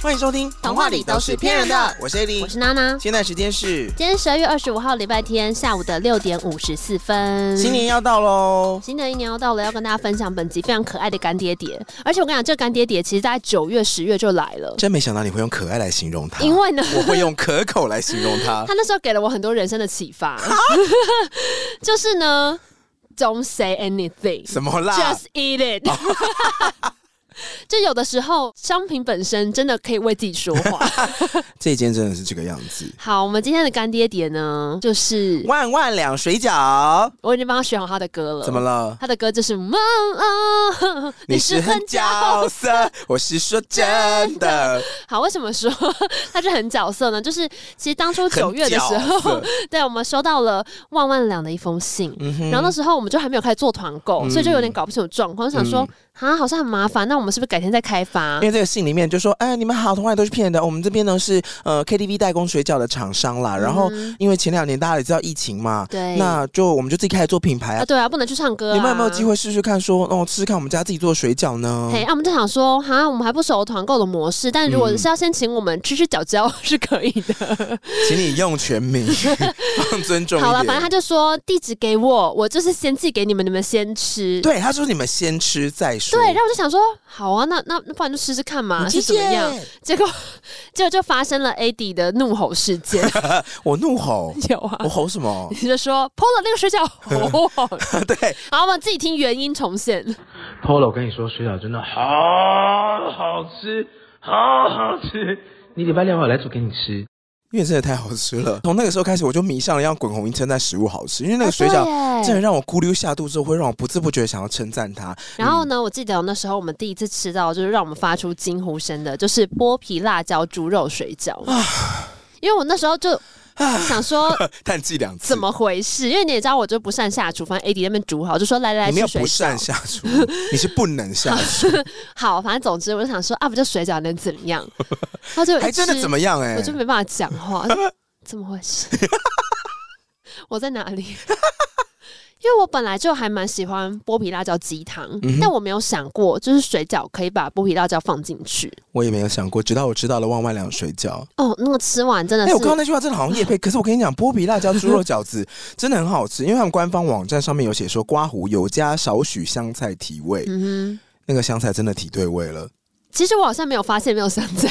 欢迎收听《童话里都是骗人的我是 AD，我是娜娜。现在时间是今天十二月二十五号，礼拜天下午的六点五十四分。新年要到喽，新的一年要到了，要跟大家分享本集非常可爱的干爹爹。而且我跟你讲，这干爹爹其实在九月、十月就来了，真没想到你会用可爱来形容它，因为呢， 我会用可口来形容它他。那时候给了我很多人生的启发， 就是呢，Don't say anything，什么啊啦 Just eat it 。 就有的时候，商品本身真的可以为自己说 话。这间真的是这个样子。好，我们今天的干爹爹呢，就是万万两水饺我已经帮他选好他的歌了。怎么？了？他的歌就是梦啊，你是很角色，我是说真的，好。为什么说他是很角色呢？就是其实当初九月的时很角候色， 对我们收到了万万良的一封信，嗯哼嗯然后那时候我们就还没有开始做团购，所以就有点搞不清楚状况，就想说啊，好像很麻烦，那我们是不是改天再开发 因？为这个信里面就说，哎，你们好，同样都是骗人的。我们这边呢是呃 KTV 代工水饺的厂商啦。然后因为前两年大家也知道疫情嘛，嗯对那就我们就自己开始做品牌啊啊，。对啊，不能去唱歌、啊。你们有没有机？会试试看说哦，试试看我们家自己做水饺呢？嘿，啊，我们就想说，哈，我们还不熟团购的模式，但如果嗯是要先请我们吃吃饺饺是可以的。请你用全 名，放尊重一点。好了，反正他就说地址给我，我就是先寄给你们，你们先吃。对他说你们先吃再说。对，然后我就想说，好啊，那那那不然就试试看嘛，谢是怎么样？谢。结果 结果就发生了 AD 的怒吼 事件，我怒 吼，有啊？我。吼什么 你就说泼了那个水饺，吼吼吼对，好，我们自己听原音重现。 Polo，我跟你说，水饺真的好好吃，好好吃。你礼拜六我来煮给你吃。因为真的太好吃 了。从那个时候开始，我就迷上了要滚红一称赞食物好吃，因为那个啊水饺对耶真的让我咕溜下肚之后，会让我不知不觉地想要称赞 它。然后嗯呢，我记得那时候我们第一次吃到，就是让我们发出惊呼声的，就是剥皮辣椒猪肉水饺。啊因为我那时候就想说叹气两次，怎？么回事，因为你也知道我就不善下厨，反正 AD 那边煮好，就说来来来你没有吃水不善饺。下厨，你是不能下 厨，好，反正总之我就想说啊，不就水饺能怎样？他就还真的一吃怎么样？哎我，就没办法讲话，怎么回事？ 我在哪里？ 因为我本来就还蛮喜欢剥皮辣椒鸡汤，嗯但我没有想过，就是水饺可以把剥皮辣椒放进去。我也没有想过，直到我知道了万万两水饺。哦，那个吃完真的哎、是，我刚刚那句话真的好像叶配， 可是我跟你讲，剥皮辣椒猪肉饺子 真的很好吃，因为他们官方网站上面有写说刮胡有加少许香菜提味，嗯那个香菜真的提对味了。哼，其实我好像没有发现没有香菜，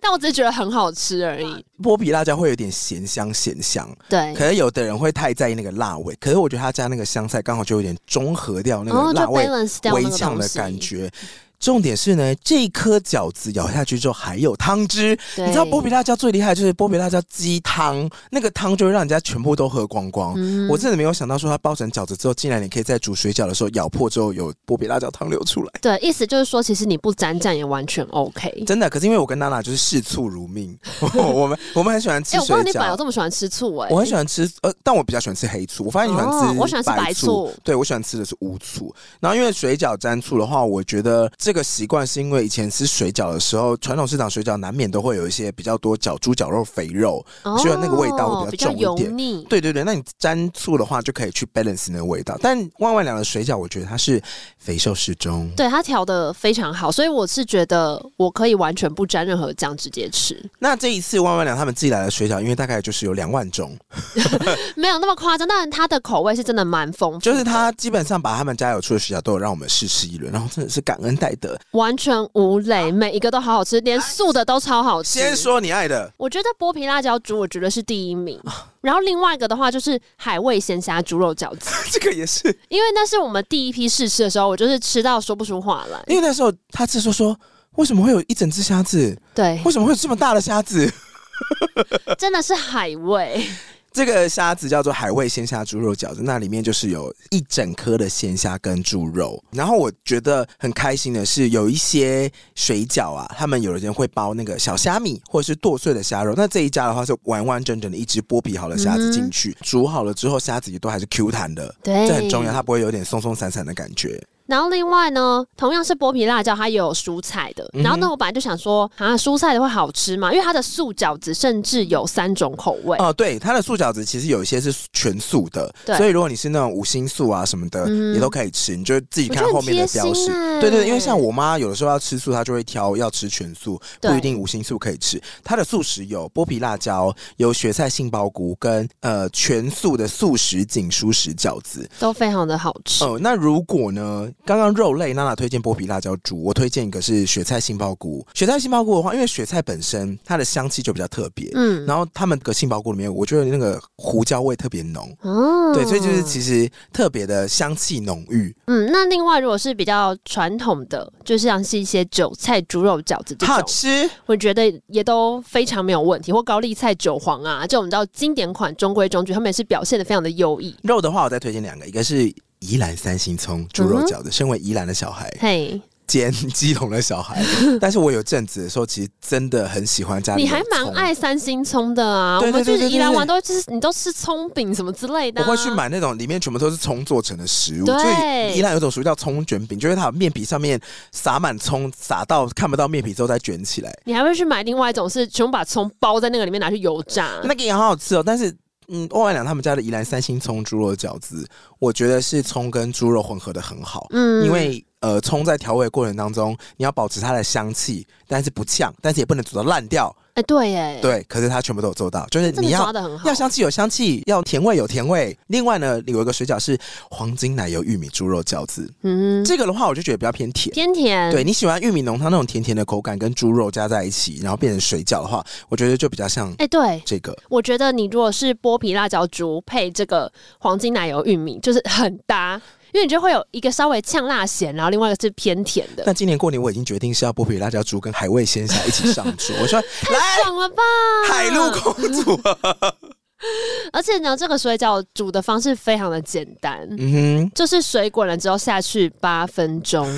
但我只是觉得很好吃而已。剥皮辣椒会有点咸香咸香，对，可是有的人会太在意那个辣味，可是我觉得他加那个香菜刚好就有点中和掉那然后个哦就辣味 balance 掉微那个呛东的西感。觉。重点是呢，这颗饺子咬下去之后还有汤汁。对你知道剥皮辣椒最厉害的就是剥皮辣椒鸡汤，那个汤就会让人家全部都喝光光。嗯我真的没有想到说它包成饺子之后，竟然你可以在煮水饺的时候咬破之后有剥皮辣椒汤流出来。对，意思就是说，其实你不沾酱也完全 OK。真的，可是因为我跟娜娜就是视醋如命， 我们我们很喜欢吃哎、我不知水道你本来有饺。这么喜欢吃醋哎、我很喜欢吃，呃，但我比较喜欢吃黑醋。我发现你喜欢吃、哦我喜欢吃白醋对我喜欢吃的是乌醋。然后因为水饺沾醋的话，我觉得这个习惯是因为以前吃水饺的时候，传统市场水饺难免都会有一些比较多绞猪绞肉、肥肉，哦所以那个味道会比比较较重一油点腻。对对对，那你沾醋的话就可以去 balance 那个味道。但万万两的水饺，我觉得它是肥瘦适中。对它调的非常好，所以我是觉得我可以完全不沾任何酱直接吃，那这一次万万两他们自己来的水饺，因为大概就是有两万种，没有那么夸张，但它的口味是真的蛮丰富。就是他基本上把他们家有出的水饺都有让我们试吃一轮，然后真的是感恩戴的。完全无雷，每一个都好好吃，连素的都超好吃。先说你爱的，我觉得剥皮辣椒猪，我觉得是第一名。啊然后另外一个的话就是海味咸虾猪肉饺子， 这个也是，因为那是我们第一批试吃的时候，我就是吃到说不出话来。因为那时候他是说说，为什么会有一整只虾子？对，为什么会有这么大的虾子？真的是海味，这个虾子叫做海味鲜虾猪肉饺子，那里面就是有一整颗的鲜虾跟猪肉。然后我觉得很开心的是，有一些水饺啊，他们有的人会包那个小虾米或者是剁碎的虾肉。那这一家的话是完完整整的一只剥皮好的虾子进去，嗯煮好了之后，虾子也都还是 Q 弹的，对，这很重要，它不会有点松松散散的感觉。然后另外呢，同样是剥皮辣椒，它也有蔬菜的。嗯然后呢，我本来就想说，啊，蔬菜的会好吃吗？因为它的素饺子甚至有三种口味。哦，对，它的素饺子其实有一些是全素的，哎对所以如果你是那种五星素啊什么的，嗯也都可以吃，你就自己我看觉得后很面的贴标识。心哎、对对，因为像我妈有的时候要吃素，她就会挑要吃全素，不对一定五星素可以吃。她的素食有剥皮辣椒，有雪菜杏鲍菇，跟呃全素的素食锦蔬食饺子。都非常的好吃。哦、那如果呢？刚刚肉类娜娜推荐剥皮辣椒猪，我推荐一个是雪菜杏鲍菇。雪菜杏鲍菇的话，因为雪菜本身它的香气就比较特别，嗯，然后他们的杏鲍菇里面，我觉得那个胡椒味特别浓，哦对，所以就是其实特别的香气浓郁。嗯，那另外如果是比较传统的，就像是一些韭菜猪肉饺子这好种，吃，我觉得也都非常没有问题，或高丽菜韭黄啊这种你知道经典款中规中矩，他们也是表现的非常的优异。肉的话，我再推荐两个，一个是宜兰三星葱猪嗯肉饺子。身为宜兰的小孩，嘿、兼基隆的小 孩，但是我有阵子的时候，其实真的很喜欢家里。你还蛮。爱三星葱的啊？对对对我们对去对宜兰对玩都吃，你都吃葱饼什么之类的、啊我会去。买那种里面全部都是葱做成的食物，对就是宜兰有种属于叫葱卷饼，就是它面皮上面撒满葱，撒到看不到面皮之后再卷起来，你还会去买另外一种是全部把葱包在那个里面拿去油炸，那个也好好吃哦。但是，嗯，欧万良他们家的宜兰三星葱猪肉饺子，我觉得是葱跟猪肉混合的很好，嗯因为呃，葱在调味过程当中，你要保持它的香气，但是不呛，但是也不能煮到烂掉。哎、对耶，，对，可是它全部都有做到，就是真的你抓要的很好要。香气有香气，要甜味有甜味。另外呢，有一个水饺是黄金奶油玉米猪肉饺子，嗯，这个的话我就觉得比较偏甜。偏甜，对，你喜欢玉米浓汤那种甜甜的口感，跟猪肉加在一起，然后变成水饺的话，我觉得就比较像哎、对。这个。我觉得你如果是剥皮辣椒猪配这个黄金奶油玉米，就是很搭，因为你就会有一个稍微呛辣咸，然后另外一个是偏甜的，但今年过年我已经决定是要剥皮辣椒猪跟海味鲜虾一起上桌。我说来爽了吧？哎海陆公主 啊，而且呢，这个水饺煮的方式非常的简单，嗯就是水滚了之后下去八分钟，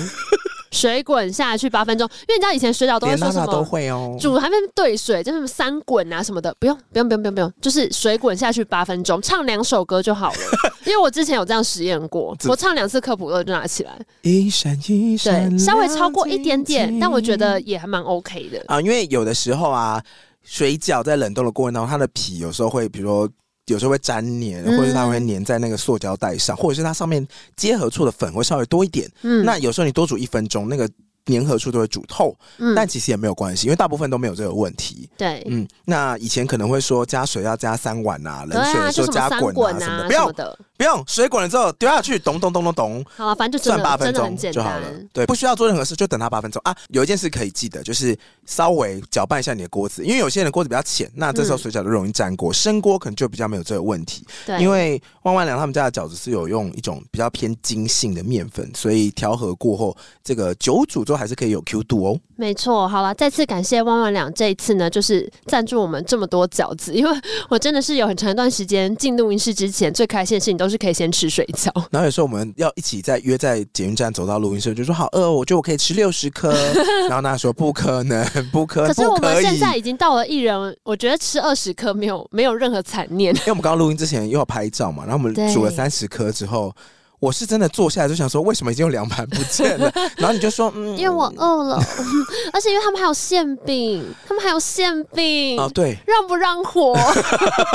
水滚下去八分钟，因为你知道以前水饺哼，都会连说娜什娜么都会哦。煮还没兑水，就是什么三滚啊什么的，不用不用不用不用不用，就是水滚下去八分钟，唱两首歌就好了。因为我之前有这样实验过，我唱两次科普乐就拿起来，一闪一闪对，稍微超过亮一点晶点，晶但我觉得也还蛮 OK 的。啊，因为有的时候啊，水饺在冷冻的过程当中，它的皮有时候会，比如说。有时候会粘黏，嗯或者是它会粘在那个塑胶袋上，或者是它上面结合处的粉会稍微多一点。嗯，那有时候你多煮一分钟，那个粘合处都会煮透，嗯但其实也没有关系，因为大部分都没有这个问题。对嗯，那以前可能会说加水要加三碗啊，对冷水啊，的时就候什加么滚三滚什么啊的，不什么用的，不用，水滚了之后丢下去，咚咚咚咚咚，好了，反正就真算八的分真的很钟简就好了单。。对，不需要做任何事，就等它八分钟啊。有一件事可以记得，就是稍微搅拌一下你的锅子，因为有些人锅子比较浅，那这时候嗯水饺就容易粘锅，生锅可能就比较没有这个问题。对，因为万万良他们家的饺子是有用一种比较偏筋性的面粉，所以调和过后，这个久煮之后还是可以有 Q 度哦。没错，好了，再次感谢万万两这一次呢，就是赞助我们这么多饺子，因为我真的是有很长一段时间进录音室之前，最开心的事情都是可以先吃水 饺，然后有时候我们要一起在约在捷运站走到录音室，就说好饿哦，我觉得我可以吃六十 颗，然后他说不可能，不可可能，是我呃不们可现以。在已经到了一人，我觉得吃二十颗没有没有任何残念， 因为我们刚刚录音之前又要拍照嘛，然后我们对煮了三十颗之后，我是真的坐下来就想说，为什么已经有两盘不见 了？然后你就说，嗯， 因为我饿了，而且因为他们还有馅饼，他们还有馅饼。啊，对让不让火？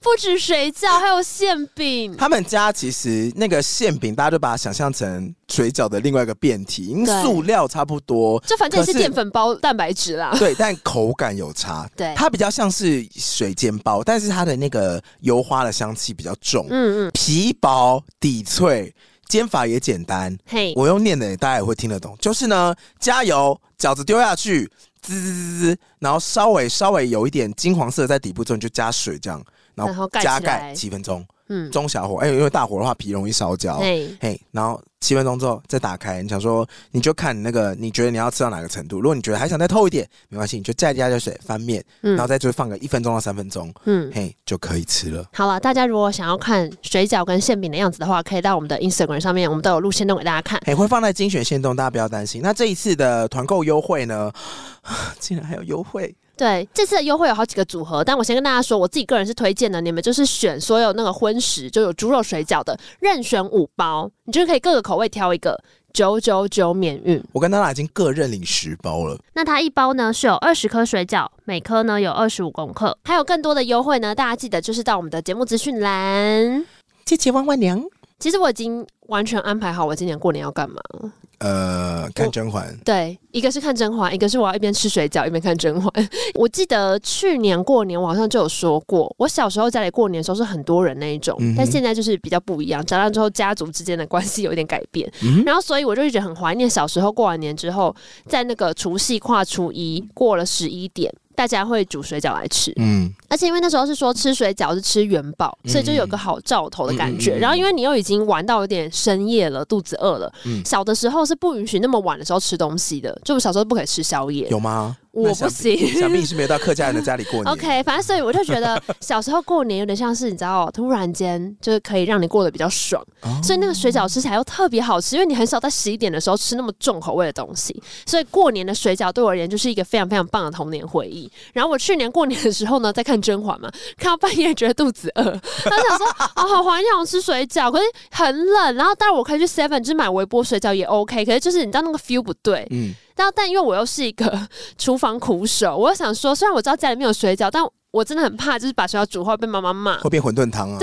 不止水饺，还有馅饼。他们家其实那个馅饼，大家就把它想象成水饺的另外一个变体，因为对塑料差不多，这反正也是可是淀粉包蛋白质啦。对，但口感有差。 对，它比较像是水煎包，嗯但是它的那个油花的香气比较重，嗯嗯，皮薄底脆，煎法也简单，嘿，我用念的大家也会听得懂。就是呢，加油，饺子丢下去，滋滋滋滋，然后稍微稍微有一点金黄色在底部之后，你就加水这样，然然后盖加起来盖七分钟，嗯，中小火，哎、因为大火的话皮容易烧焦。嘿，嘿，然后七分钟之后再打开，你想说你就看你那个，你觉得你要吃到哪个程度。如果你觉得还想再透一点，没关系，你就再加点水翻面，嗯然后再就放个一分钟到三分钟，嗯。嘿，就可以吃了。好了，大家如果想要看水饺跟馅饼的样子的话，可以到我们的 Instagram 上面，我们都有录线动给大家看。嘿，会放在精选线动，大家不要担心。那这一次的团购优惠呢， 竟然还有优惠，对，这次的优惠有好几个组合，但我先跟大家说，我自己个人是推荐的，你们就是选所有那个荤食，就有猪肉水饺的，任选五包，你就可以各个口味挑一个，九九九免运。我跟娜娜已经各认领十包了。那它一包呢是有二十颗水饺，每颗呢有二十五公克，还有更多的优惠呢，大家记得就是到我们的节目资讯栏。姐姐万万娘，其实我已经完全安排好我今年过年要干嘛了。呃，看甄嬛，对，一个是看甄嬛，一个是我要一边吃水饺一边看甄嬛。 我记得去年过年我好像就有说过，我小时候家里过年的时候是很多人那一种，嗯哼但现在就是比较不一样。长大之后，家族之间的关系有一点改变，嗯然后所以我就一直很怀念小时候过完年之后，在那个除夕跨初一过了十一点。大家会煮水饺来吃，嗯，而且因为那时候是说吃水饺是吃元宝，所以就有个好兆头的感觉。嗯嗯嗯嗯然后因为你又已经玩到有点深夜了，肚子饿了。嗯小的时候是不允许那么晚的时候吃东西的，就我小时候不可以吃宵夜。有吗？我那想不行必想必你是没有到客家人的家里过年。 OK，反正所以我就觉 得小时候过年有点像是你知道，突然间就是可以让你过得比较爽，哦所以那个水饺吃起来又特别好吃，因为你很少在十一点的时候吃那么重口味的东西，所以过年的水饺对我而言就是一个非常非常棒的童年回忆。然后我去年过年的时候呢，在看甄嬛嘛，看到半夜觉得肚子饿，然后想说 啊、好怀念我吃水饺，可是很冷，然后当然我可以去 Seven 去买微波水饺也 OK，可是就是你知道那个 feel 不对，嗯，然后，但因为我又是一个 厨房苦手，我又想说，虽然我知道家里面有水饺，但我真的很怕，就是把水饺煮坏被妈妈骂。会变馄饨汤啊。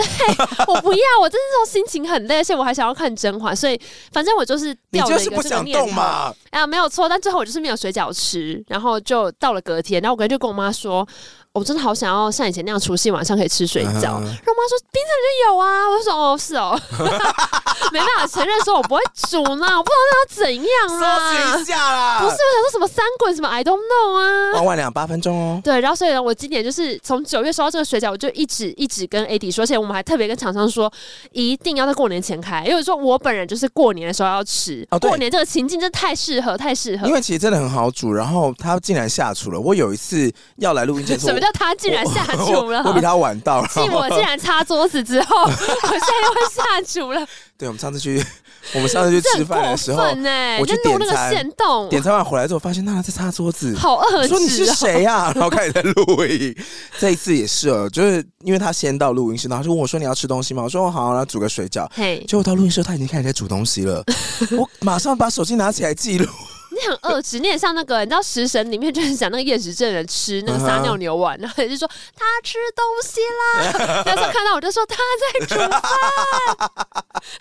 我不要，我真的那时候心情很累，而且我还想要看甄嬛，所以反正我就是你掉了就一是个不这个想念动头。嘛？啊，没有错，但最后我就是没有水饺吃，然后就到了隔天，然后我隔天就跟我妈说，我真的好想要像以前那样除夕晚上可以吃水饺。然后我妈嗯说冰箱里就有啊，我就说哦是哦， 没办法承认说我不会煮啦，我不知道要怎样啦。收拾一下啦！啊不是，我想说什么三滚什么 I don't know 啊。万万两八分钟哦。对，然后所以呢，我今年就是从九月收到这个水饺，我就一直一直跟 AD 说，而且我们还特别跟厂商说，一定要在过年前开，因为说我本人就是过年的时候要吃，哦对过年这个情境真的太适合，太适合因。为其实真的很好煮，然后他竟然下厨了。我有一次要来录音前说，什么叫他竟然下厨了我？我 比他晚到，然继后我竟然擦桌子之后，我 现在又下厨 了， 对我们上次去，我们上次去这吃很饭过的时候，分哦哎、啊我就去录那点个餐现动，点餐完回来之后，发现娜娜在擦桌子，好恶说你是质哦、谁呀、然后开始在录音。这一次也是哦，就是因为他先到录音室，然后就问我说你要吃东西吗？我说哦好，然后煮个水饺。 嘿，结果到录音室，他已经开始在煮东西了。我马上把手机拿起来 记录。你很恶质，你很像那个，你知道《食神》里面就是讲那个厌食症人吃那个撒尿牛丸，然后也就说他吃东西 啦。那时候看到我就说他在煮饭，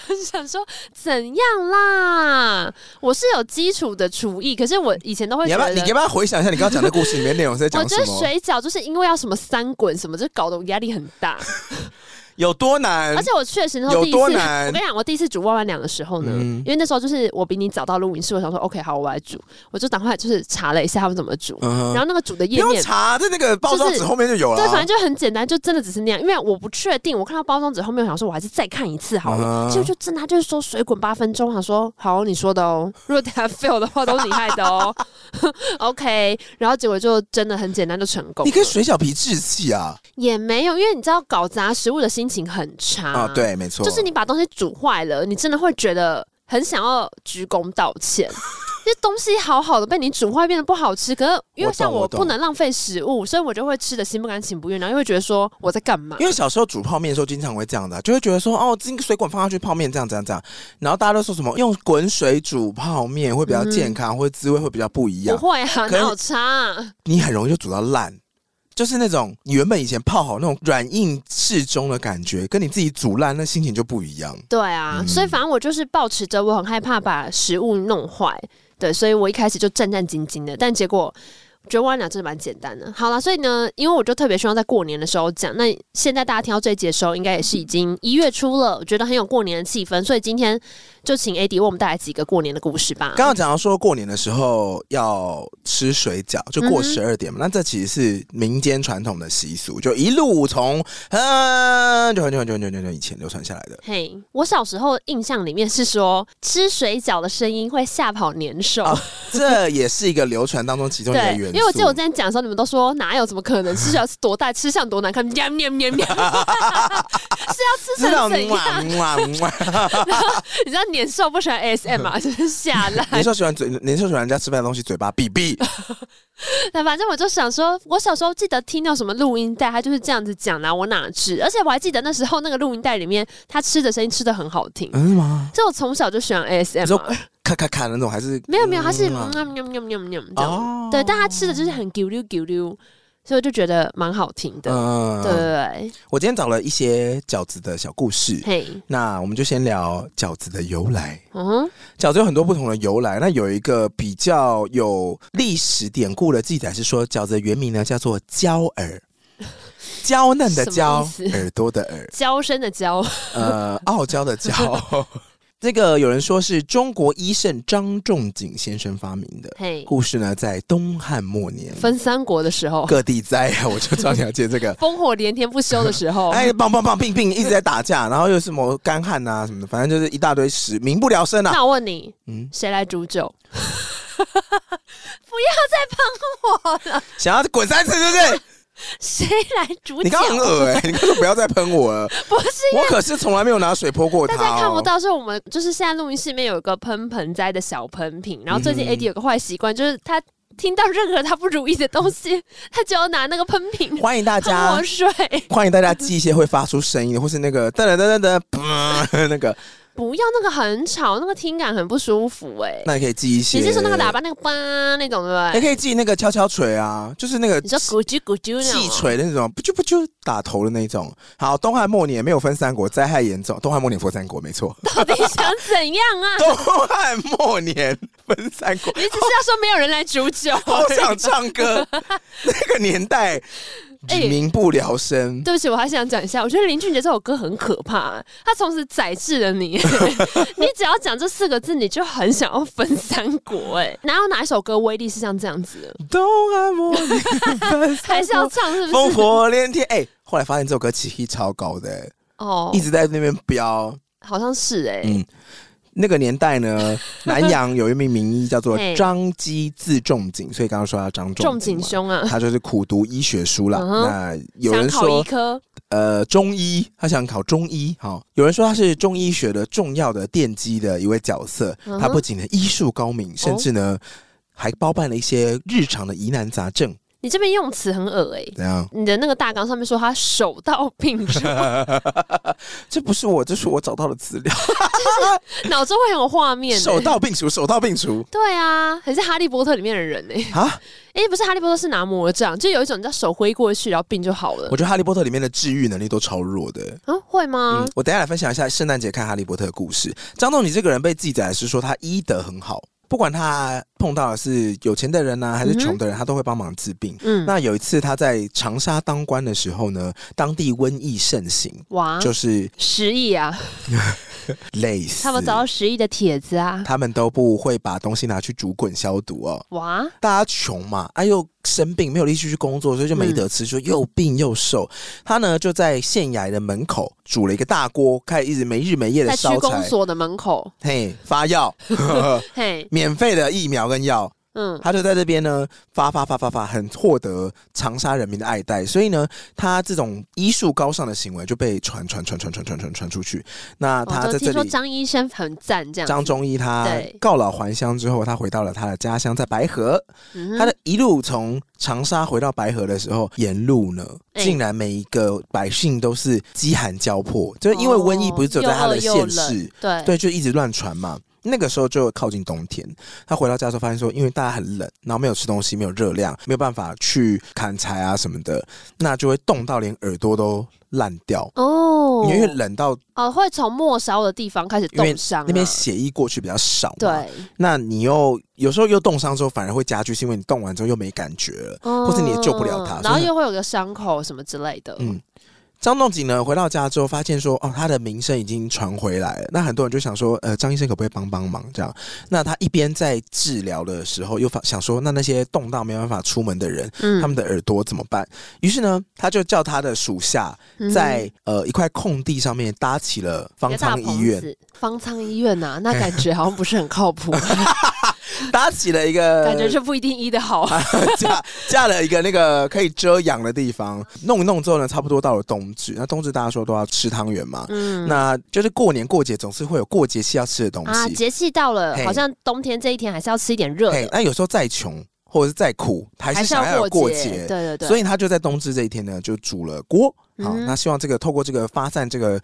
我就想说怎样啦？我是有基础的厨艺，可是我以前都会你觉要不要？得你。要不要回想一下你刚刚讲的故事里面内容是在我讲什觉得么？水 饺就是因为要什么三滚什么，就搞得我压力很大。有多难而？且我确实那时嗯有候第一次，多我难跟你讲，我第一次煮万万两的时候呢，嗯因为那时候就是我比你早到录音室，我想说 OK 好，我来煮，我就赶快就是查了一下他们怎么煮，嗯哼然后那个煮的不页用面。查，在那个包装纸后面就有了对，啊。反正就很简单，就真的只是那样。因为我不确定，我看到包装纸后面，我想说我还是再看一次好了。嗯结果就真的，他就是说水滚八分钟，我想说好你说的哦。如果等下 fail 的话，都是你害的哦。OK，然后结果就真的很简单就成功你跟了。水饺皮置气啊！也没有，因为你知道搞砸食物的心情很差啊，，对，没错，就是你把东西煮坏了，你真的会觉得很想要鞠躬道 歉。因为东西好好的被你煮坏变得不好吃，可是因为我懂像我我懂不能浪费食物，所以我就会吃的心不甘情不愿，然后又会觉得说我在干嘛因？为小时候煮泡面的时候，经常会这样的啊、就会觉得说，哦，这个水滚放下去，泡面这样这样这样，然后大家都说什么用滚水煮泡面会比较健康，或者滋味会比较不一不样。嗯会啊，可哪能有差啊、你很容易就煮到烂，就是那种你原本以前泡好那种软硬适中的感觉，跟你自己煮烂那心情就不一样。对啊，嗯所以反正我就是抱持着我很害怕把食物弄坏，对，所以我一开始就战战兢兢的，但结果。觉得万两真的蛮简单的。好了，所以呢，因为我就特别希望在过年的时候讲。那现在大家听到这一集的时候，应该也是已嗯经一月初了，我觉得很有过年的气氛。所以今天就请 AD 为我们带来几个过年的故事吧。刚刚讲到说过年的时候要吃水饺，就过嗯哼十二点嘛、那这其实是民间传统的习俗，就一路从很久很久很久很久很久以前流传下来的。嘿我小时候印象里面是说，吃水饺的声音会吓跑年兽。哦这也是一个流传当中其中一个对，元素。因为我记得我之前讲的时候，你们都说哪有怎么可能吃起来是多大，吃相多难看，喵喵喵喵，是 要吃知道成怎哇样？嗯哇哇！ 你知道年兽不喜欢 ASM 啊， 就是下烂。年兽喜欢嘴，年兽喜欢人家吃饭的东西嘴巴闭闭。那反正我就想说，我小时候记得听到什么录音带，他就是这样子讲啦、我哪知？而且我还记得那时候那个录音带里面，他吃的声音吃的很好听。嗯吗？所以我从小就喜欢你 ASM 说啊、咔咔咔那种还是？没有没有，他是嗯啊喵喵喵喵喵这样。哦对，但他吃的就是很咕溜咕溜，所以我就觉得蛮好听的。嗯对对我今天找了一些饺子的小故事对，。嘿，那我们就先聊饺子的由来。嗯，饺子有很多不同的由来，那有一个比较有历史典故的记载是说，饺子的原名呢叫做焦耳，娇嫩的娇什么意，思耳朵的耳，娇生 的娇，呃，傲娇的娇。 这个有人说是中国医圣张仲景先生发明的。嘿，故事呢，在东汉末年，分三国的时候，各地灾啊，我就知道了解 这个。烽火连天不休的时候， 哎，棒棒棒，病病一直在打架，然后又是什么干旱啊什么的，反正就是一大堆事，民不聊生啊。那我问你，嗯，谁来 煮酒？想要滚三次是不 是？谁来煮你酒刚？刚很恶哎、你刚刚不要再喷我 了，不是我可是从来没有拿水泼过他、大哦。家看不到，是我们就是现在录音室里面有一个喷盆栽的小喷瓶，然后最近嗯 AD 有个坏习惯，就是他听到任何他不如意的东西， 他就要拿那个喷瓶欢迎大喷家 我，水，欢迎大家记一些会发出声音的，或是那个噔噔噔噔噔， 砰那个，不要那个很吵，那个听感很不舒服哎、那也可以记一些。你是说那个喇叭那个吧那种对还不对？可以记那个敲敲锤啊，就是那个哎你说哦咕啾咕啾那气种锤的那种，不就不就打头的那种。好，东汉末年没有分三国，灾害严重。东汉末年分三国，没 错。到底想怎样啊？东汉末年分三 国，你只是要说没有人来煮酒， 好想唱歌。 那个年代，哎民不聊生。对不起，我还想讲一下，我觉得林俊杰这首歌很可怕，他从此宰制了你。 你只要讲这四个字，你就很想要分三国、哎，哪有哪一首歌威力是像这样子的？东汉末年分还三是要国，唱是不烽是？火连天。哎、后来发现这首歌起义超高的、哦一，直在那边飙。好像是哎、嗯那个年代呢，南阳有一名名医叫做 嘿张基，字仲景，所以刚刚说他张仲仲景景嘛兄啊，他就是苦读医学书啦。嗯哼那有想人考医说，科，呃，中医，他想考中医。好、有人说他是中医学的重要的奠基的一位角色。嗯哼哦他不仅呢医术高明，甚至呢、还包办了一些日常的疑难杂症。你这边用词很恶哎、怎样？你的那个大纲上面说他手到病 除，这不是我，这是我找到的资料。脑中会很有画面、手欸。到病除，手到病除 对啊，很像哈利波特里面的人呢、欸。啊！哎、不是哈利波特是拿魔杖，就有一种你知道手挥过去，然后病就好了我。觉得《哈利波特》里面的治愈能力都超弱的。啊，会吗？嗯，我等一下来分享一下圣诞节看《哈利波特》的故事。张仲景这个人被记载是说他医德很好，不管他碰到的是有钱的人啊呐、还是嗯哼穷的人，他都会帮忙治病。嗯，那有一次他在长沙当官的时候呢，当地瘟疫盛行，哇，就是十亿啊！累死，他们找到十亿的帖子啊！他们都不会把东西拿去煮滚消毒哦。哇，大家穷嘛，哎、又生病，没有力气去工作，所以就没得吃，嗯就又病又瘦。他呢就在县衙的门口煮了一个大锅，开始一直没日没夜的在区烧公柴，所的门口，嘿，发药，呵呵嘿，免费的疫苗跟药，嗯，他就在这边呢发发发发发，很获得长沙人民的爱戴，所以呢，他这种医术高尚的行为就被传传传传传传传传出去。那我他就在哦听这说里。张医生很赞，这样张中医他对告老还乡之后，他回到了他的家乡，在白河。嗯哼他的一路从长沙回到白河的时候，沿路呢，哎竟然每一个百姓都是饥寒交迫，就是因为瘟疫不是只有在他的县哦又饿又市冷，对对，就一直乱传嘛。那个时候就靠近冬天，他回到家的时候发现说，因为大家很冷，然后没有吃东西，没有热量，没有办法去砍柴啊什么的，那就会冻到连耳朵都烂掉，哦，因为冷到哦会从末梢的地方开始因为冻伤、啊，那边血液过去比较少，对，，那你又有时候又冻伤之后，反而会加剧，是因为你冻完之后又没感觉了。或是你也救不了它所以嗯然后很又会有个伤口什么之类的，嗯，张仲景呢回到家之后，发现说哦，他的名声已经传回来了。那很多人就想说，呃，张医生可不可以帮帮忙？这样，那他一边在治疗的时候，又发想说，那那些冻到没办法出门的人，嗯他们的耳朵怎么办？于是呢，他就叫他的属下们在、呃一块空地上面搭起了方舱医院，，方舱医院 呐、那感觉好像不是很靠谱，搭起了一个感觉是不一定医的好啊。 架架了一个那个可以遮阳的地方，弄一弄之后呢，差不多到了冬至。那冬至大家说都要吃汤圆嘛，嗯，那就是过年过节总是会有过节期要吃的东啊，西。节气到了嘿，好像冬天这一天还是要吃一点热嘿的，那有时候再穷或者是再苦，还是还是想要有要过节。对节。对对，所以他就在冬至这一天呢，就煮了锅。好，嗯那希望这个透过这个发散这个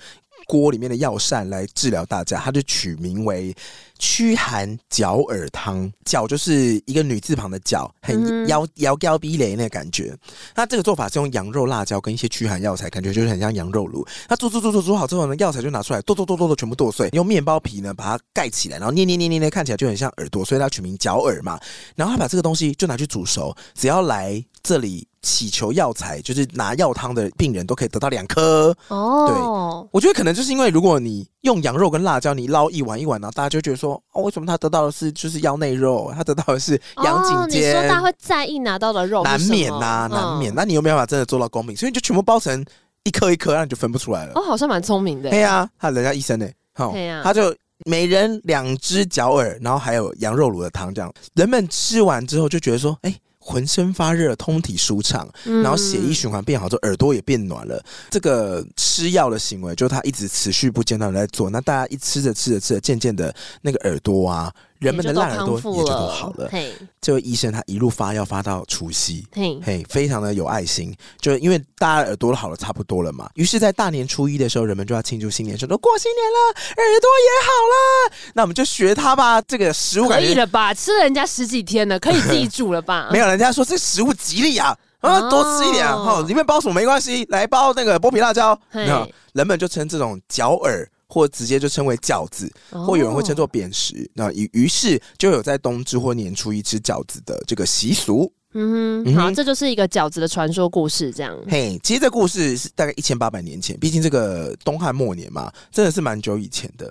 锅里面的药膳来治疗大家，他就取名为驱寒绞耳汤。绞就是一个女字旁的绞，很嗯腰腰腰逼雷那个感觉。那这个做法是用羊肉、辣椒跟一些驱寒药材，感觉就是很像羊肉炉。那煮煮煮煮煮好之后呢，药材就拿出来剁剁剁剁剁全部剁碎，用面包皮呢把它盖起来，然后捏捏捏捏捏，看起来就很像耳朵，所以它取名绞耳嘛。然后他把这个东西就拿去煮熟，只要来这里祈求药材，就是拿药汤的病人都可以得到两颗。哦，我觉得可能就是因为如果你用羊肉跟辣椒，你捞一碗一碗，然后大家就觉得说，哦，为什么他得到的是就是腰内肉，他得到的是羊哦颈你说肩，大家会在意拿到的肉是难免什么呐、难免。啊嗯那你有没有办法真的做到公平？所以你就全部包成一颗一颗，那你就分不出来了。哦，好像蛮聪明的对。呀、他人家医生呢、好、对啊他就每人两只脚耳，然后还有羊肉卤的汤，这样人们吃完之后就觉得说，哎、浑身发热，通体舒畅，嗯然后血液循环变好之后，耳朵也变暖了。这个吃药的行为，就他一直持续不间断的在做。那大家一吃着吃着吃着，渐渐的那个耳朵啊，人们的烂耳朵也就都康复也就都好了。嘿，这位医生他一路发药发到除夕，嘿，嘿，非常的有爱心，就因为大家耳朵好了差不多了嘛，于是，在大年初一的时候，人们就要庆祝新年，说都过新年了，耳朵也好了，那我们就学他吧。这个食物可感以觉了吧？吃了人家十几天了，可以自己煮了吧？ 没有人家说这食物吉利啊，啊，哦多吃一点啊，哦，里面包什么没关系，来包那个剥皮辣椒，嘿那人们就称这种绞耳。或直接就称为饺子，哦或有人会称作扁食。那于于是就有在冬至或年初一吃饺子的这个习俗。嗯嗯哼，哼好，这就是一个饺子的传说故事，这样。嘿，其实这故事是大概一千八百年前，毕竟这个东汉末年嘛，真的是蛮久以前的。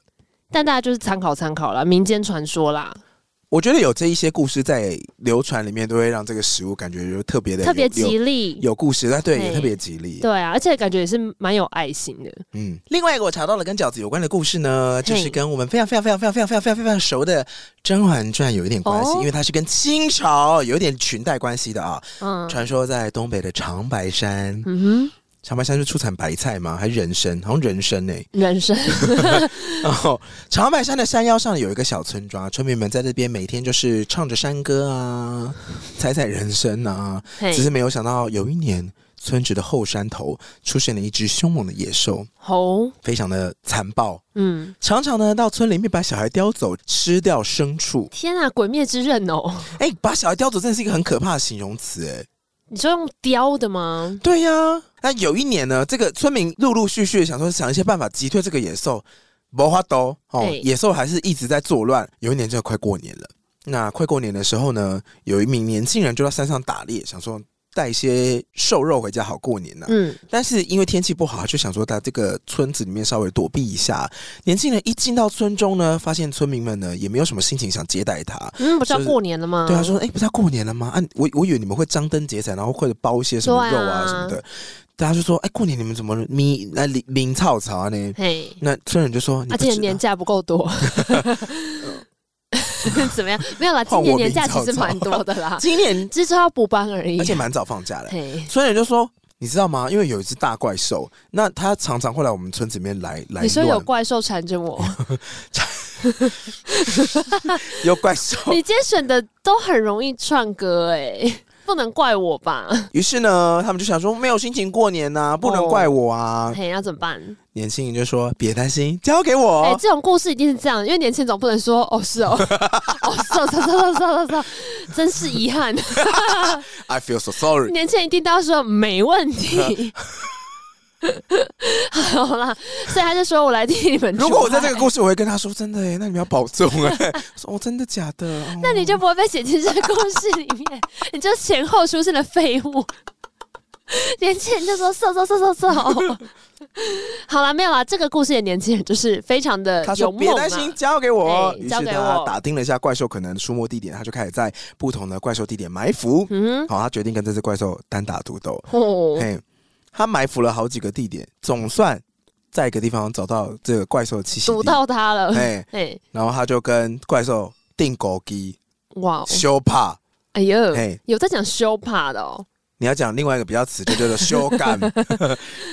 但大家就是参考参考啦，民间传说啦，我觉得有这一些故事在流传里面，都会让这个食物感觉就特别的特别有吉利。有有故事，但对嘿也特别吉利。对啊，而且感觉也是蛮有爱心的。嗯，另外一个我查到了跟饺子有关的故事呢，就是跟我们非常非常非常非常非常非常非常非常熟的《甄嬛传》有一点关系，哦因为它是跟清朝有一点裙带关系的啊。嗯传说在东北的长白山，嗯哼，长白山是出产白菜吗？还是人参？好像人参呢、人生然后长白山的山腰上有一个小村庄，村民们在这边每天就是唱着山歌啊，采采人参啊。 嘿只是没有想到，有一年村子的后山头出现了一只凶猛的野兽，猴，非常的残暴，嗯，常常呢到村里面把小孩叼走，吃掉牲畜。天啊，鬼灭之刃哦，哎，把小孩叼走真的是一个很可怕的形容词，哎。你说用雕的吗？对呀、那有一年呢，这个村民陆陆续续地想说想一些办法击退这个野兽，没花兜哦对，野兽还是一直在作乱。有一年真的快过年了，那快过年的时候呢，有一名年轻人就到山上打猎，想说带一些瘦肉回家好过年呢、嗯，但是因为天气不好，他就想说在这个村子里面稍微躲避一下。年轻人一进到村中呢，发现村民们呢也没有什么心情想接待他，嗯，不是要就是过年了吗？对啊，说哎、诶不是要过年了吗？啊，我我以为你们会张灯结彩，然后或者包一些什么肉啊对啊什么的。大家就说哎、诶过年你们怎么咪那零零草草啊呢？嘿，那村人就说，你啊，不今年知年道。假不够多， 怎么样？没有啦，换今我年年名假草其实草，蛮多的啦啊 今年只是要补班而已而。且蛮早放假的。嘿，村人就说，你知道吗？因为有一只大怪兽，那它常常会来我们村子里面来来你说有乱，怪兽缠着我，有怪兽。 你今天选的都很容易串歌哎、不不能怪我吧？于是呢，他们就想说没有心情过年呐、不能怪我啊。嘿，那怎么办？年轻人就说别担心，交给我。哎、这种故事一定是这样，因为年轻人总不能说哦是 哦，哦是哦，是哦是哦是哦是哦，真是遗憾。 I feel so sorry。年轻人一定都要说没问 题。 好啦，所以他就说我来替你们。如果我在这个，故事，我会跟他说真的耶，那你们要保重 哎。我说哦，真的假的？哦那你就不会被写进这个故事里面，你就前后出现了废物。年轻人就说瘦瘦瘦瘦瘦。好啦，没有啦，这个故事的年轻人就是非常的他说勇别猛担啊心，。交给我。哎于交是给他我打听了一下怪兽可能出没地点，他就开始在不同的怪兽地点埋伏。嗯好，他决定跟这只怪兽单打独斗。哼，哦，嘿，他埋伏了好几个地点，总算在一个地方找到这个怪兽的栖息堵地。到他了。哎，哎，然后他就跟怪兽定狗机哇哦，修帕。哎呦嘿，有在讲修帕的哦。你要讲另外一个比较词，就叫做 修 干。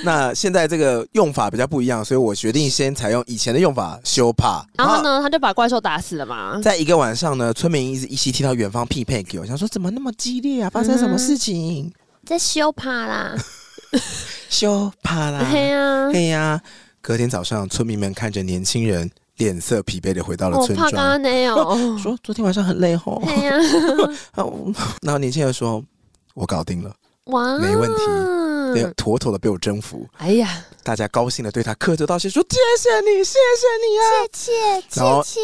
那现在这个用法比较不一样，所以我决定先采用以前的用法修帕。然后？呢，他就把怪兽打死了嘛。啊在一个晚上呢，村民一直依稀听到远方匹配给我，想说怎么那么激烈啊？发生什么事情？在修帕啦，修帕啦！嘿呀，啊嘿呀、隔天早上，村民们看着年轻人脸色疲惫的回到了我村哦怕刚庄，刚那样 哦。说昨天晚上很累吼。嘿呀，啊我 然后年轻人说：“我搞定了，哇，没问嗯题对，妥妥的被我征服。”哦哎呀，大家高兴的对他磕头道谢，说：“谢谢你，谢谢你啊，谢谢，然后切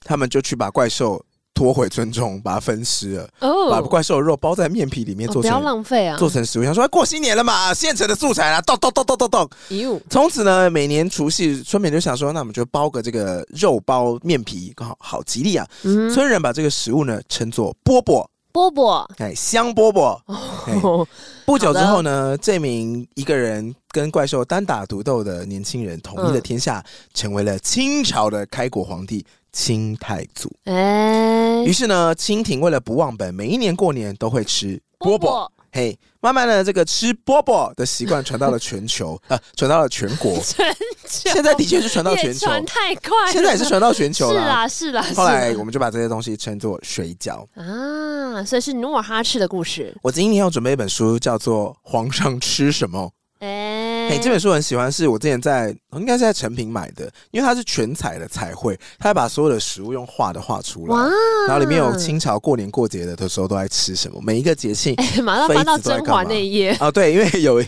他们就去把怪兽拖回村中，把它分尸了，哦，把怪兽的肉包在面皮里面哦做不要成、浪费啊！做成食物，想说、哎、过新年了嘛，现成的素材啊啦，咚咚咚咚咚咚。哟，从此呢，每年除夕，村民就想说，那我们就包个这个肉包面皮，好好吉利啊。嗯，村人把这个食物呢称作饽饽，波波，哎，香饽饽。哎哦不久之后呢，这名一个人跟怪兽单打独斗的年轻人统一了天下，成为了清朝的开国皇帝清太祖。 哎于，是呢，清廷为了不忘本，每一年过年都会吃饽饽。波。嘿慢慢的，这个吃饽饽的习惯传到了全球，呃，传到了全国 全球现在的确是传到全也球，传太快了，现在也是传到全球是了。啦是啦，是啦后来我们就把这些东西称作水饺。啊，所以是努尔哈赤的故事，我今天要准备一本书，叫做《皇上吃什么》。哎、哎，这本书很喜欢，是我之前在应该是在成品买的，因为它是全彩的彩绘，它把所有的食物用画的画出来，哇，然后里面有清朝过年过节的的时候都在吃什么，每一个节庆。哎， 马上翻到甄嬛那一页。啊，对，因为有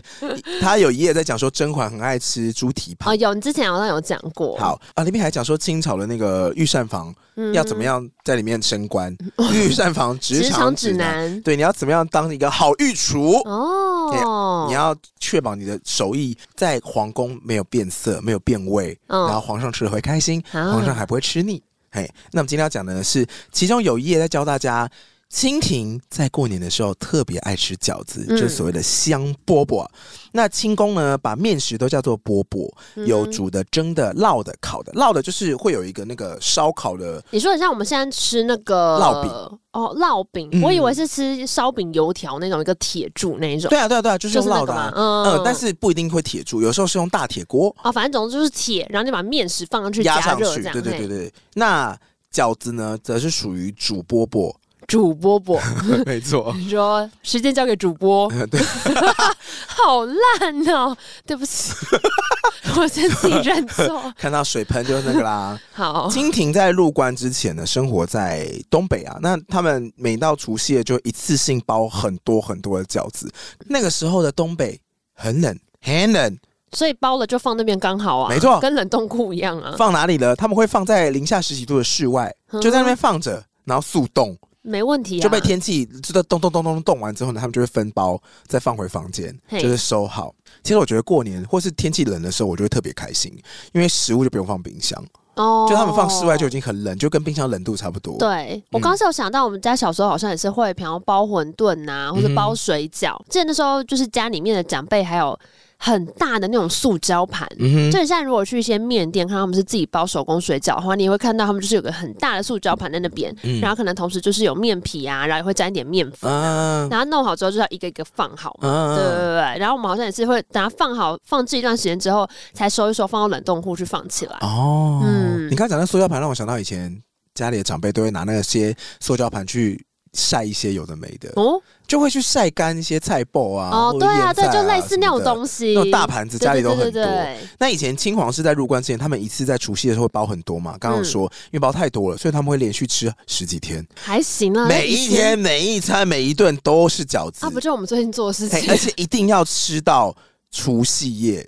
他有一页在讲说甄嬛很爱吃猪蹄哦，膀，有，你之前好像有讲过。，嗯好啊，里面还讲说清朝的那个御膳房要怎么样在里面升官，御膳 房职职场场指指南，南。对，你要怎么样当一个好御厨？哦，你要确保你的手艺在皇宫没有变色，没有变味，嗯然后皇上吃了会开心，啊皇上还不会吃腻。嘿，那我们今天要讲的是，其中有一页在教大家，清廷在过年的时候特别爱吃饺子，嗯就是所谓的香饽饽。那清宫呢，把面食都叫做饽饽，有嗯煮的、蒸的、烙的、烤的。烙的就是会有一个那个烧烤的，你说很像我们现在吃那个烙饼哦，烙饼，嗯我以为是吃烧饼、油条那种一个铁柱那一种，对啊，对啊，对啊，就是就用是那烙个的、嘛啊，。嗯呃，但是不一定会铁铸，有时候是用大铁锅，哦，反正总之就是铁，然后你把面食放上去压加上热去这，样，对对对嘿，对。那饺子呢，则是属于煮饽饽，主播播， 没错。你说时间交给主播， 对， 好烂哦，对 不起，我先自己认错， 看到水盆就是那个啦。 好，清廷在入关之前呢，生活在东北啊，那他们每到除夕夜就一次性包很多很多的饺子。那个时候的东北很冷，很冷，所以包了就放那边刚好啊，没错跟冷冻库一样啊，放哪里呢？他们会放在零下十几度的室外，嗯就在那边放着，然后速冻，没问题啊，就被天气就在咚咚咚咚咚完之后呢，他们就会分包再放回房间，嘿就是收好。其实我觉得过年或是天气冷的时候，我就会特别开心，因为食物就不用放冰箱，哦就他们放室外就已经很冷，就跟冰箱冷度差不多。对，我嗯刚是有想到，我们家小时候好像也是会，比方包馄饨呐、或者包水饺。记得那时候就是家里面的长辈还有很大的那种塑胶盘。嗯就哼，很像如果去一些面店，看他们是自己包手工水饺的话，你也会看到他们就是有个很大的塑胶盘在那边，嗯然后可能同时就是有面皮啊，然后也会沾一点面粉，啊然后弄好之后就是要一个一个放好嘛。对对啊，对对，然后我们好像也是会等它放好放置一段时间之后，才收一收，放到冷冻库去放起来。哦，嗯你刚刚讲那塑胶盘，让我想到以前家里的长辈都会拿那些塑胶盘去晒一些有的没的，哦就会去晒干一些菜爆啊，哦，或者对啊，腌对，菜就类似那种什么的东西，那种大盘子家里都很对对对多对对那以前青黄是在入关之前，他们一次在除夕的时候会包很多嘛？刚刚有嗯说，因为包太多了，所以他们会连续吃十几天，还行啊，每一天、每一餐、每一顿都是饺子哎啊，，不就我们最近做的事嘿而情？且一定要吃到除夕夜。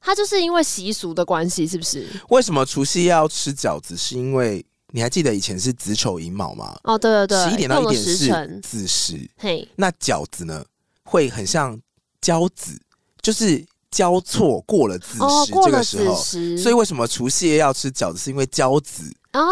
它就是因为习俗的关系，是不是？为什么除夕夜要吃饺子？是因为你还记得以前是子丑寅卯吗？哦，对对对，十一点到一用了点时是辰，子时，嘿，那饺子呢会很像交子，就是交错过了子哦时，过这了个时子候。时，所以为什么除夕夜要吃饺子？是因为交子哦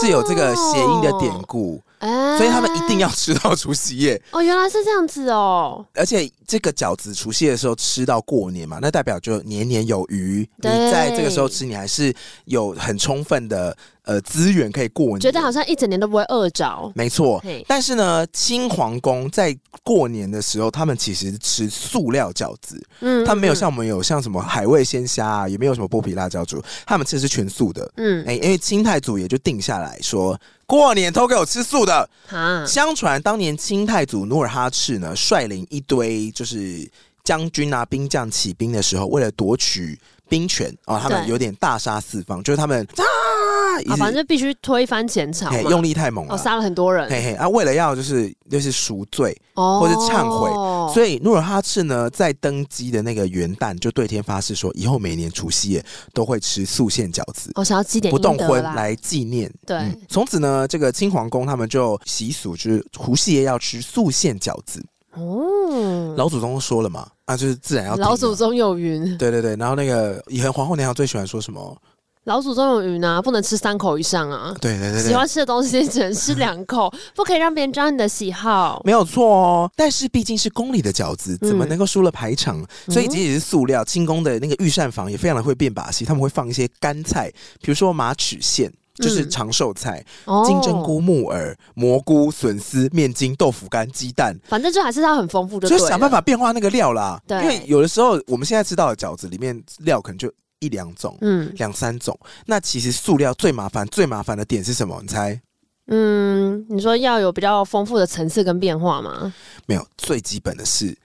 是有这个谐音的典，故，哎所以他们一定要吃到除夕夜。哦，原来是这样子哦，而且这个饺子除夕的时候吃到过年嘛，那代表就年年有余。你对在这个时候吃，你还是有很充分的呃资源可以过年。觉得好像一整年都不会饿着，没错嘿，但是呢，清皇宫在过年的时候，他们其实吃塑料饺子，嗯，他们没有嗯像我们有像什么海味鲜虾啊，也没有什么剥皮辣椒猪，他们吃的是全素的。嗯哎、因为清太祖也就定下来说，过年都给我吃素的。啊，相传当年清太祖努尔哈赤呢，率领一堆就是将军啊、兵将起兵的时候，为了夺取兵权啊、哦，他们对有点大杀四方，就是他们啊，一啊，反正直就必须推翻前朝嘿嘛，用力太猛了。哦，杀了很多人，嘿嘿，啊，为了要就是就是赎罪，哦，或是忏悔以所以努尔哈赤呢，在登基的那个元旦就对天发誓说，以后每年除夕夜都会吃素馅饺子，哦我想要积点不动阴德荤啦，来纪念。对嗯，从此呢，这个清皇宫他们就习俗就是除夕夜要吃素馅饺子。哦，嗯老祖宗说了嘛，啊，就是自然要听嘛老祖。宗有云，对对对，然后那个以恒皇后娘娘最喜欢说什么？老祖宗有云啊，不能吃三口以上啊。对对对喜对欢，吃的东西只能吃两 口，不可以让别人知道你的喜好。没有错哦。但是毕竟是宫里的饺子，怎么嗯能够输了排场？所以即使是塑料，清宫的那个御膳房也非常的会变把戏，他们会放一些干菜，比如说马齿苋。就是嗯长寿菜、哦金针菇、木耳、蘑菇、笋丝、面筋、豆腐干、鸡蛋，反正就还是要很丰富就就对，想办法。变化那个料啦。对因为有的时候我们现在吃到的饺子里面料可能就一两种，嗯两三种。那其实塑料最麻烦、最麻烦的点是什么？你猜？嗯，你说要有比较丰富的层次跟变化吗？没有，最基本的是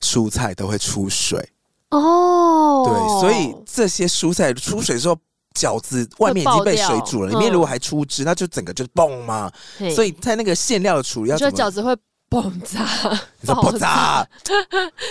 蔬菜都会出水，哦，对，所以这些蔬菜出水之后。饺子外面已经被水煮了，里会爆掉面如果还出汁，那就整个就是嘣嘛。以所以在那个馅料的处理要你怎说么？饺子会崩炸， 你说爆炸，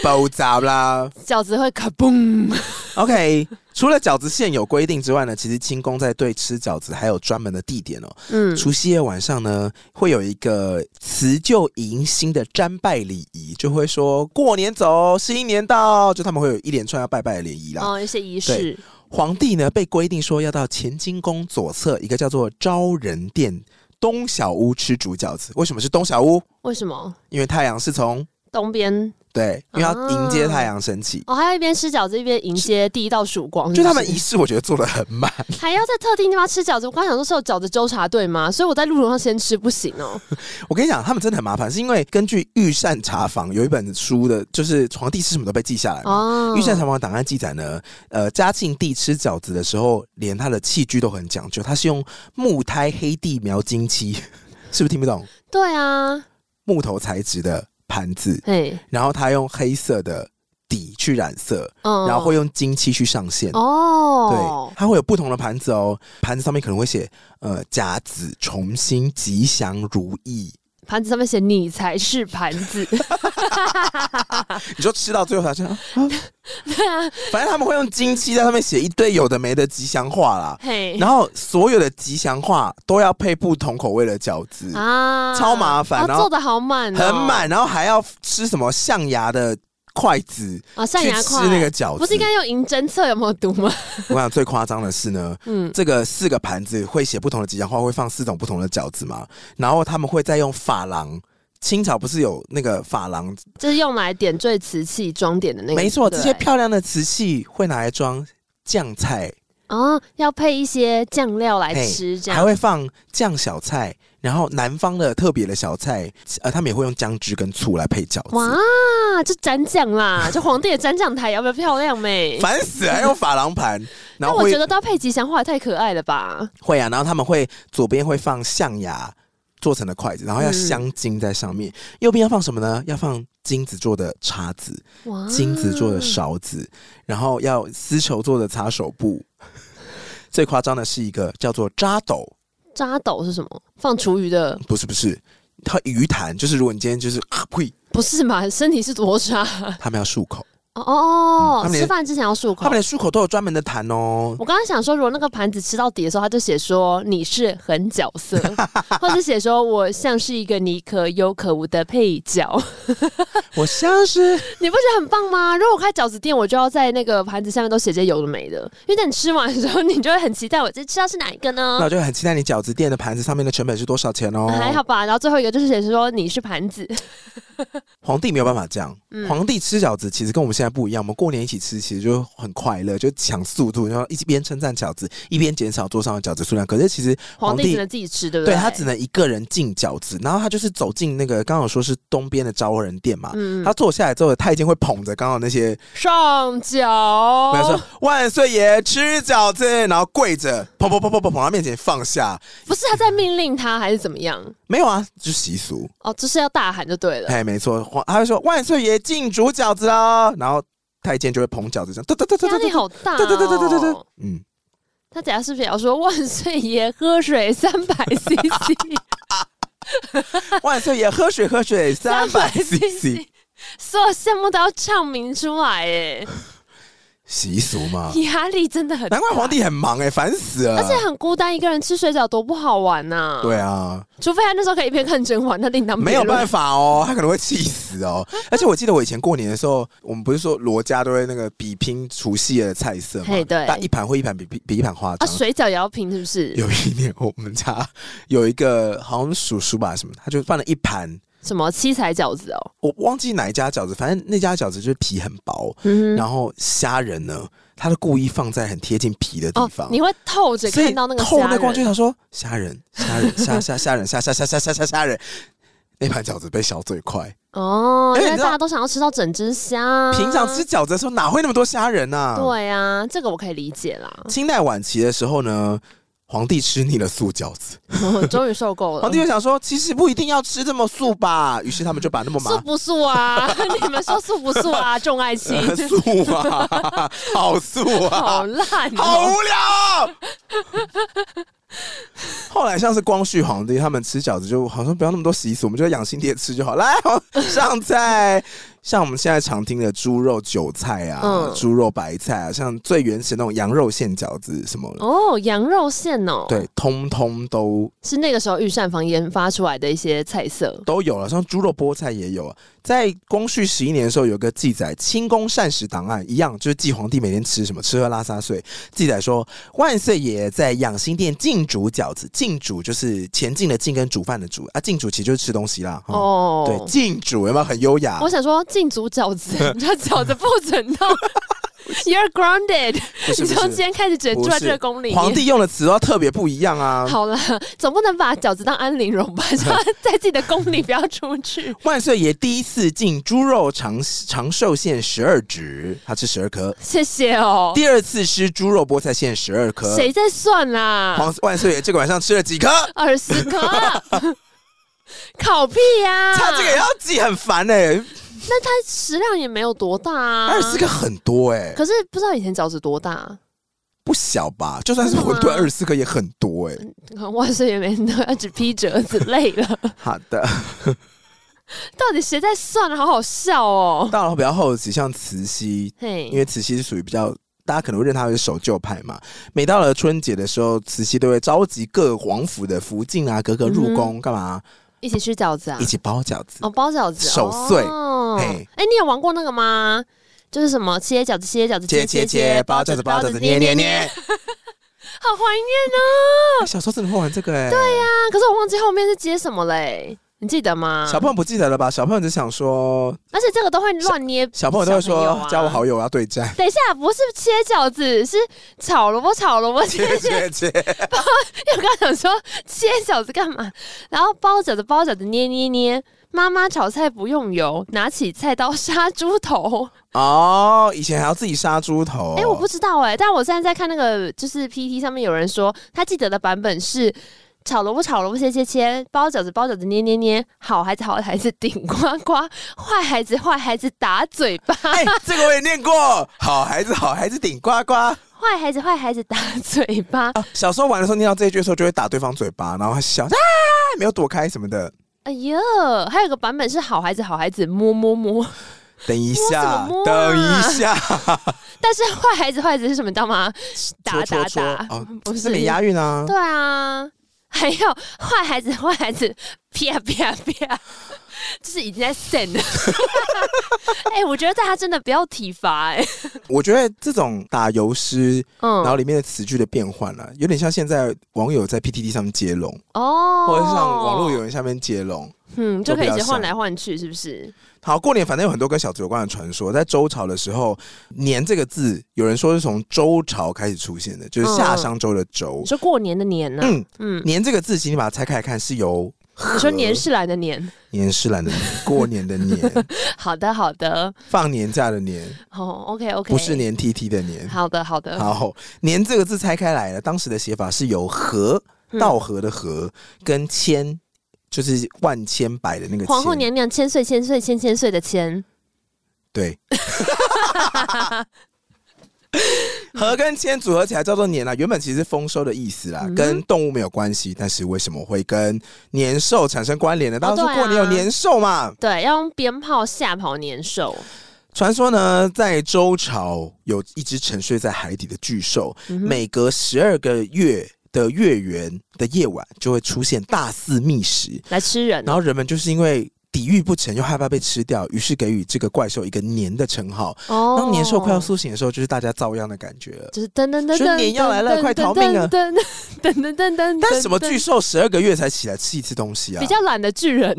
爆炸啦。饺子会咔嘣， OK，除了饺子馅有规定之外呢，其实清宫在对吃饺子还有专门的地点哦。嗯，除夕夜晚上呢，会有一个辞旧迎新的瞻拜礼仪，就会说过年走，新年到，就他们会有一连串要拜拜的联谊啦。哦，一些仪式，皇帝呢被规定说要到乾清宫左侧一个叫做昭仁殿东小屋吃煮饺子。为什么是东小屋？为什么因为太阳是从东边对，因为要啊迎接太阳升起。哦，还要一边吃饺子一边迎接第一道曙光？就他们是不仪是式，我觉得做的很慢。还要在特定地方吃饺子，我刚想说是有饺子纠察队吗？所以我在路上先吃不行 哦。我跟你讲，他们真的很麻烦，是因为根据御膳茶房有一本书的，就是皇帝吃什么都被记下来嘛。哦，御膳采访档案记载呢，呃，嘉庆帝吃饺子的时候，连他的器具都很讲究，他是用木胎黑地描金漆， 是不是听不懂？对啊，木头材质的盘子，嘿，然后他用黑色的底去染色，嗯，然后会用金漆去上线。哦对，，它会有不同的盘子哦，盘子上面可能会写呃甲子重新吉祥如意。盘子上面写你才是盘 子，你就吃到最后才这样， 对啊，反正他们会用金漆在上面写一堆有的没的吉祥话啦。嘿，然后所有的吉祥话都要配不同口味的饺子，啊超麻烦啊然后做的哦好满、很满，然后还要吃什么象牙的筷子啊，象牙块去吃那个饺子。不是应该用银针测有没有毒吗？我想最夸张的是呢，嗯，这个四个盘子会写不同的吉祥话，会放四种不同的饺子嘛，然后他们会再用珐琅。清朝不是有那个珐琅？就是用来点缀瓷器装点的那个，没错，对这不些对漂亮的瓷器会拿来装酱菜，哦，要配一些酱料来嘿吃，这还样会放酱小菜，然后南方的特别的小菜，呃，他们也会用姜汁跟醋来配饺子。哇，就蘸酱啦，就皇帝的蘸酱台要不要漂亮 妹？烦死了，还用珐琅 盘，然但后我会觉得搭配吉祥话也太可爱了吧！会啊，然后他们会左边会放象牙，做成的筷子，然嗯后要镶金在上面。右边要放什么呢？要放金子做的叉子，哇金子做的勺子，然后要丝绸做的擦手布。 最夸张的是一个叫做扎斗，扎斗是什么？放厨余的不是不是，它鱼潭就是如果你今天就是啊呸，不是嘛？身体是多差他们要漱口，哦哦嗯他哦！们连吃饭之前要漱他口们。连漱口都有专门的痰哦。我刚刚想说，如果那个盘子吃到底的时候，他就写说你是狠角 色，或者写说我像是一个你可有可无的配角，我像是 你不觉得很棒吗？如果我开饺子店，我就要在那个盘子下面都写些有的没的，因为等你吃完的时候，你就会很期待我这吃到是哪一个呢那？我就很期待你饺子店的盘子上面的成本是多少钱哦。还好吧，然后最后一个就是写说你是盘子，皇帝没有办法这样，嗯皇帝吃饺子其实跟我们现在不一样，我们过年一起吃其实就很快乐，就抢速度，然后一边称赞饺子，一边减少桌上的饺子数量。可是其实皇皇帝帝只能自己吃，对不对对他只能一个人进饺子，然后他就是走进那个刚刚有说是东边的招人店嘛，嗯他坐下来之后，太监会捧着刚好那些，上比如饺说，万岁爷吃饺子，然后跪着，砰砰砰砰砰捧到面前放下，不是他在命令他还是怎么样？没有啊，就是习俗。哦，就是要大喊就对了。哎，没错，皇他会说万岁爷进煮饺子啦，然后太监就会捧饺子这样，哒哒哒哒压哒力哒，好大、哦，对对对对对对对嗯，他等下是不是也要说万岁爷喝水三百 CC，万岁爷喝水喝 水，三百 CC 所有项目都要唱明出来，哎，习俗 嘛，压力真的很大，啊难怪皇帝很忙哎，烦死了。而且很孤单，一个人吃水饺多不好玩呐、对啊，除非他那时候可以一边看甄嬛，那另当别没有论办法哦，他可能会气死 哦。而且我记得我以前过年的时候，我们不是说罗家都会那个比拼除夕的菜色嘛嘿，对大家一盘会一盘比比比一盘花啊，张。水饺也要拼是不是？有一年我们家有一个好像叔叔吧什么，他就放了一盘什么七彩饺子哦，我忘记哪一家饺子，反正那家饺子就是皮很薄，嗯哼然后虾仁呢，它是故意放在很贴近皮的地哦方，，你会透着所以看到那个透虾那光就仁，想说虾仁、虾仁、虾虾虾仁、虾虾虾虾虾虾虾仁，那盘饺子被消最快。哦，因为因为哎你知道大家都想要吃到整只虾，平常吃饺子的时候哪会那么多虾仁啊？。嗯对啊，这个我可以理解 啦，清代晚期的时候呢，皇帝吃腻了素饺子，我终于受够了嗯皇帝。就想说，其实不一定要吃这么素吧，于是他们就把那么麻素不素啊？ 你们说素不素啊？重爱情，呃 素啊， 好素啊，好烂、哦，好无聊哦。 后来像是光绪皇帝他们吃饺子，就好像不要那么多习俗，我们就养心碟吃就好。来，好 上菜，像我们现在常听的猪肉韭菜啊嗯，猪肉白菜啊，像最原始那种羊肉馅饺子什么的，哦，羊肉馅哦，，对，通通都是那个时候御膳房研发出来的一些菜色。都有了。像猪肉菠菜也有啊。在光绪十一年的时候，有个记载《清宫膳食档案》，一样就是记皇帝每天吃什么，吃喝拉撒睡。记载说，万岁爷在养心殿进煮饺子，进煮就是前进的进跟煮饭的煮啊，进煮其实就是吃东西啦。哦，哦，对，进煮有没有很优雅我？想说禁足 饺子，你这饺子不准弄，You're grounded。不是你从不今是，天开始只能住在这个宫里面。皇帝用的词都要特别不一样啊。好啦， 总不能把饺子当安陵容吧？就在自己的宫里不要出去。万岁爷第一次进猪肉长长寿馅十二指，他吃十二颗； 谢谢哦。第二次吃猪肉菠菜馅十二颗。谁在算啦、皇万岁爷这个晚上吃了几颗？二十 颗，烤屁呀、他这个也要记，很烦哎、那它食量也没有多大啊，二十。个很多哎、可是不知道以前饺子多大，啊不小吧？就算是馄饨真的吗二十四个也很多哎、可能 万岁爷每天都要只批折子，累了。 好的，到底谁在算？好好笑哦。到了比较后期，像慈禧，嘿，因为慈禧是属于比较。大家可能会认她为守旧派嘛。每到了春节的时候，慈禧都会召集各王府的福晋啊，格格入宫干嘛？一起吃饺子啊一？起包饺子。哦，包饺子，手碎哦嘿哎，你有玩过那个吗？就是什么切饺子，切饺子，切切切，包饺子，包饺子，捏捏捏。好怀念哦。小时候真的会玩这个哎、对呀、啊，可是我忘记后面是接什么嘞，你记得吗？小朋友不记得了吧？小朋友只想说，而且这个都会乱捏小朋友都会说、啊加我好友要对战。等一下，不是切饺子，是炒萝卜，炒萝卜 切切切。切切，我刚想说切饺子干嘛？然后包饺子，包饺子捏捏捏。妈妈炒菜不用油，拿起菜刀杀猪头。哦，以前还要自己杀猪头。哎、我不知道哎、但我现在在看那个就是 PT 上面有人说，他记得的版本是炒萝卜炒萝卜切切切，包饺子包饺子捏捏捏，好孩子好孩子顶呱呱，坏孩子坏孩子打嘴巴，哎、这个我也念过，好孩子好孩子顶呱呱。坏孩子坏孩子打嘴巴。啊小时候玩的时候念到这一句的时候，就会打对方嘴巴，然后他笑啊，没有躲开什么的。哎呦，还有一个版本是好孩子好孩子摸摸摸，等一摸什么下，摸啊等一下，但是坏孩子坏孩子是什么？你知道吗？打戳戳打戳打，哦不这没押韵啊。对啊，还有坏孩子，坏孩子，啪啪啪，就是已经在 send 了。哎、我觉得大家真的不要体罚哎、我觉得这种打油诗，然后嗯，里面的词句的变换了、有点像现在网友在 PTT 上面接龙，哦或者是像网络有，人下面接龙。嗯，就可以一都比直较换来换去，是不是？好，过年反正有很多跟小子有关的传说，在周朝的时候，“年”这个字，有人说是从周朝开始出现的，嗯就是夏商周的周你。说过年的年呢、嗯，嗯，年这个字，请你把它拆开来看，是由你说年是来的年，年诗兰的年，过年的年，好的好的，放年假的年，哦，OK OK，不是年 T T 的年。好的好的，好，年这个字拆开来了，当时的写法是由和嗯道和的和跟千，就是万千百的那个皇后千娘娘千岁千岁千千岁的千，对。和跟千组合起来叫做年啊，原本其实是丰收的意思啦，嗯跟动物没有关系。但是为什么会跟年兽产生关联呢？当然对啊是过年有年兽嘛。对，要用鞭炮吓跑年兽。传说呢，在周朝有一只沉睡在海底的巨兽，嗯哼每隔十二个月的月圆的夜晚就会出现大肆觅食，来吃人然后人们就是因为抵御不成，又害怕被吃掉，于是给予这个怪兽一个“年”的称号。哦当年兽快要苏醒的时候，就是大家遭殃的感觉了。就是噔噔噔说噔，年要来了噔快逃命啊噔噔噔噔噔噔。但是什么噔巨？兽十二个月才起来吃一次东西啊？比较懒的巨 人，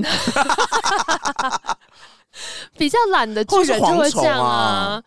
比较懒的巨人就会这样啊。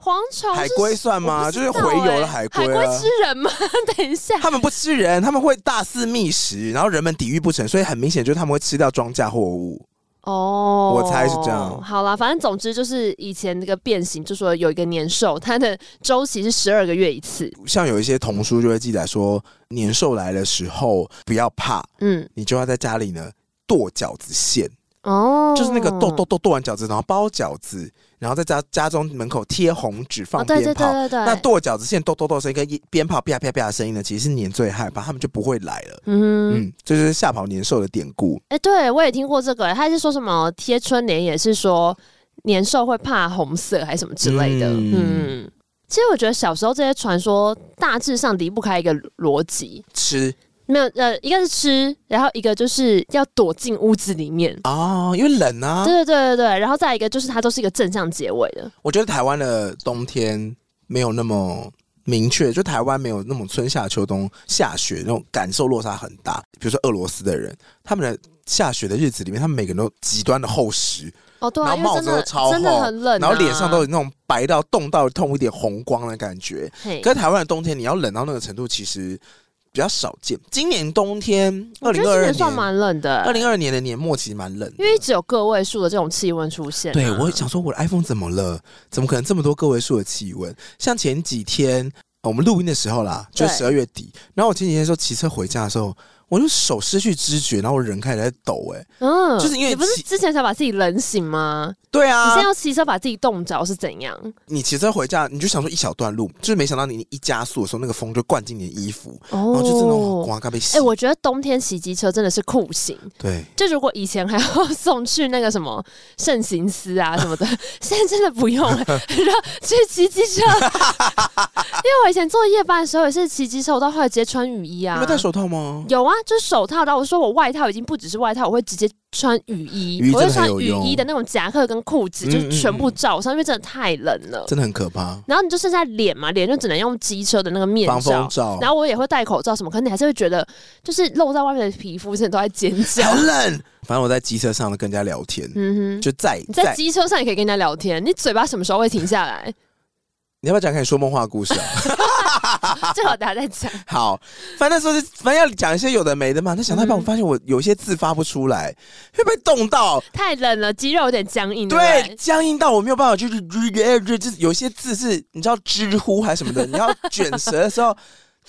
蝗虫是海龟算吗？我不就知是道回游了欸海海龟、啊。吃人吗？ 等 一下，他们不吃人，他们会大肆觅食，然后人们抵御不成，所以很明显就是他们会吃掉庄稼货物。哦，我猜是这样好啦，反正总之就是以前那个变形，就说有一个年兽，它的周期是十二个月一次。像有一些童书就会记载说，年兽来的时候不要怕，嗯，你就要在家里呢剁饺子馅，哦，就是那个剁剁剁剁完饺子，然后包饺子，然后在家家中门口贴红纸哦，放对鞭对对炮。对对，那剁饺子馅剁剁剁的声音跟一鞭炮啪啪啪的声音呢，其实是年最害怕，他们就不会来了。嗯嗯，这就是吓跑年兽的典故。哎、对我也听过这个，他是说什么贴春联，也是说年兽会怕红色还是什么之类的。嗯嗯其实我觉得小时候这些传说大致上离不开一个逻辑，吃没有呃，一个是吃，然后一个就是要躲进屋子里面。哦，因为冷啊对，对对对对，然后再一个就是它都是一个正向结尾的，我觉得台湾的冬天没有那么明确，就台湾没有那种春夏秋冬下雪那种感受落差很大。比如说俄罗斯的人，他们的下雪的日子里面，他们每个人都极端的厚实，哦对然啊，后因为帽真子都的超厚，真的很冷、啊，然后脸上都有那种白到冻到痛一点红光的感觉。嘿可是台湾的冬天，你要冷到那个程度，其实比较少见。今年冬天，二我觉零得二今二年算年，蛮冷啊的、二零二二年的年末其实蛮冷的，因为只有个位数的这种气温出现、啊。对，我想说我的 iPhone 怎么了？怎么可能这么多个位数的气温？像前几天、呃我们录音的时候啦，就对十二月底，然后我前几天说骑车回家的时候，我就手失去知觉，然后我人开始在抖、哎，嗯，就是因为你不是其之前才把自己冷醒吗？对你啊现在，要骑车把自己冻着是怎样？你骑车回家，你就想说一小段路，就是没想到你一加速的时候，那个风就灌进你的衣服，然哦后就真的我刮干被哎、洗。我觉得冬天骑机车真的是酷刑。对，就如果以前还要送去那个什么慎行司啊什么的， 现在真的不用了、 然后去骑机车。因 为我以前做夜班的时候也是骑机车，我到后来直接穿雨衣你啊没。戴手套吗？有啊，就是手套。然后我说我外套已经不只是外套，我会直接穿雨衣，雨衣我会真的穿很有雨用衣的那种夹克跟裤子，就嗯嗯全部嗯罩上，因为真的太冷了。真的很可怕，然后你就剩下脸嘛，脸就只能用机车的那个面防罩风。罩。然后我也会戴口罩什么，可是你还是会觉得，就是露在外面的皮肤真的都在尖 叫。好冷，反正我在机车上跟人家聊天，嗯哼，就在你在机车上也可以跟人家聊天，你嘴巴什么时候会停下来？你要不要讲开始说梦话的故事啊？ 最好大家再讲。好，反正那时候是反正要讲一些有的没的嘛。但想到一半，嗯我发现我有一些字发不出来，会被冻到，太冷了，肌肉有点僵硬。对不对，对，僵硬到我没有办法，就是就是有一些字是你知道“知乎”还是什么的，你要卷舌的时候。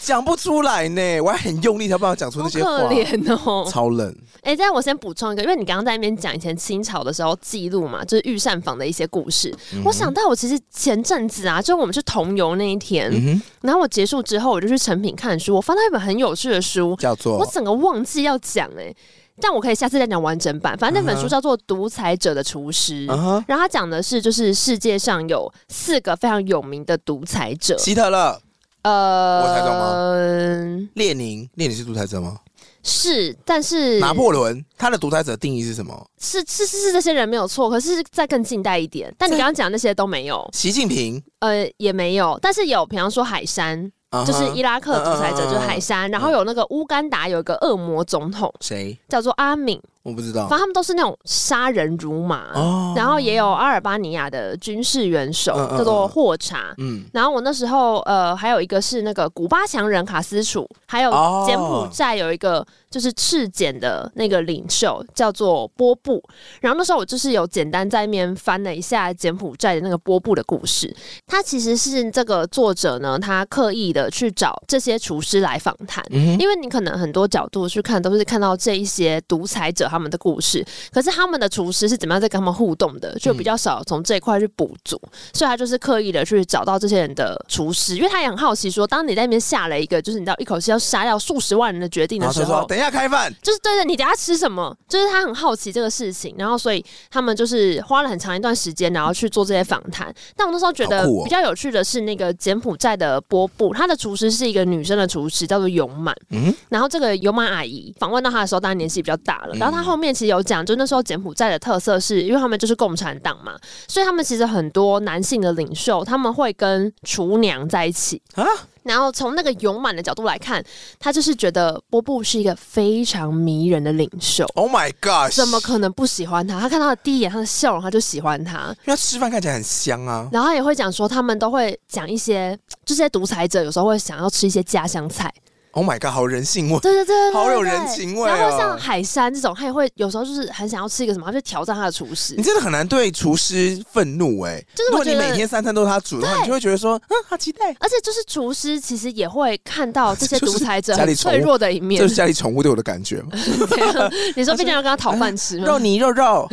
讲不出来呢，我还很用力才帮我讲出好那些可话，怜哦。超冷。哎、这样我先补充一个，因为你刚刚在那边讲以前清朝的时候记录嘛，就是御膳房的一些故事。嗯我想到我其实前阵子啊，就是我们去同游那一天，嗯哼，然后我结束之后我就去成品看书，我翻到一本很有趣的书，叫做我整个忘记要讲哎、但我可以下次再讲完整版。反正那本书叫做《独裁者的厨师》嗯哼然后他讲的是就是世界上有四个非常有名的独裁者，希特勒、呃，我猜中吗？列宁，列宁是独裁者吗？是，但是拿破仑，他的独裁者定义是什么？是是是是这些人没有错，可是再更近代一点，但你在刚刚讲的那些都没有，习近平，呃，也没有，但是有，比方说海山，啊哈就是伊拉克独裁嗯者，嗯嗯嗯就是海山，然后有那个乌干达有一个恶魔总统谁？叫做阿敏，我不知道反。正他们都是那种杀人如麻，哦然后也有阿尔巴尼亚的军事元首嗯嗯嗯叫做霍查。嗯，然后我那时候，呃，还有一个是那个古巴强人卡斯楚，还有哦柬埔寨有一个就是赤柬的那个领袖叫做波布。然后那时候我就是有简单在面翻了一下柬埔寨的那个波布的故事，他其实是这个作者呢，他刻意的去找这些厨师来访谈，嗯哼因为你可能很多角度去看，都是看到这一些独裁者他们的故事，可是他们的厨师是怎么样在跟他们互动的，嗯就比较少从这一块去补足，所以他就是刻意的去找到这些人的厨师，因为他也很好奇说，当你在那边下了一个就是你知道一口气要杀掉数十万人的决定然后的时他说哦候：“。等一下开饭。就是对对，你等一下吃什么？就是他很好奇这个事情，然后所以他们就是花了很长一段时间，然后去做这些访谈。但我那时候觉得好酷哦比较有趣的是，那个柬埔寨的波布，他的厨师是一个女生的厨师，叫做勇满。嗯然后这个尤玛阿姨访问到她的时候，当然年纪比较大了。然后她后面其实有讲，就那时候柬埔寨的特色是，因为他们就是共产党嘛，所以他们其实很多男性的领袖他们会跟厨娘在一起。啊，然后从那个勇满的角度来看，他就是觉得波布是一个非常迷人的领袖， ，Oh my God！怎么可能不喜欢他？他看到他的第一眼，他的笑容，他就喜欢他。因为他吃饭看起来很香啊。然后他也会讲说，他们都会讲一些，就这些独裁者有时候会想要吃一些家乡菜， Oh my God，好人性味。对对对对，对好有对人情味哦然后像海山这种，他也会有时候就是很想要吃一个什么，他就挑战他的厨师你。真的很难对厨师愤怒哎、就是如我果觉你得每天三餐都是他煮的话，对你就会觉得说，嗯，好期待。而且就是厨师其实也会看到这些就是独裁者家里很脆宠物弱的一面这。 是家里宠物对我的感觉吗？怎样你说毕竟要跟他讨饭吃肉吗？泥肉肉，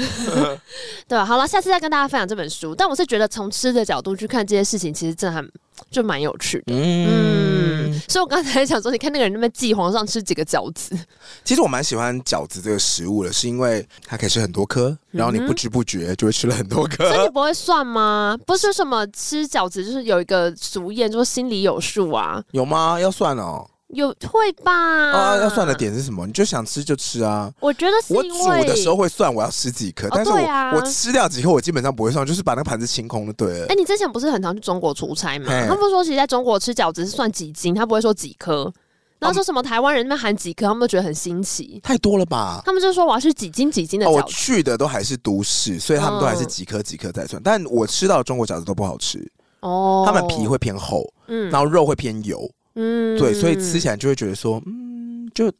对吧？好了，下次再跟大家分享这本书。但我是觉得从吃的角度去看这些事情，其实真的很就蛮有趣的。嗯嗯，，所以我刚才想说，你看那个人那边记皇上吃几个饺 子，其实我蛮喜欢饺子这个食物的，是因为它可以吃很多颗，然后你不知不觉就会吃了很多所以你颗。不会算吗？不是说什么吃饺子，就是有一个俗谚，就是心里有数啊，有吗？要算哦，有会吧？啊，要算的点是什么？你就想吃就吃啊。我觉得是我因煮为的时候，会算我要吃几颗，但是我、对啊我吃掉几颗，我基本上不会算，就是把那个盘子清空就对了。哎、你之前不是很常去中国出差吗？嘿他们说，其实在中国吃饺子是算几斤，他不会说几颗。哦然后说什么台湾人那边喊几颗，他们都觉得很新奇。太多了吧？他们就说我要吃几斤几斤的哦，我饺子，去的都还是都市，所以他们都还是嗯几颗几颗在算。但我吃到的中国饺子都不好吃，哦，他们皮，会偏厚，嗯然后肉会偏油，嗯对，所以吃起来来就会觉得说，嗯，就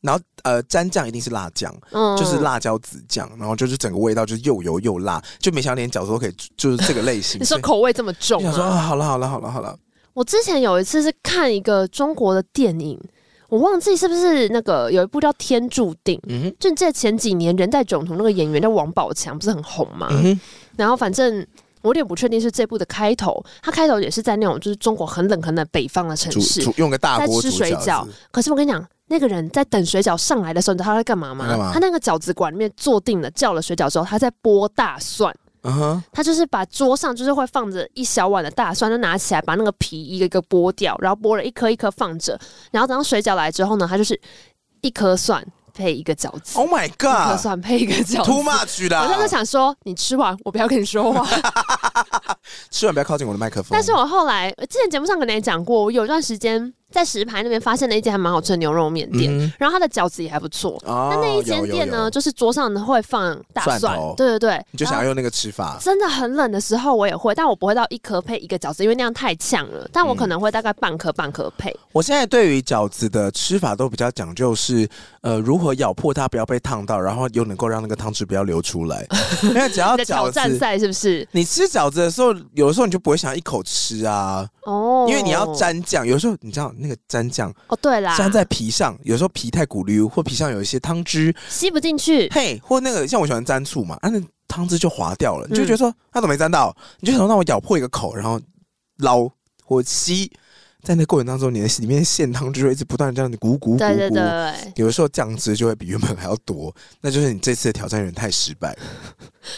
然后呃，蘸酱一定是辣酱，就是，嗯辣椒籽酱，然后就是整个味道就是又油又辣，就没想到连饺子都可以就是这个类型。 你说所以口味这么重、我啊，想说啊，好了好了好了好了，我之前有一次是看一个中国的电影，我忘记是不是那个有一部叫《天注定》。嗯哼就这前几年《人在囧途》那个演员叫王宝强，不是很红吗？嗯哼，然后反正我有点不确定是这部的开头，它开头也是在那种就是中国很冷很冷北方的城煮市煮。用个大在锅吃煮水饺饺子，可是我跟你讲，那个人在等水饺上来的时候，你知道他在干嘛吗？他干嘛他那个饺子馆里面坐定了，叫了水饺之后，他在剥大蒜。嗯哼，他就是把桌上就是会放着一小碗的大蒜，就拿起来把那个皮一个一个剥掉，然后剥了一颗一颗放着，然后等到水饺来之后呢，他就是一颗蒜配一个饺子 Oh my 一颗 god，too 蒜配一个饺子。 much 啊啦！我那时候想说，你吃完我不要跟你说话。吃完不要靠近我的麦克风。但是我后来之前节目上可能也讲过，我有一段时间在石牌那边发现了一间还蛮好吃的牛肉面店，嗯然后它的饺子也还不错。哦那那一间有有店呢，有就是桌上呢会放大蒜蒜，头对对对，你就然想后要用那个吃法，真的很冷的时候，我也会，但我不会到一颗配一个饺子，因为那样太呛了。但嗯我可能会大概半颗半颗配。我现在对于饺子的吃法都比较讲究是，呃，如何咬破它不要被烫到，然后又能够让那个汤汁不要流出 来。因为只要你的挑哦饺战子，赛是不是？你吃饺子的时候，有的时候你就不会想一口吃啊，哦因为你要。沾酱。有时候你知道，你那个蘸酱哦，对啦，粘在皮上，有时候皮太骨溜，或皮上有一些汤汁，吸不进去，嘿，或那个像我喜欢沾醋嘛，啊、那汤汁就滑掉了，你就嗯觉得说它、怎么没沾到？你就想让我咬破一个口，然后捞或吸，在那过程当中，你的里面的现汤汁会一直不断地这样子咕咕咕咕。对对对，有的时候酱汁就会比原本还要多，那就是你这次的挑战有点太失败了。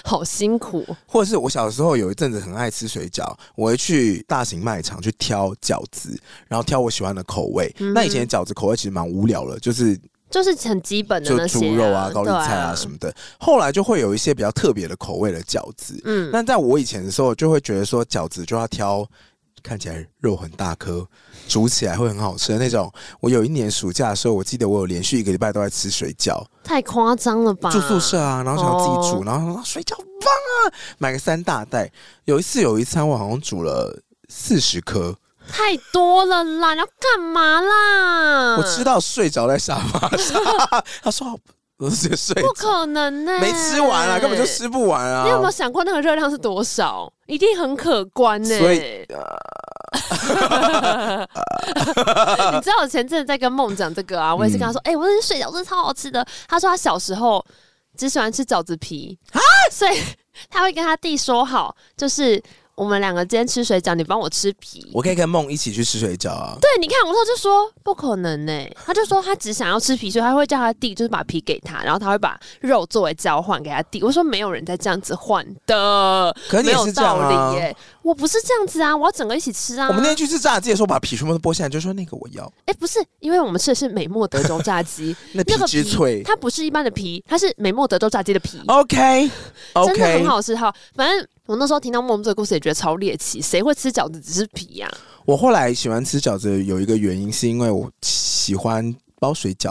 好辛苦，或者是我小时候有一阵子很爱吃水饺，我会去大型卖场去挑饺子，然后挑我喜欢的口味。嗯那以前的饺子口味其实蛮无聊的，就是就是很基本的就那些猪肉啊、高丽对菜啊什么的。后来就会有一些比较特别的口味的饺子。嗯，那在我以前的时候，就会觉得说饺子就要挑看起来肉很大颗，煮起来会很好吃的那种。我有一年暑假的时候，我记得我有连续一个礼拜都在吃水饺，太夸张了吧？住宿舍啊，然后想要自己煮，哦然后说啊水饺棒啊，买个三大袋。有一次有一餐我好像煮了四十颗，太多了啦，你要干嘛啦？我吃到睡着在沙发上。 他说好我直接睡不着，可能呢、没吃完啊，根本就。吃不完你有没有啊。想过那个热量是多少？一定很可观呢、所 以你知道我前阵子在跟梦讲这个啊，我嗯也是跟他说，哎、我那睡饺真的超好吃的。他说他小时候只喜欢吃饺子皮啊，所以 他会跟他弟说好，就是我们两个今天吃水饺，你帮我吃皮。我可以跟梦一起去吃水饺啊。对，你看，我那时候就说不可能呢、他就说他只想要吃皮，所以他会叫他弟就是把皮给他，然后他会把肉作为交换给他弟。我说没有人在这样子换的，可是你没也有是这样道啊理耶、。我不是这样子啊，我要整个一起吃啊。我们那天去吃炸鸡的时候，把皮全部都剥下来，就说那个我要，哎、不是，因为我们吃的是美墨德州炸鸡， 那皮那个之皮脆它不是一般的皮，它是美墨德州炸鸡的皮。 OK 真的 OK 很。好吃哈，反正我那时候听到梦这个故事也觉得超猎奇，谁会吃饺子只是皮啊呀、我后来喜欢吃饺子有一个原因，是因为我喜欢包水饺。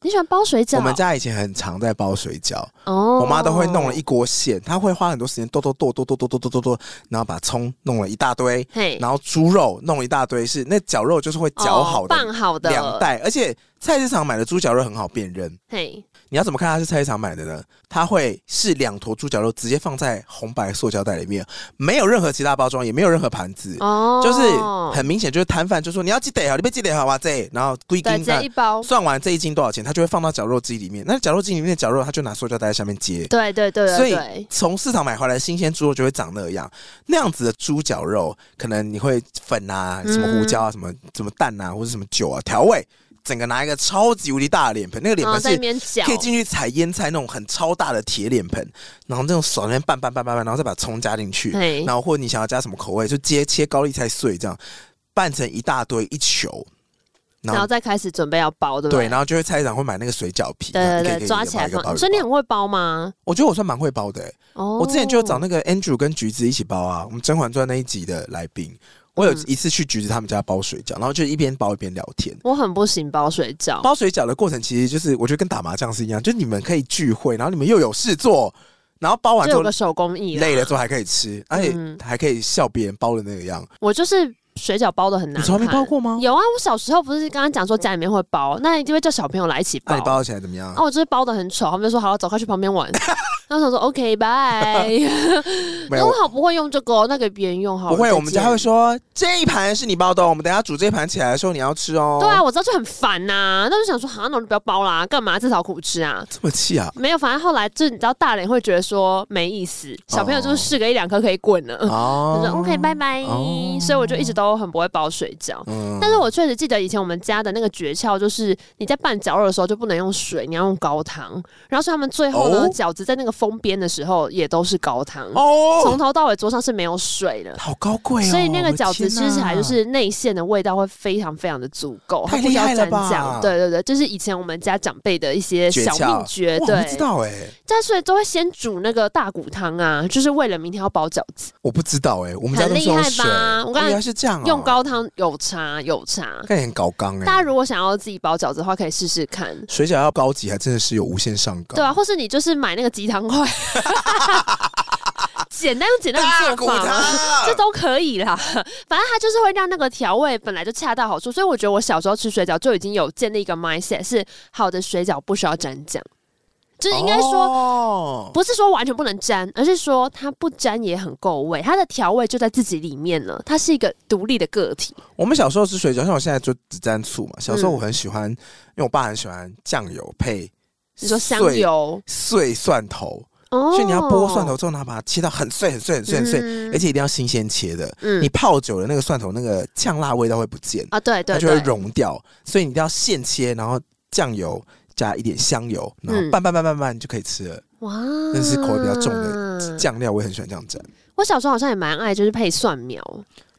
你喜欢包水饺？我们家以前很常在包水饺，哦我妈都会弄了一锅馅，她会花很多时间剁剁剁剁剁剁剁剁剁剁，然后把葱弄了一大堆，嘿，然后猪肉弄了一大堆，是那绞肉就是会绞好哦的拌好的两袋，而且菜市场买的猪绞肉很好辨认。嘿，你要怎么看它是菜市场买的呢？它会是两坨猪绞肉直接放在红白塑胶袋里面，没有任何其他包装，也没有任何盘子，哦，就是很明显就是摊贩就说你要记得好，哦你别记得好哇这，然后规对，定直接一包，算完这一斤多少钱，他就会放到绞肉机里面。那绞肉机里面的绞肉，他就拿塑胶袋在下面接。对对对所对以对，从市场买回来的新鲜猪肉就会长那样，那样子的猪绞肉，可能你会粉啊、什么胡椒啊、什么什么蛋啊，或者什么酒啊调味，整个拿一个超级无敌大的脸盆，那个脸然后盆在那是边搅可以，进去采腌菜那种很超大的铁脸盆，然后那种手那边拌拌拌拌拌，然后再把葱加进去，嘿然后或者你想要加什么口味，就接切高丽菜碎这样拌成一大堆一球，然然后后再开始准备要包，对不对，对？然后就会菜市场会买那个水饺皮，然后对一个一个对对，一个抓起来包一个包一放。个所以你包很会包吗？我觉得我算蛮会包的欸、哦，我之前就找那个 Andrew 跟橘子一起包啊，我们《甄嬛传》那一集的来宾，我有嗯一次去橘子他们家包水饺，然后就一边包一边聊天。哦我很不行包水饺，包水饺的过程其实就是，我觉得跟打麻将是一样，就是你们可以聚会，然后你们又有事做，然后包完之就有后个手工艺啦。累了之后还可以吃，而且嗯还可以笑别人包的那个样。我就是水饺包的很难，你从来没包？过吗？有啊，我小时候不是刚刚讲说家里面会包，那一定会叫小朋友来一起那 包。你包起来怎么样啊，？我就是包的很丑，他们就说好，走，快去旁 边玩。然后想说 OK，拜。没那有我，好不会用这个哦，那给别人用好了。不会，再我们家见会说哦这一盘是你包的哦，我们等一下煮这一盘起来的时候你要吃哦。对啊，，我知道就很烦呐、那就想说，好、那我就不要包啦，干嘛自讨苦吃啊？这么气啊！没有，反正后来就是你知道，大人会觉得说没意思，小朋友就是试个一两颗可以滚了，哦就嗯说 OK 拜拜。哦所以我就一直都很不会包水饺。嗯但是我确实记得以前我们家的那个诀窍，就是你在拌绞肉的时候就不能用水，你要用高汤。然后所以他们最后呢，哦饺子在那个封边的时候也都是高汤，从哦，头到尾桌上是没有水的。好高贵哦，所以那个饺子我的天吃起哪来就是内馅的味道会非常非常的足够，它太不需厉要害了蘸吧酱。对对对，这、是以前我们家长辈的一些诀小窍秘哇诀。我对不，知道哎，但所以都会先煮那个大骨汤啊，就是为了明天要包饺子，我不知道哎，我们家很都是厉用害水吧，我刚才原来是这样哦，用高汤有差有差。看起来很高纲大家哎，如果想要自己包饺子的话，可以试试看。水饺要高级还真的是有无限上纲，对啊，或是你就是买那个鸡汤块， 简单用简单大的骨做法啊汤嘛， 这都可以啦。反正它就是会让那个调味本来就恰到好处，所以我觉得我小时候吃水饺就已经有建立一个 mindset，是好的水饺不需要蘸酱。就是应该说。哦不是说完全不能沾，而是说它不沾也很够味，它的调味就在自己里面了，它是一个独立的个体。我们小时候吃水饺，像我现在就只沾醋嘛。小时候嗯我很喜欢，因为我爸很喜欢酱油配你说香碎油，碎蒜头，哦，所以你要剥蒜头之后，然后把它切到很碎、很碎、很碎、很碎，嗯而且一定要新鲜切的。嗯你泡久了，那个蒜头那个酱辣味道会不见，啊，对它对就会对，溶掉。所以你一定要现切，然后酱油加一点香油，然后嗯拌拌拌拌拌你就可以吃了。哇，那是口味比较重的嗯酱料，我也很喜欢这样蘸我小时候好像也蛮爱，就是配蒜苗，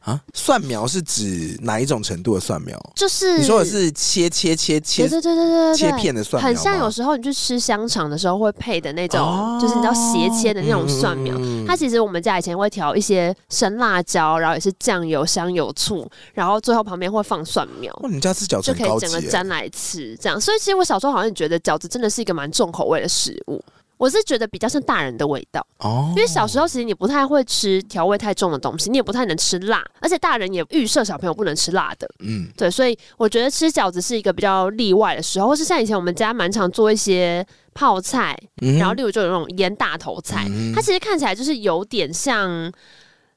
啊。蒜苗是指哪一种程度的蒜苗？就是你说的是切切切切对对对对对对切片的蒜苗吗，很像有时候你去吃香肠的时候会配的那种，哦就是你知道斜切的那种蒜苗。嗯嗯嗯嗯它其实我们家以前会调一些生辣椒，然后也是酱油、香油、醋，然后最后旁边会放蒜苗，哇，你们家吃饺子就很可高以级整个耶，沾来吃。这样，所以其实我小时候好像也觉得饺子真的是一个蛮重口味的食物。我是觉得比较像大人的味道，哦因为小时候其实你不太会吃调味太重的东西，你也不太能吃辣，而且大人也预设小朋友不能吃辣的。嗯对，所以我觉得吃饺子是一个比较例外的时候，或是像以前我们家蛮常做一些泡菜，嗯然后例如就有那种腌大头菜，嗯它其实看起来就是有点像。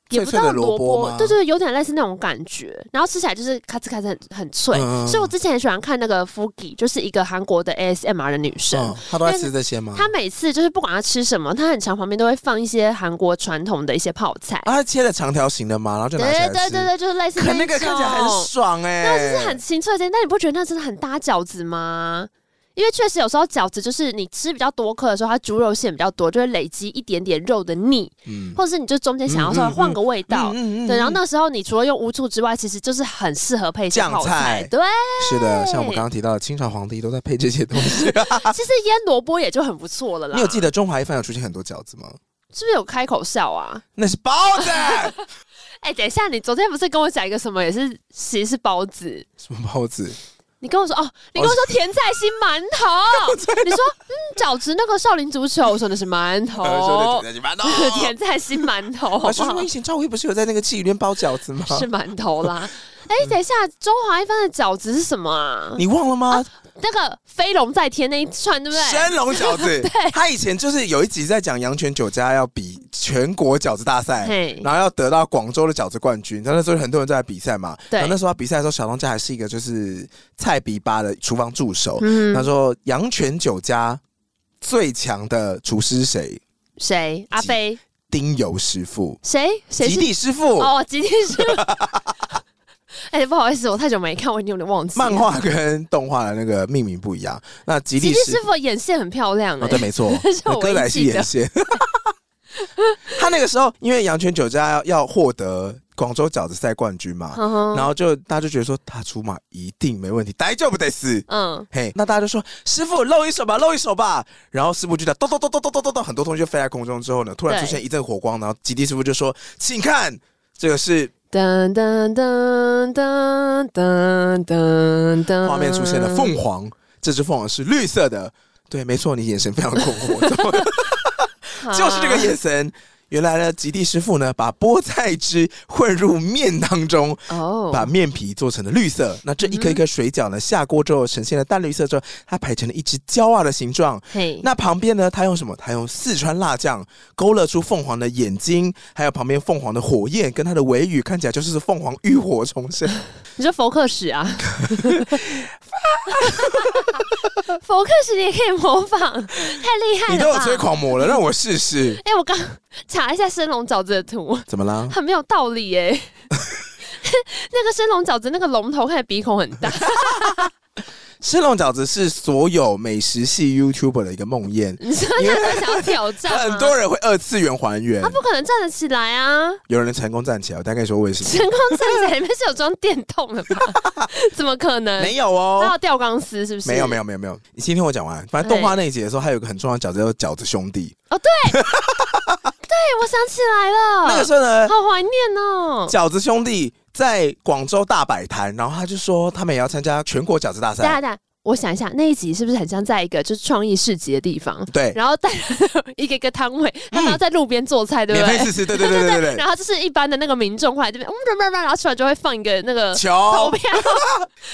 也脆不脆到的萝萝卜卜吗，对对，有点类似那种感觉，然后吃起来就是咔哧咔哧很很脆，嗯所以我之前很喜欢看那个 Fuki，就是一个韩国的 ASMR 的女生，嗯他都在吃这些吗？她每次就是不管她吃什么，她很常旁边都会放一些韩国传统的一些泡菜，啊，他切了长条形的嘛，然后就对拿起来对吃，对对，对就是类似可那一个看起来很种爽哎，那就是很清脆的，但你不觉得那真的很搭饺子吗？因为确实有时候饺子就是你吃比较多颗的时候，它猪肉馅比较多，就会累积一点点肉的腻，嗯或者是你就中间想要稍微换个味道，嗯嗯嗯嗯对，然后那时候你除了用乌醋之外，其实就是很适合配一些酱泡菜啊对，是的，像我们刚刚提到的，清朝皇帝都在配这些东 西。其实腌萝卜也就很不错了啦。你有记得中华一番有出现很多饺子吗？是不是有开口笑啊？那是包子， 哎、等一下，你昨天不是跟我讲一个什么，也是其实是包子。什么包子？你跟我说哦，你跟我说甜菜心馒 头，你说嗯饺子那个少林足球，我说的是馒 头，呃说的甜菜 馒甜菜心馒头，哦好头。不叔好叔，哦啊以？前赵薇不是有在那个记里面包饺子吗？ 是馒头哦啦。哎、等一下，中华一番的饺子是什么啊？嗯你忘了吗？那个飞龙在天那一串，对不 对？神龙饺子，他以前就是有一集在讲杨泉酒家要比全国饺子大赛嘿，然后要得到广州的饺子冠军。然后那时候很多人都在比赛嘛，对然后那时候他比赛的时候，小当家还是一个就是菜比吧的厨房助手。嗯他说杨泉酒家最强的厨师是谁？谁？阿飞？丁油师傅，谁？谁极是？地师傅，哦，吉地是。 哎、不好意思，我太久没看，我已经有点忘记了。漫画跟动画的那个命名不一样。那极吉地地师师傅眼线很漂亮、哎哦，对，没 错这是，那我歌唯一仔戏记得眼线。 他那个时候，因为阳泉酒家要要获得广州饺子赛冠军嘛，嗯哼然后就大家就觉得说他出马一定没问题，逮就不得死。嗯，嘿，那大家就说师傅露一手吧，露一手吧。然后师傅就在咚咚咚咚咚咚咚咚，很多东西就飞在空中之后呢，突然对出现一阵火光，然后极地师傅就说：“请看，这个是噔噔噔噔噔噔噔，画面出现嗯了凤凰，这只凤凰是绿色的。”对，没错，你眼神非常困惑， 怎么凰就是这个眼神。原来呢，极地师傅呢，把菠菜汁混入面当中，哦，把面皮做成了绿色。那这一颗一颗水饺呢，下锅之后呈现了淡绿色之后，它排成了一只骄傲的形状。嘿，那旁边呢，它用什么？它用四川辣酱勾勒出凤凰的眼睛，还有旁边凤凰的火焰跟它的尾羽，看起来就是凤凰浴火重 生。哎你说佛克史啊？ 佛克史你也可以模仿，太厉害了吧！你都有吹狂魔了，让我试 试。哎、我刚查一下生龙饺子的图，怎么啦？很没有道理耶、 那个生龙饺子那个龙头看起来鼻孔很 大，生龙饺子是所有美食系 YouTuber 的一个梦魇。你说他们想要挑战吗很多人会二次元还原他，不可能站得起来啊！有人成功站起来，我大概说为什成么？功站起来里面是有装电筒的吧？ 怎么可能？没有他哦要，吊钢丝是不是？没有没有没有没有。你先听我讲完，反正动画那一节的时候，还有一个很重要的角色叫做饺子兄弟。哦，对对，哎我想起来了，那个时候呢，好怀念哦。饺子兄弟在广州大摆摊，然后他就说他们也要参加全国饺子大等一下赛。等一下，我想一下，那一集是不是很像在一个就是创意市集的地方？对，嗯然后带一个一个摊位，他们要在路边做菜，对不免费 对？试吃，对对对对对对然。后就是一般的那个民众过来这边，嗯，叭叭叭然后吃完就会放一个那个球投票，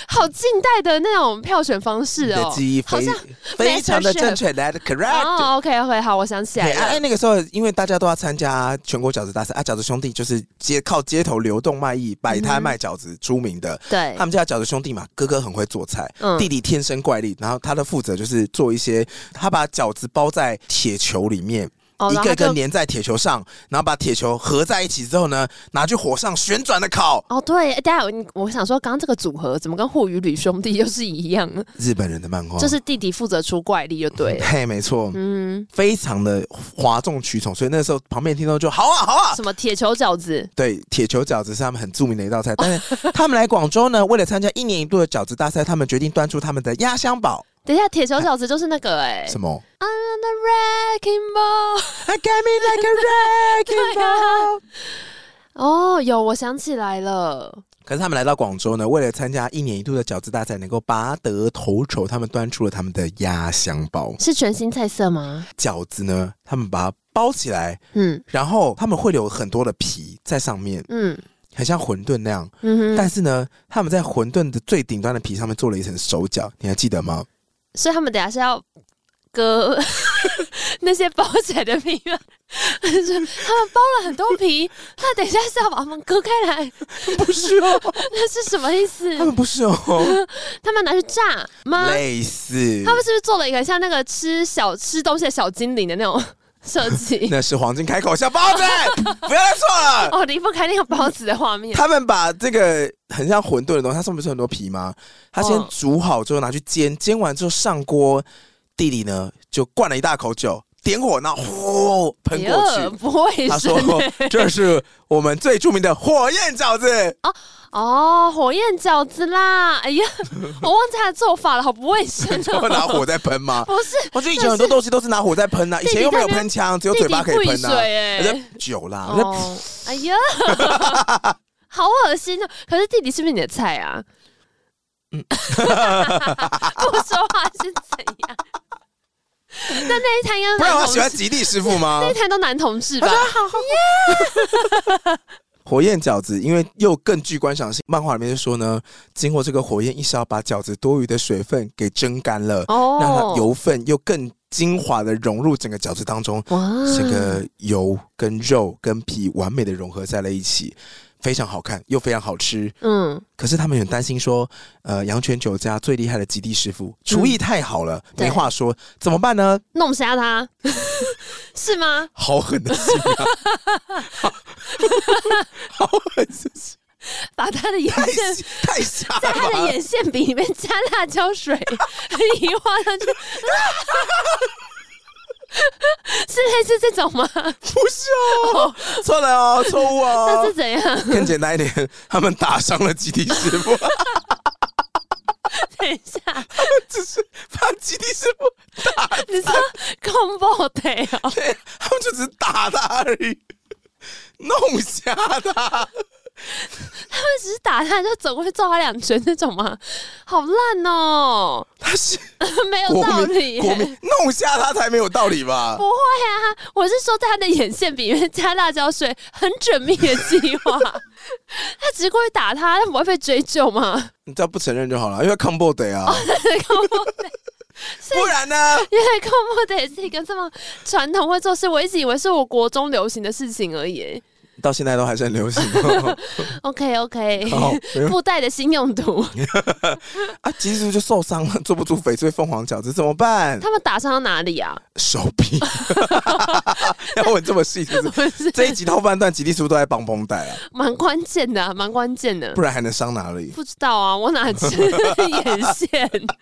好近代的那种票选方你式的哦，记忆好非像非常的 MasterChef 正确，that correct。哦，OK OK，好，我想起来对，哎、了，那个时候因为大家都要参加全国饺子大赛啊，饺子兄弟就是街靠街头流动卖艺、摆嗯摊卖饺子出名的。对他，们家饺子兄弟嘛，哥哥很会做菜，哎嗯弟弟天生怪力，然后他的负责就是做一些，他把饺子包在铁球里面。哦一然个后他一个就粘在铁球上，然后把铁球合在一起之后呢，拿去火上旋转的烤。哦，对，哎大家，你我想说，刚刚这个组合怎么跟护宇吕兄弟又是一样呢？日本人的漫画，就是弟弟负责出怪力就对了。嘿，没错，嗯，非常的哗众取宠，所以那时候旁边听众就好啊好啊，什么铁球饺子？对，铁球饺子是他们很著名的一道菜。但 是他们来广州呢，为了参加一年一度的饺子大赛，他们决定端出他们的压箱宝，等一下，铁球饺子就是那个哎、什么 On the wrecking ball， ？I got me like a wrecking 对啊 ball。哦，有，我想起来了，可是他们来到广州呢，为了参加一年一度的饺子大赛，能够拔得头筹，他们端出了他们的压箱宝是全新菜色吗？饺子呢，他们把它包起来，嗯然后他们会留很多的皮在上面，嗯很像馄饨那样。嗯哼，但是呢，他们在馄饨的最顶端的皮上面做了一层手脚，你还记得 吗？所以他们等一下是要割 那些包起来的皮吗？就是他们包了很多皮，那等一下是要把它们割开来，不是哦，那是什么意思？他们不是哦。 他们拿去炸吗？类似，啊他们是不是做了一个像那个吃小吃东西的小精灵的那种设计？ 那是黄金开口小包 子，不要再错了。哦，离不开那个包子的画面。他们把这个很像馄饨的东西，它上面不是很多皮吗？他先嗯煮好之后拿去煎，煎完之后上锅，弟弟呢就灌了一大口酒，点火，然后呼喷过哎呦去。不卫他生说 欸、：“这是我们最著名的火焰饺 子。哦，火焰饺子啦！哎呀， 我忘记他的做法了，好不卫生” 会拿哦。火在喷 吗？不是，我觉得以前很多东西都是拿火在喷 啊，以弟弟前又没有喷枪，只有嘴巴可以弟弟喷不啊以。水欸而且酒啦，那哦，哎呀， 好恶心哦！可是弟弟是不是你的菜啊？嗯 不说话是怎样？那那一摊应该是不然男我同喜欢志吉利师傅吗那一？摊都男同志吧？火焰饺子，因为又更具观赏性。漫画里面就说呢，经过这个火焰一烧，把饺子多余的水分给蒸干了，哦让它油分又更精华的融入整个饺子当中，哇整个油跟肉跟皮完美的融合在了一起，非常好看又非常好吃。嗯，可是他们很担心说，呃，阳泉酒家最厉害的极地师傅厨艺太好了，嗯对没话说，怎么办呢？弄瞎他 是吗？好狠的心 啊！ 好好狠的心。把他的眼太线瞎太瞎了在他吧的眼线笔里面加辣椒水， 一画上去， 是类似这种吗？不是哦，错了哦，错误那是哦。怎样？更简单一点，他们打伤了集体师傅， 等一下，只是把集体师傅，你说 combo day 哦？对他们就只是打他而已，弄瞎他。他们只是打他，就走过去揍他两拳那种吗？好烂哦， 他是没有国道理民，耶。 国民弄瞎他才没有道理吧不？会啊，我是说在他的眼线笔里面加辣椒水， 很缜密的计划。他只是过去打他，他不会被追究吗？ 你只要不承认就好了，因为 combo day 哦啊，不然呢？ 原来 combo day 是一个这么传统会做事，我一直以为是我国中流行的事情而已。到现在都还是很流行 哦 OK OK，好哎没有 附带的新 用途，啊！集体师傅就受伤了，做不出翡翠凤凰饺子怎么办？他们打伤到哪里啊？手臂 要问这么细是不是？不 是，这一集到半段，吉利是不是都在绑绷带啊？蛮关键的、啊，蛮关键的不。然还能伤哪里？不知道啊，我哪知眼线？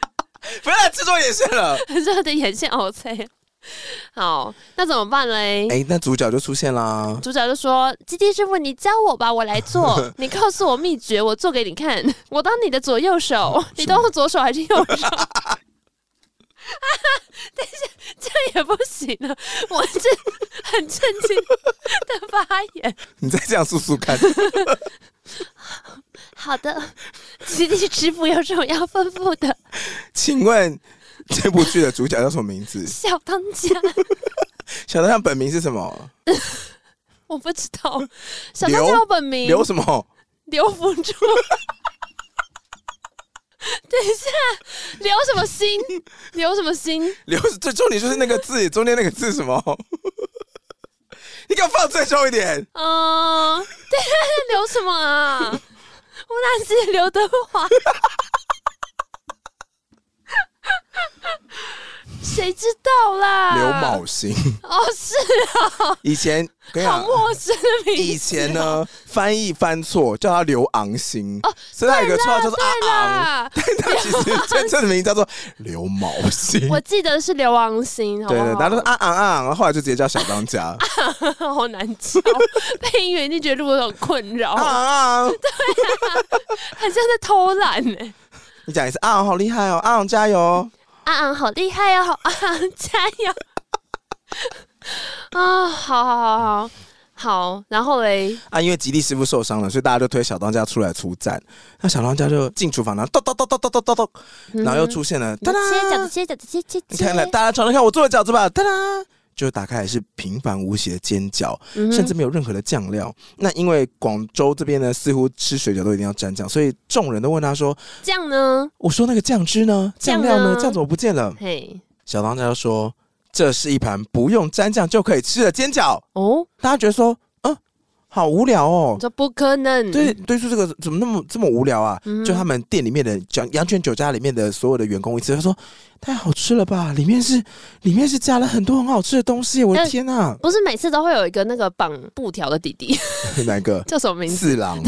不要再制作眼线了。热的眼线 OK。好，那怎么办嘞？哎、那主角就出现啦。主角就说：“基地师傅，你教我吧，我来做。你告诉我秘诀，我做给你看。我当你的左右手，你当我左手还是右手？” 啊，等一下，这也不行啊！我这很震惊的发言。你再这样速速看， 好的，基地师傅有什么要吩咐的？？请问这部剧的主角叫什么名字小当家，小当家本名是什么？我不知道，小当家有本名刘什么？刘福珠。 等一下，刘什么心？刘什么心？刘最重点就是那个字，中间那个字什么？ 你给我放最后一点。嗯，对，刘什么啊？我哪记得刘德华？ 谁知道啦？刘卯星，哦，是啊以前跟你好讲，陌生的名字。以前？呢翻译翻错，叫他刘昂星，所以他有个绰号叫做对阿昂，啦，但他其实真正的名字叫做刘卯星。我记得是刘王星，好对不对，好？然后都是啊啊啊，然后后来就直接叫小当家， 好难教，配音员一定觉得我很 困扰，啊啊啊！ 很像在偷懒欸呢、你讲一次，啊昂好厉害哦，啊昂加油哦！啊啊，好厉害哦！啊啊，加油！ 啊，好好好好好，然后嘞，啊，因为吉利师傅受伤了，所以大家就推小当家出来出战。那小当家就进厨房，然后咚咚咚咚咚咚咚咚，然嗯后又出现了，哒哒，切饺子，切饺子，切切你切看来，大家尝尝看我做的饺子吧，哒哒。就打开来是平凡无奇的煎饺，嗯哼甚至没有任何的酱料。那因为广州这边呢，似乎吃水饺都一定要沾酱，所以众人都问他说酱呢？：“我说那个酱汁呢？酱料酱呢？呢酱怎么不见了嘿，？”小当家就说：“这是一盘不用沾酱就可以吃的煎饺。哦，”大家觉得说：“嗯，好无聊哦你。说不可能，对，，对出这个怎么那么这么无聊啊？嗯就他们店里面的讲阳泉酒家里面的所有的员工一吃，他说太好吃了吧，里面是里面是加了很多很好吃的东西，我的但天啊呐、不是每次都会有一个那个绑布条的弟弟， 哪一个？叫什么名字？四郎。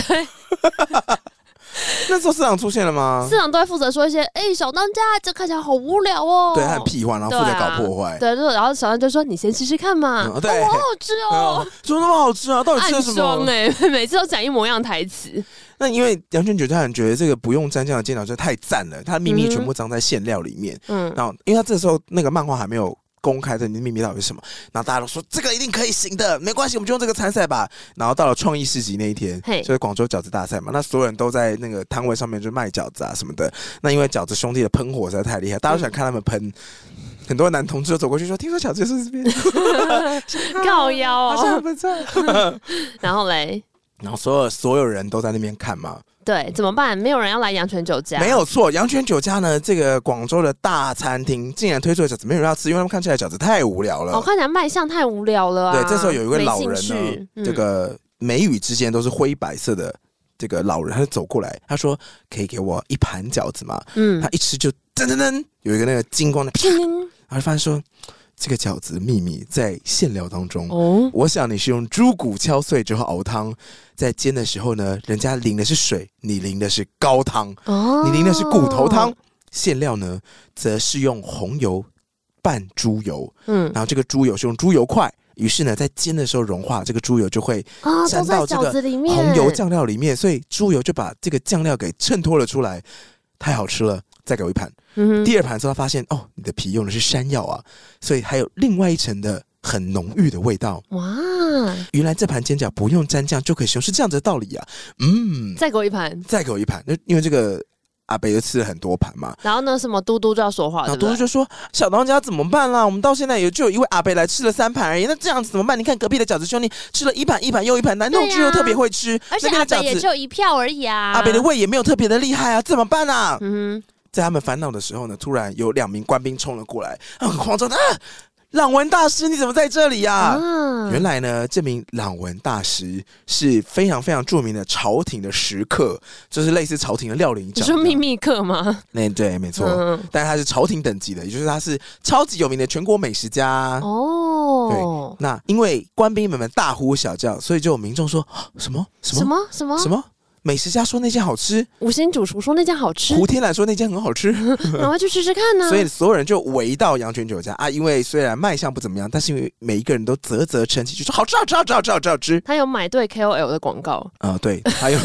那时候四郎出现了吗市？长都会负责说一些，哎、小当家这看起来好无聊哦，对，他很屁话，然后负责对啊搞破坏。对，就然后小当就说：“你先试试看嘛，嗯哦，对好好吃哦哦。，怎么那么好吃啊？”到底吃暗了什装么？哎、每次都讲一模一样的台词。那因为阳泉酒家人觉得这个不用蘸酱的煎饺真的太赞了，它的秘密嗯全部藏在馅料里面。嗯，然后，因为他这时候那个漫画还没有公开的秘密到底是什么，然后大家都说这个一定可以行的，没关系，我们就用这个参赛吧。然后到了创意市集那一天，嘿就是广州饺子大赛嘛，那所有人都在那个摊位上面就卖饺子啊什么的。那因为饺子兄弟的喷火实在太厉害，大家都想看他们 喷。很多男同志都走过去说：“听说饺子是这边 告腰好像很哦。不错。然后嘞，”然后所有所有人都在那边看嘛，对，怎么办？没有人要来阳泉酒家，没有错。阳泉酒家呢，这个广州的大餐厅竟然推出了饺子，没有人要吃，因为他们看起来饺子太无聊了。哦，看起来卖相太无聊了、啊。对，这时候有一位没老兴人呢趣，嗯这个眉宇之间都是灰白色的。这个老人他就走过来，他说：“可以给我一盘饺子吗？”嗯他，一吃就噔噔噔，有一个那个金 光的，啪叮然后就发现说，这个饺子的秘密在馅料当中。哦，我想你是用猪骨敲碎之后熬汤，在煎的时候呢，人家淋的是水，你淋的是高汤，哦，你淋的是骨头汤。，馅料呢，则是用红油拌猪油，嗯然后这个猪油是用猪油块，于是呢，在煎的时候融化，这个猪油就会啊，都沾在到这饺个子里面，红油酱料里面，所以猪油就把这个酱料给衬托了出来，太好吃了。再给我一盘，嗯哼，第二盘之后他发现哦，你的皮用的是山药啊，所以还有另外一层的很浓郁的味道。哇，原来这盘煎饺不用沾酱就可以使用，是这样子的道理啊。嗯，再给我一盘。再给我一盘，那因为这个阿北就吃了很多盘嘛，然后呢，什么嘟嘟就要说话，然后啊对嘟不嘟对？就说：“小当家怎么办啦？我们到现在也就有一位阿伯来吃了三盘而已，那这样子怎么办？你看隔壁的饺子兄弟吃了一盘一盘又一盘，男同志对啊又特别会吃，而且那边阿的北饺也子就一票而已啊，阿伯的胃也没有特别的厉害啊，怎么办啊？”嗯在他们烦恼的时候呢，突然有两名官兵冲了过来，他们很慌张啊！朗文大师，你怎么在这里呀、哼，啊？啊原来呢，这名朗文大师是非常非常著名的朝廷的食客，就是类似朝廷的料理你长。说秘密课吗？那对，没错。嗯，但他是朝廷等级的，也就是他是超级有名的全国美食家。哦，那因为官兵们们大呼小叫，所以就有民众说啊什么什么什么什么什么美食家说那间好吃，五星主厨说那家好吃，胡天兰说那间很好吃，赶快去吃吃看呢、所以所有人就围到杨泉酒家啊。因为虽然卖相不怎么样，但是因为每一个人都啧啧称奇，就说好吃好吃好吃好吃好吃好吃他有买对 KOL 的广 告，啊、对，还有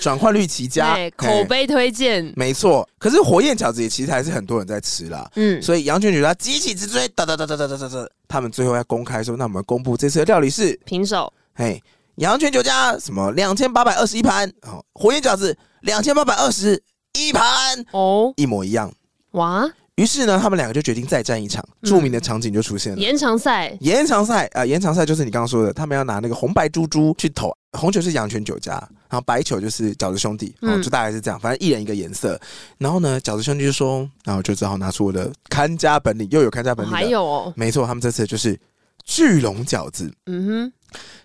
转换率极佳， 对，口哎碑推荐，没错。可是火焰饺子也其实还是很多人在吃啦。 嗯，所以杨泉觉得他急起直追，哒哒哒哒哒哒哒哒，他们最后要公开说，那我们公布这次的料理是，平手，嘿，阳泉酒家什么两千八百二十一盘，哦，火焰饺子两千八百二十一盘，哦，一模一样。哇，于是呢，他们两个就决定再战一场，著名的场景就出现了。延长赛延长赛啊、呃延长赛就是你刚刚说的，他们要拿那个红白珠珠去投，红球是阳泉酒家，然后白球就是饺子兄弟，然后嗯就大概是这样，反正一人一个颜色。然后呢，饺子兄弟就说，然后就只好拿出我的看家本领，又有看家哦本领、还，有哦，没错，他们这次就是巨龙饺子。嗯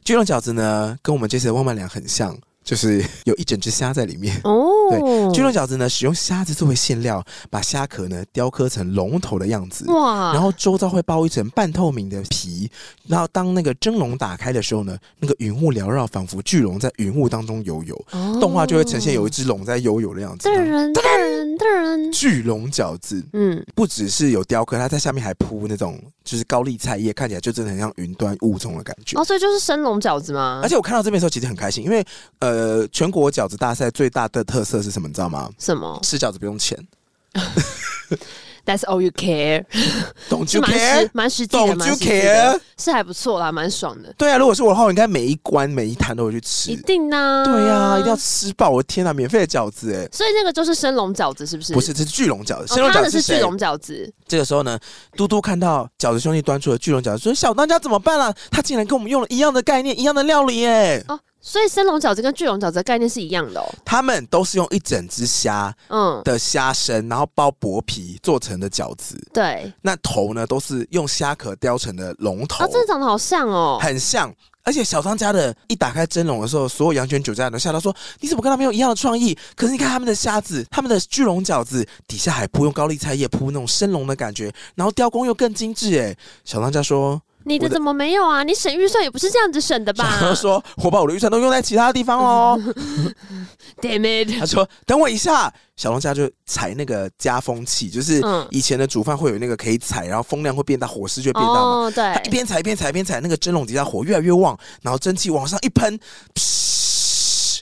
巨龙饺子呢，跟我们这次的万万粮很像，就是 有一整只虾在里面。哼，哦，巨龙饺子呢，使用虾子作为馅料，把虾壳呢雕刻成龙头的样子。哇，然后周遭会包一层半透明的皮，然后当那个蒸笼打开的时候呢，那个云雾缭绕，仿佛巨龙在云雾当中游游，哦动画就会呈现有一只龙在游游的样子。噔人噔人噔人，巨龙饺子嗯，不只是有雕刻，它在下面还铺那种就是高丽菜叶，看起来就真的很像云端雾中的感觉。哦，所以就是生龙饺子吗而？且我看到这边的时候，其实很开心，因为呃，全国饺子大赛最大的特色是什么？你知道吗？什么吃饺子不用钱？That's all you care， ，Don't 是 you 蛮实 care？Don't 蛮实际的，蛮 you 实际的 care？是还不错啦，蛮爽的，对啊，如果是我的话，我应该每一关每一摊都会去一吃。定啊呐，对呀、一定要。吃饱！我的天呐，啊免费的饺子哎，所以那个就是生龙饺子，是不是？不是，这是巨龙饺子。哦，生龙他饺的子是谁巨龙饺子，这个时候呢，嘟嘟看到饺子兄弟端出了巨龙饺子，说：“小当家怎么办啊？他竟然跟我们用了一样的概念，一样的料理耶！哦，所以生龙饺子跟巨龙饺子的概念是一样的哦。他们都是用一整只虾嗯，的虾身，然后包薄皮做成的饺子。对，那头呢，都是用虾壳雕成的龙头，啊，真的长得好像哦。很像。”而且小当家的一打开蒸笼的时候，所有阳泉酒家人都吓到说：“你怎么跟他们有一样的创意？”可是你看他们的虾子，他们的巨龙饺子底下还铺用高丽菜叶铺那种生龙的感觉，然后雕工又更精致。哎，小当家说你的我的怎么没有啊？你省预算也不是这样子省的：“吧小当家说，我把我的预算都用在其他地方喽。 ？Damn ” it！他说：“等我一下。”小当家就踩那个加风器，就是嗯以前的煮饭会有那个可以踩，然后风量会变大，火势就会变大嘛。哦，对他，一边踩一边踩一边踩，那个蒸笼底下火越来越旺，然后蒸汽往上一喷，噗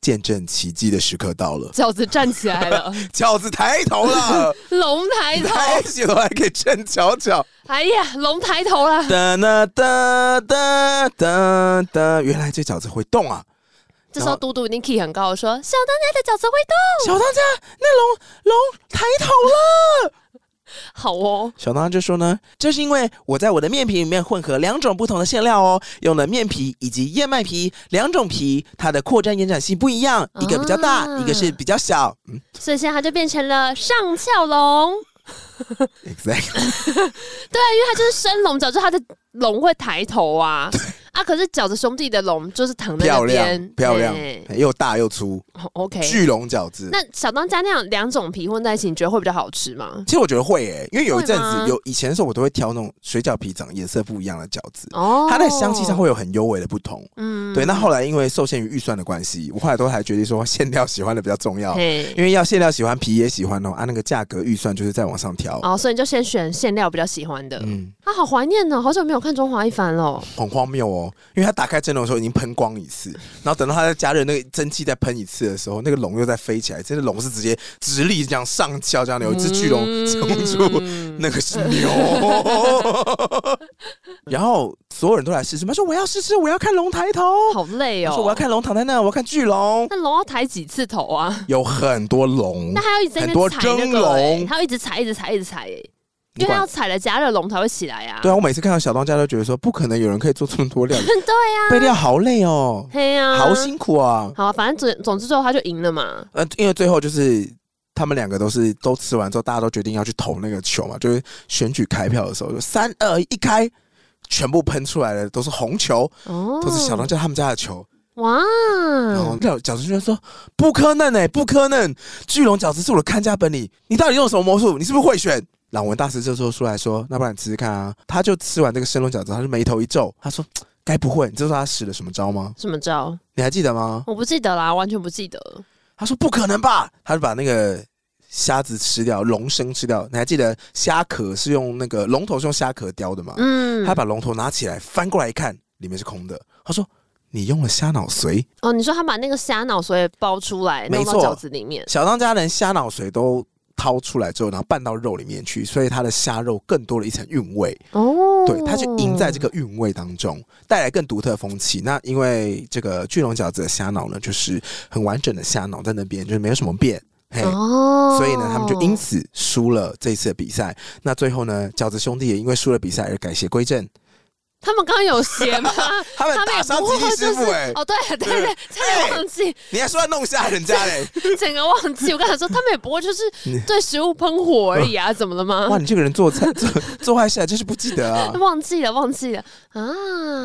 见证奇迹的时刻到了，饺子站起 来了，饺子抬头 了，龙抬头， 抬起头还可以震脚脚，哎呀，龙抬头啦！哒哒哒哒哒哒，原来这饺子会动啊！这时候嘟嘟一定 key 很高，说小当家的饺子会动，小当家，那龙龙抬头了。好哦，小当家就说呢，这是因为我在我的面皮里面混合两种不同的馅料哦，用了面皮以及燕麦皮两种皮，它的扩张延展性不一样，一个比较大，啊一个是比较小。嗯所以现在它就变成了上翘龙， ，exactly，对，因为它就是生龙饺，就是它的龙会抬头啊啊！可是饺子兄弟的龙就是躺在那 漂亮边，漂亮哎，又大又粗，好 OK。巨龙饺子。那小当家那样两种皮混在一起，你觉得会比较好吃吗？其实我觉得会诶、因为有一阵会吗子有以前的时候，我都会挑那种水饺皮长颜色不一样的饺子，哦，它在香气上，会有很优美的不同。嗯对，那后来因为受限于预算的关系，我后来都还决定说馅料喜欢的比较重要，嘿因为要馅料喜欢，皮也喜欢哦，按、那个价格预算就是再往上调。哦，所以你就先选馅料比较喜欢的。嗯，啊，好怀念哦，好久没有看《中华一番》了。很荒谬哦，因为他打开蒸笼的时候已经喷光一次，然后等到他在加热那个蒸汽再喷一次的时候，那个龙又在飞起来，这个龙是直接直立这样上翘，这样的有一只巨龙嗯冲出，那个是牛。 然后所有人都来试试，他说我要试试，我要看龙抬头，好累我哦。说我要看龙躺在那，我要看巨 龙，那龙要抬几次头啊？有很多龙那，还要一直在嗯那很多边踩那蒸个、欸，笼他要一直踩，一直踩，一直踩、欸，你因为它管要踩了加热龙才会起来啊。对啊，我每次看到小当家都觉得说，不可能有人可以做这么多料理， 对啊，备料好累哦，嘿呀、啊，好辛苦啊。好啊，反正总总之最后他就赢了嘛。呃，因为最后就是他们两个都是都吃完之后，大家都决定要去投那个球嘛，就是选举开票的时候，就三二一开，全部喷出来的都是红球，哦，都是小当家他们家的球。哇，然后那饺子居然说：“不可能哎、不可能！巨龙饺子是我的看家本领，你到底用什么魔术？你是不是会选？”朗文大师这时候出来说：“那不然你试试看啊！”他就吃完这个生龙饺子，他就眉头一皱，他说：“该不会，你知道他使了什么招吗？什么招？你还记得吗？”我不记得啦，完全不记得。他说不可能吧，他就把那个虾子吃掉，龙生吃掉。你还记得虾壳是用那个龙头是用虾壳雕的吗？嗯啊他，把龙头拿起来翻过来一看，里面是空的。他说你用了虾脑髓，哦，你说他把那个虾脑髓包出来，没弄到错饺子里面。小当家连虾脑髓都。掏出来之后，然后拌到肉里面去，所以它的虾肉更多了一层韵味。哦，对，它就赢在这个韵味当中，带来更独特的风气。那因为这个巨龙饺子的虾脑呢，就是很完整的虾脑在那边，就是没有什么变，嘿，哦，所以呢，他们就因此输了这次的比赛。那最后呢，饺子兄弟也因为输了比赛而改邪归正。他们刚刚有写吗？ 他们他们打也伤不吉利会师就傅、是哎、哦，对对对，差点忘记，你还说要弄下人家 嘞？整个忘记。我刚才说他们也不 会就是对食物喷火而已啊，怎么了吗嗯哇，？你这个人做菜做做坏事啊，就是不记得 啊。忘记了，忘记了啊！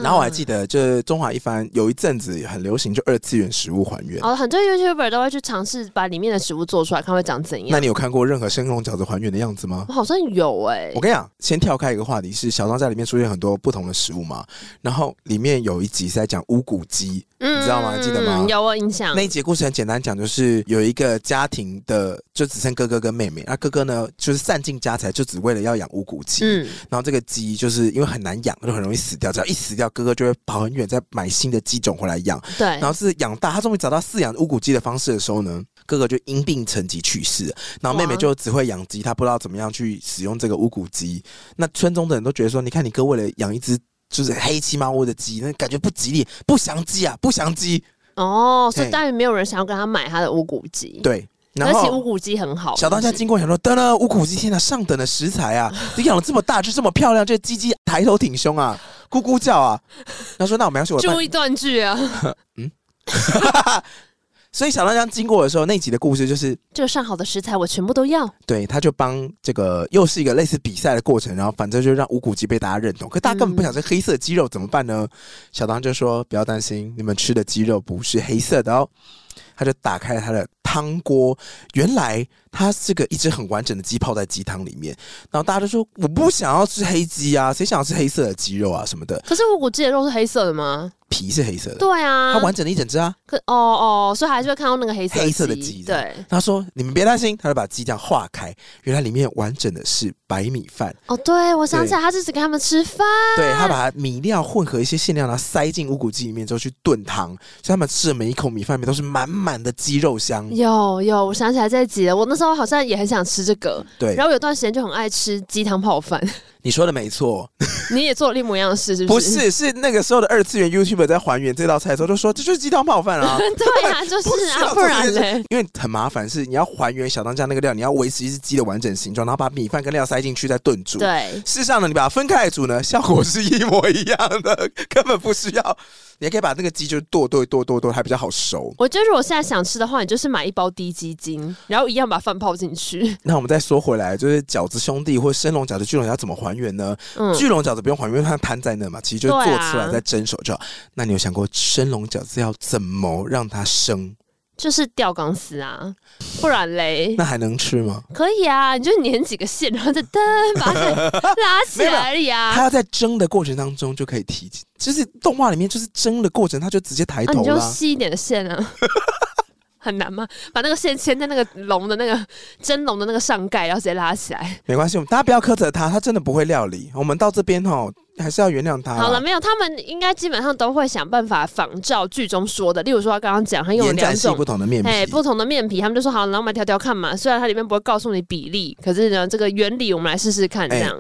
然后我还记得，就是中华一番有一阵子很流行，就二次元食物还原。哦，很多 YouTuber 都会去尝试把里面的食物做出来，看会长怎那样。你有看过任何生龙饺子还原的样子吗？我好像有哎、我跟你讲，先跳开一个话题是，小当家里面出现很多不同的食物嘛，然后里面有一集是在讲乌骨鸡，嗯你知道吗记得吗嗯有我有印象那。一集故事很简单，讲就是有一个家庭的，就只剩哥哥跟妹妹，那哥哥呢就是散尽家财，就只为了要养乌骨鸡，嗯，然后这个鸡就是因为很难养，就很容易死掉，只要一死掉，哥哥就会跑很远再买新的鸡种回来养，对然，后是养大，他终于找到饲养乌骨鸡的方式的时候呢，哥哥就因病成疾去世了，然后妹妹哇就只会养鸡，她不知道怎么样去使用这个乌骨鸡。那村中的人都觉得说，你看你哥为了养一只就是黑漆麻窝的鸡，那感觉不吉利，不祥鸡啊，不祥鸡。哦，所嘿以当然没有人想要跟他买他的乌骨鸡。，对，然而且乌后。骨鸡很好。小当家经过想说，噔噔，乌骨鸡天哪，啊上等的食材 啊！你养了这么大只，这么漂亮，这鸡鸡抬头挺胸啊，咕咕叫啊。他说：“那我们要去我的办 注意断句啊！所以小当家经过的时候，那集的故事就是这个上好的食材我全部都要。对，他就帮这个又是一个类似比赛的过程，然后反正就让无骨鸡被大家认同。可大家根嗯本不想吃黑色鸡肉，怎么办呢？小当就说：“不要担心，你们吃的鸡肉不是黑色的哦。”他就打开了他的汤锅，原来它是个一只很完整的鸡泡在鸡汤里面。然后大家都说：“我不想要吃黑鸡啊，谁想要吃黑色的鸡肉啊什么的？可是乌骨鸡的肉是黑色的吗？皮是黑色的，对啊，它完整的一整只啊。”可哦哦，所以还是会看到那个黑色黑色的鸡这样对，他说：“你们别担心。”他就把鸡这样化开，原来里面完整的是白米饭。哦，对，我想起来，他是只给他们吃饭。对他把米料混合一些馅料，然后塞进乌骨鸡里面之后去炖汤，所以他们吃的每一口米饭里面都是满满的鸡肉香。有有，我想起来这一集了。我那时候好像也很想吃这个，对然，后有段时间就很爱吃鸡汤泡饭。 你说的没错，你也做了一模一样的事，是不是？是是那个时候的二次元 YouTube 在还原这道菜的时候，就说这就是鸡汤泡饭啊。 对啊， 就不是需要啊，不做这件然事嘞，因为很麻烦，是你要还原小当家那个料，你要维持一只鸡的完整形状，然后把米饭跟料塞进去再炖煮。对，事实上呢，你把它分开来煮呢，效果是一模一样的， 根本不需要。你还可以把那个鸡就剁剁剁剁剁，还比较好熟。我觉得如果现在想吃的话，你就是买一包低鸡精，然后一样把饭泡 进去。那我们再说回来，就是饺子兄弟或生龙饺子、巨龙饺子怎么还原呢？嗯，巨龙饺子不用还原，因为它摊在那嘛，其实就是做对啊出来再蒸熟就好。那你有想过生龙饺子要怎么让它生？嗯就是吊钢丝啊，不然嘞那，还能吃吗？可以啊，你就粘几个线，然后再噔把它拉起来而已 它啊。要在蒸的过程当中就可以提起，就是动画里面就是蒸的过程，它就直接抬头啊，你就啦。细一点的线啊。 很难吗？把那个线牵在那个笼的那个蒸笼的那个上盖，然后直接拉起来。没关系，我们大家不要苛责他，他真的不会料理。我们到这边吼，还是要原谅他啦。好了，没有，他们应该基本上都会想办法仿照剧中说的，例如说他刚刚讲，他用了延两展是种不同的面皮。哎，不同的面皮，他们就说好，那我们来调调看嘛。虽然它里面不会告诉你比例，可是呢，这个原理我们来试试看，哎这样。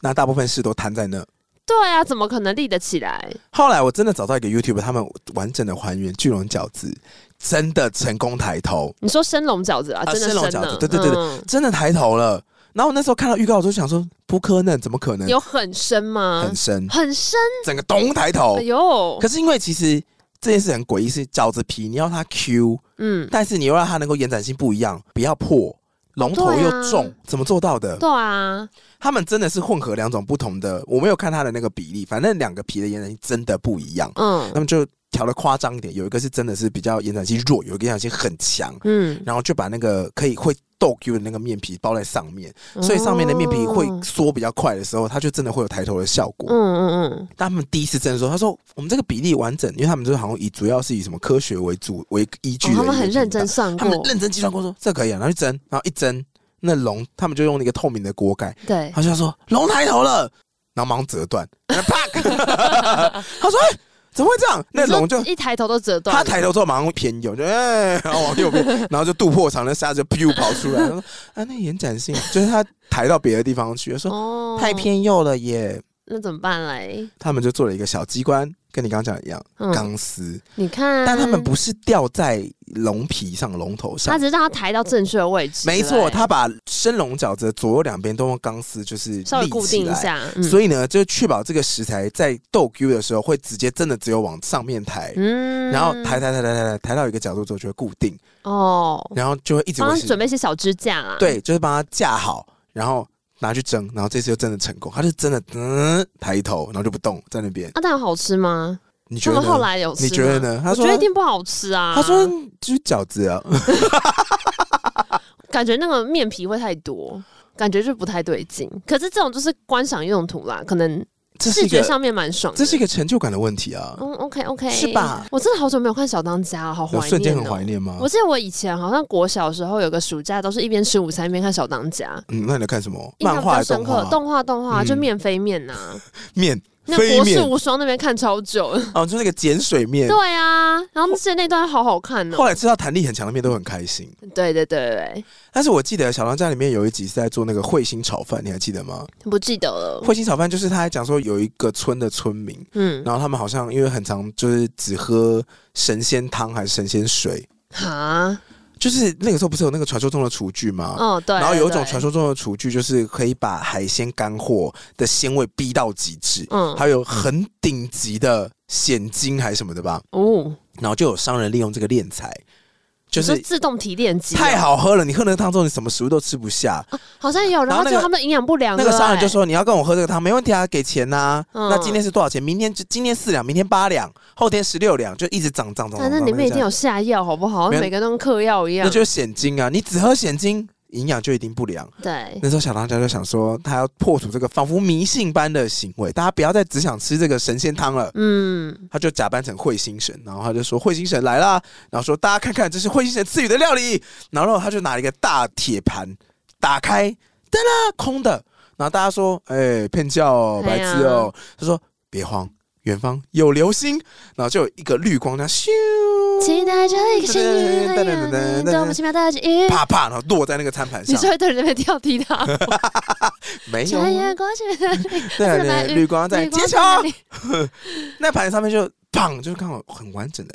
那大部分事都摊在那。对啊，怎么可能立得起来？后来我真的找到一个 YouTube，他们完整的还原巨龙饺子，真的成功抬头，你说生龙饺子啊，啊真的生龙生饺子了，对对对对嗯真的抬头了。然后我那时候看到预告，我就想说，不可能，怎么可能？有很深吗很？深，很深，整个咚抬头哎。呦可，是因为其实这件事很诡异，是饺子皮你要它 Q，嗯，但是你又让它能够延展性不一样，不要破，龙头对啊又重，怎么做到的？对啊，他们真的是混合两种不同的，我没有看它的那个比例，反正两个皮的延展性真的不一样。他嗯们就调的夸张一点，有一个是真的是比较延展性弱，有一个延展性很强，嗯，然后就把那个可以会斗 Q 的那个面皮包在上面，所以上面的面皮会哦缩比较快的时候，它就真的会有抬头的效果。嗯嗯嗯，但他们第一次真的说，他说我们这个比例完整，因为他们就是好像以主要是以什么科学为主为依据哦的、他们很认真，算他们过，认真计算过说这可以、啊，然后一蒸，然后一蒸，那龙他们就用那个透明的锅盖，对，他就说龙抬头了，然后马上折断，然后啪， 他说、哎，怎么会这样？那你说龙就一抬头都折断他了，抬头之后马上会偏右，就 哎、然后往右边，然后就渡破长城，沙子就 biu 跑出来。他说啊，那延展 性就是他抬到别的地方去，我说哦太，偏右了耶。那怎么办嘞？他们就做了一个小机关，跟你刚刚讲的一样，嗯，钢丝，你看，但他们不是吊在龙皮上、龙头他上。只是让它抬到正确的位置。没对不错，对他把生龙饺子的左右两边都用钢丝就是稍微立固起定一来。下，嗯所以呢，就确保这个食材在豆 Q 的时候会直接真的只有往上面抬，嗯然后抬抬抬抬抬抬抬到一个角度之后就会固定，哦，然后就会一直帮维他持。准备一些小支架啊。，对，就是把它架好，然后拿去蒸，然后这次就真的成功，它就真的嗯抬头，然后就不动在那边。那蛋啊好吃吗？你觉他得们呢后来有吃吗？你觉得呢他我说觉得一定不好吃啊。他说嗯就是饺子啊， 感觉那个面皮会太多，感觉就不太对劲。可是这种就是观赏用途啦，可能这是视一觉个上面蛮爽的。这是一个成就感的问题啊，嗯，OK OK，是吧？我真的好久没有看小当家了，好怀有念、哦。瞬间很怀念吗我？记得我以前好像国小的时候有个暑假，都是一边吃午餐一边看小当家。嗯，那你在看什么？印象漫比较画、深动刻画，、动画动画、嗯就面飞面呐、啊，面、那飞国士面无双那边看超久。 哦，就是那个碱水面。对啊，然后之前那段好好看哦、后来吃到弹力很强的面都很开心，对对对对但是我记得《小当家》里面有一集是在做那个彗星炒饭，你还记得吗？对，不记得了。彗星炒饭就是他还讲说有一个村的村民，嗯，然后他们好像因为很常就是只喝神仙汤还是神仙水，啊哈，就是那个时候不是有那个传说中的厨具吗？哦对。然后有一对种传，说中的厨具，就是可以把海鲜干货的鲜味逼到极致，嗯，还有很顶级的鲜金还是什么的吧。哦，然后就有商人利用这个敛财，就你说是自动提炼机哦，太好喝了，你喝那个汤之后，你什么食物都吃不下。好像有，然然后后那就个他们营养不良了、那个商人哎就，说：“你要跟我喝这个汤，没问题啊，给钱呐、嗯那今天是多少钱？明天就今天四两，明天八两，后天十六两，就一直涨涨涨。反涨啊正里面一定。涨有下药，好不好？没有每个人都跟嗑药一那样。就是险金啊！你只喝险金，营养就一定不良。对，那时候小当家就想说，他要破除这个仿佛迷信般的行为，大家不要再只想吃这个神仙汤了。嗯，他就假扮成彗星神，然后他就说彗星神来啦，然后说大家看看，这是彗星神赐予的料理。然后他就拿了一个大铁盘，打开，噔啦，空的。然后大家说，哎、骗教、哦，哎白呀痴哦。他说别慌，远方有流星。然后就有一个绿光，这样咻，期待着一个幸运和阳光，多么奇妙的际遇。啪啪，然后落在那个餐盘你上是。会对着那边跳踢踏，哎没有啊穿，越过去的 对啊，那白个云绿光在绿光接球在，哪里那盘上面就砰，就看到很完整的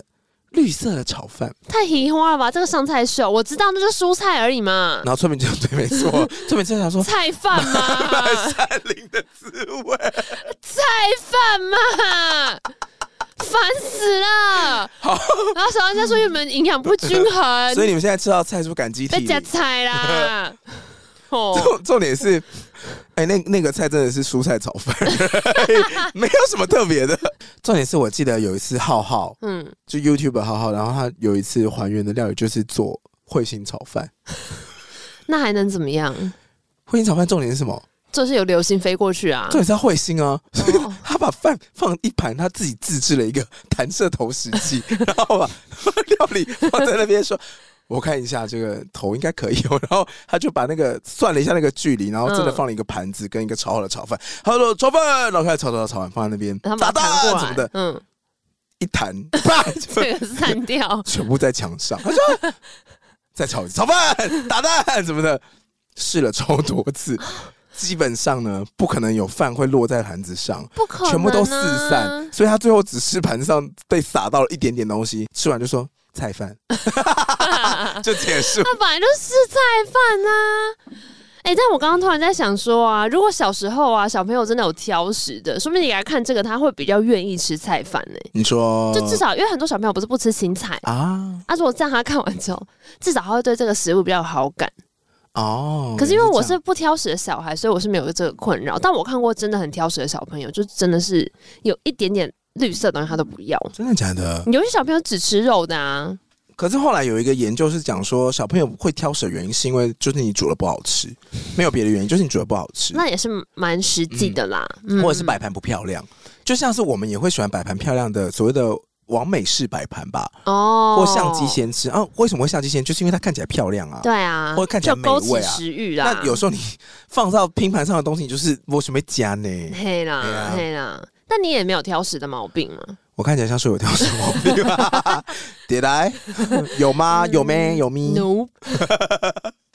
绿色的炒饭。太移花了吧？这个上菜秀，我知道那就是蔬菜而已嘛然，后村民就对，没错， 村民就想说。菜 饭嘛，山林的滋味，菜饭嘛，烦死了。然后小王家说你们营养不均衡，呃所以你们现在吃到菜是不是感激被涕夹零？菜 啦。哦，重重点是，哎、那那个菜真的是蔬菜炒饭， 没有什么特别的。重点是我记得有一次浩浩嗯，就 YouTube 浩浩，然后他有一次还原的料理就是做彗星炒饭。那还能怎么样？彗星炒饭重点是什么？就是有流星飞过去啊重。点是要彗星啊！所以哦他把饭放一盘，他自己自制了一个弹射投石机， 然后把料理放在那边说。我看一下这个头应该可以哦， 然后他就把那个算了一下那个距离，然后真的嗯放了一个盘子跟一个炒好的炒饭，他说炒饭，然后开始炒炒炒炒完放在那边，然后炸嗯把它弹弹啊过什么来，的，嗯，一弹，啪，就，这个散掉全部在墙上。他说 再炒一次炒饭、打蛋什么的，试了超多次，基本上呢不可能有饭会落在盘子上，不可能，全部都四啊散，。所以他最后只是盘上被撒到了一点点东西，吃完就说菜 饭就结束。那本来就是菜饭啊。哎、但我刚刚突然在想说啊，如果小时候啊，小朋友真的有挑食的，说不定你给他看这个，他会比较愿意吃菜饭呢、你说就至少，因为很多小朋友不是不吃青菜，啊啊，如果这样他看完之后，至少他会对这个食物比较有好感。哦，可是因为我原是不挑食的小孩，所以我是没有这个困扰。但我看过真的很挑食的小朋友，就真的是有一点点绿色的东西他都不要。这样真的假的？有些小朋友只吃肉的啊，可是后来有一个研究是讲说，小朋友会挑食的原因是因为就是你煮的不好 吃，没有别的原因，就是你煮的不好吃，那也是蛮实际的啦。嗯或者是摆盘不漂亮。就像是我们也会喜欢摆盘漂亮的所谓的完美式摆盘吧，哦，或相机先吃啊？为什么会相机先吃？就是因为它看起来漂亮啊。对啊，或者看起来就美勾起味啊食欲啦。那有时候你放到拼盘上的东西，你就是我准备加呢。黑对啦啊黑啦，那你也没有挑食的毛病嘛？我看起来像是有挑什么病啊 嗯吧？别来，有吗？有没？有咪？ No，啊，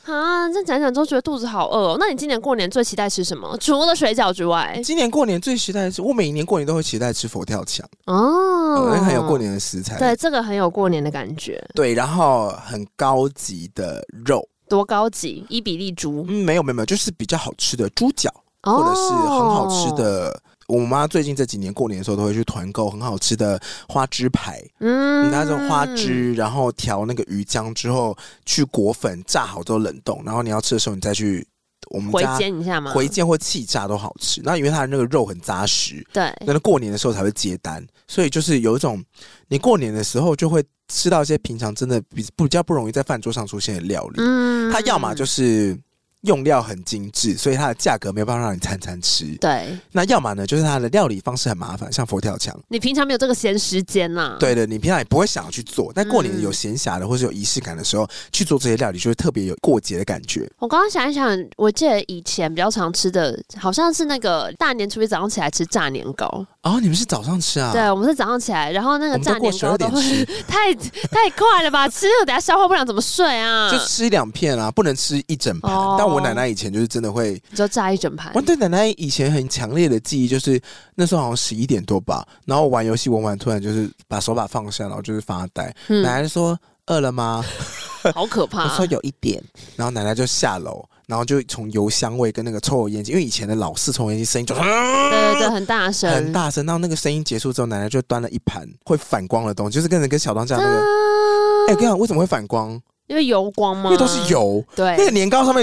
哈，这讲一讲之后觉得肚子好饿、哦。那你今年过年最期待吃什么？除了水饺之外，今年过年最期待的是，我每年过年都会期待吃佛跳墙，哦，嗯、很有过。年的食材。对，这个很有过年的感觉，对，然后很高级的肉，多高级！伊比利猪，嗯，没有没有没有，就是比较好吃的猪脚，或者是很好吃哦，的。我妈最近这几年过年的时候都会去团购很好吃的花枝排，嗯拿着花，枝，然后调那个鱼浆之后去裹粉炸好之后冷冻，然后你要吃的时候你再去我们回家煎一下嘛，回煎或气炸都好吃。那因为它的那个肉很扎实，对，那过年的时候才会接单，所以就是有一种你过年的时候就会吃到一些平常真的比比较不容易在饭桌上出现的料理。嗯它要么就是用料很精致，所以它的价格没有办法让你餐餐吃；对那要么呢就是它的料理方式很麻烦，像佛跳墙。你平常没有这个闲时间啦，，对的，你平常也不会想要去做，但过年嗯有闲暇的或是有仪式感的时候去做这些料理，就会特别有过节的感觉。我刚刚想一想，我记得以前比较常吃的，好像是那个大年初一早上起来吃炸年糕。哦，你们是早上吃啊？对，我们是早上起来，然后那我个们炸都过年十二糕都点会吃， 太太快了吧？吃了等下消化不良怎么睡 啊？就吃两片啊，不能吃一整盘。哦哎但我奶奶以前就是真的会，你就炸一整盘我。对奶奶以前很强烈的记忆就是那时候好像十一点多吧，然后玩游戏玩玩，突然就是把手把放下，然后就是发呆。嗯，奶奶就说饿了吗？ 好可怕我。说有一点，然后奶奶就下楼，然后就从油香味跟那个抽油烟机，因为以前的老式抽油烟机声音就对对对，很大声，很大声，到那个声音结束之后，奶奶就端了一盘会反光的东西，就是跟着跟小当家啊。那个。哎、我跟你讲，为什么会反光？因为油光因吗？为都是。油，对那，个年糕上面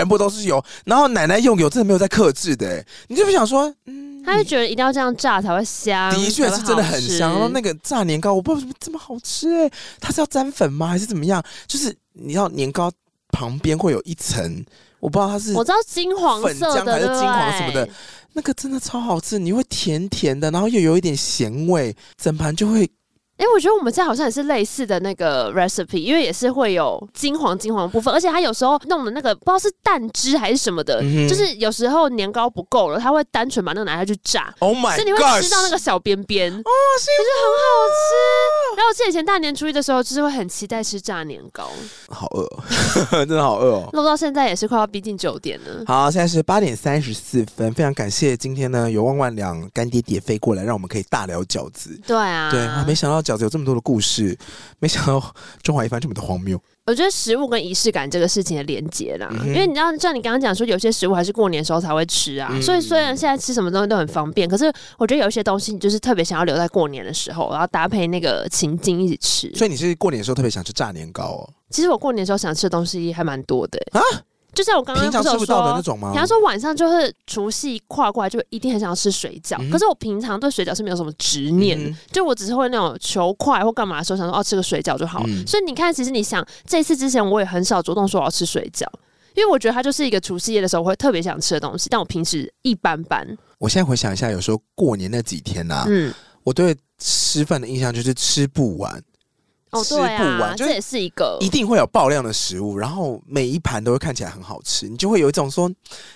全部都是油，然后奶奶用油真的没有在克制的、哎你就不想说，嗯，他就觉得一定要这样炸才会香，的确才会是真的好很吃香。然后那个炸年糕，我不知道为什么这么好吃、哎，它是要沾粉吗，还是怎么样？就是你知道年糕旁边会有一层，我不知道它是我知道金黄粉色浆的还是对不金黄什么的对，那个真的超好吃，你会甜甜的，然后又有一点咸味，整盘就会哎、我觉得我们家好像也是类似的那个 recipe，因为也是会有金黄金黄的部分，而且它有时候弄的那个不知道是蛋汁还是什么的，嗯哼就是有时候年糕不够了，它会单纯把那个拿下去炸。 ，Oh my 所 God！以你会吃到那个小边边，就是很哦，幸哦好吃。然后我记得以前大年初一的时候，就是会很期待吃炸年糕，好饿哦，真的好饿 哦。弄到现在也是快要逼近九点了。好，现在是八点三十四分，非常感谢今天呢有万万两干爹爹飞过来，让我们可以大聊饺子。对啊，对啊，没想到饺子有这么多的故事， 没想到中华一番这么的荒谬。我觉得食物跟仪式感这个事情的连接啦，嗯哼因为你知道，像你刚刚讲说，有些食物还是过年的时候才会吃啊，嗯所以虽然现在吃什么东西都很方便，可是我觉得有一些东西你就是特别想要留在过年的时候，然后搭配那个情境一起吃。所以你是过年的时候特别想吃炸年糕哦，其实我过年的时候想吃的东西还蛮多的、欸啊就像我刚刚平常嗯不是吃有不到的那说。种吗比？方说晚上就是除夕跨过来，就一定很想要吃水饺。嗯可是我平常对水饺是没有什么执念，嗯就我只是会那种求快或干嘛的时候想说哦吃个水饺就好了。嗯所以你看，其实你想这次之前我也很少主动说我要吃水饺，因为我觉得它就是一个除夕夜的时候我会特别想吃的东西，但我平时一般般。我现在回想一下，有时候过年那几天呐、嗯，我对吃饭的印象就是吃不完，哦吃对不啊完，就这是也是一个一定会有爆量的食物，然后每一盘都会看起来很好吃，你就会有一种说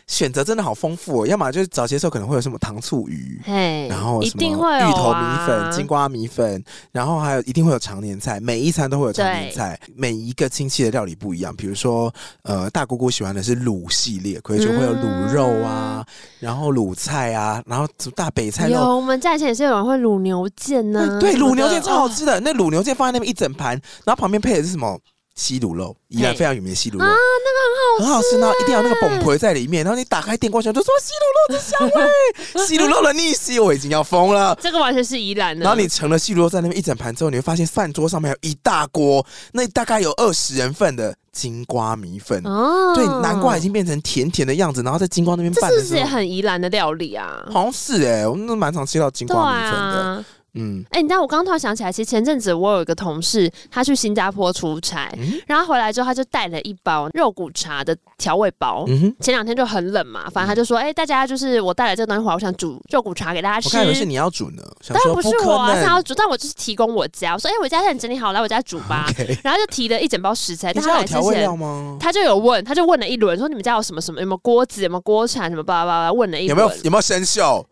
选择真的好丰富哦。要么就是早些时候可能会有什么糖醋鱼，嘿，然后嗯一什么定会有芋头米粉、啊金瓜米粉，然后还有一定会有常年菜，每一餐都会有常年菜，每一个亲戚的料理不一样。比如说，呃，大姑姑喜欢的是卤系列，可以就会有卤肉嗯啊，然后卤菜啊，然后大北菜那有种。我们家以前也是有人会卤牛腱呢、嗯对，卤牛腱腱超好吃啊的，那卤牛腱放在那边一整盘，然后旁边配的是什么？西卤肉，依然嘿非常有名的西卤肉啊，那个很很好好吃、欸吃，然后一定要有那个崩皮在里面，然后你打开电锅想就说西卤肉之香 味，西卤肉的逆袭，我已经要疯了。 这个完全是宜兰的。然后你盛了细肉在那边一整盘之后，你会发现饭桌上面还有一大锅，那大概有二十人份的金瓜米粉。哦，对，南瓜已经变成甜甜的样子，然后在金瓜那边这拌是的不是时也候，很宜兰的料理 啊？好像是哎、我们都蛮常吃到金对瓜米粉的。啊，嗯，哎、你知道我刚刚突然想起来，其实前阵子我有一个同事，他去新加坡出差，嗯然后回来之后他就带了一包肉骨茶的调味包。嗯哼，前两天就很冷嘛，反正他就说：“哎、大家就是我带来这个东西回来，我想煮肉骨茶给大家我吃。”看以为是你要煮呢，想当然说不是可我啊，是他能 要。煮，但我就是提供我家，我说：“哎、我家现在整理好，来我家煮 吧。 OK，然后就提了一整包食材，你但他家来有之调味料前吗？他就有问，他就问了一轮，说你们家有什么什么，有没有锅子，有没有锅铲，什么巴拉巴拉，问了一有轮，没有有没有生锈？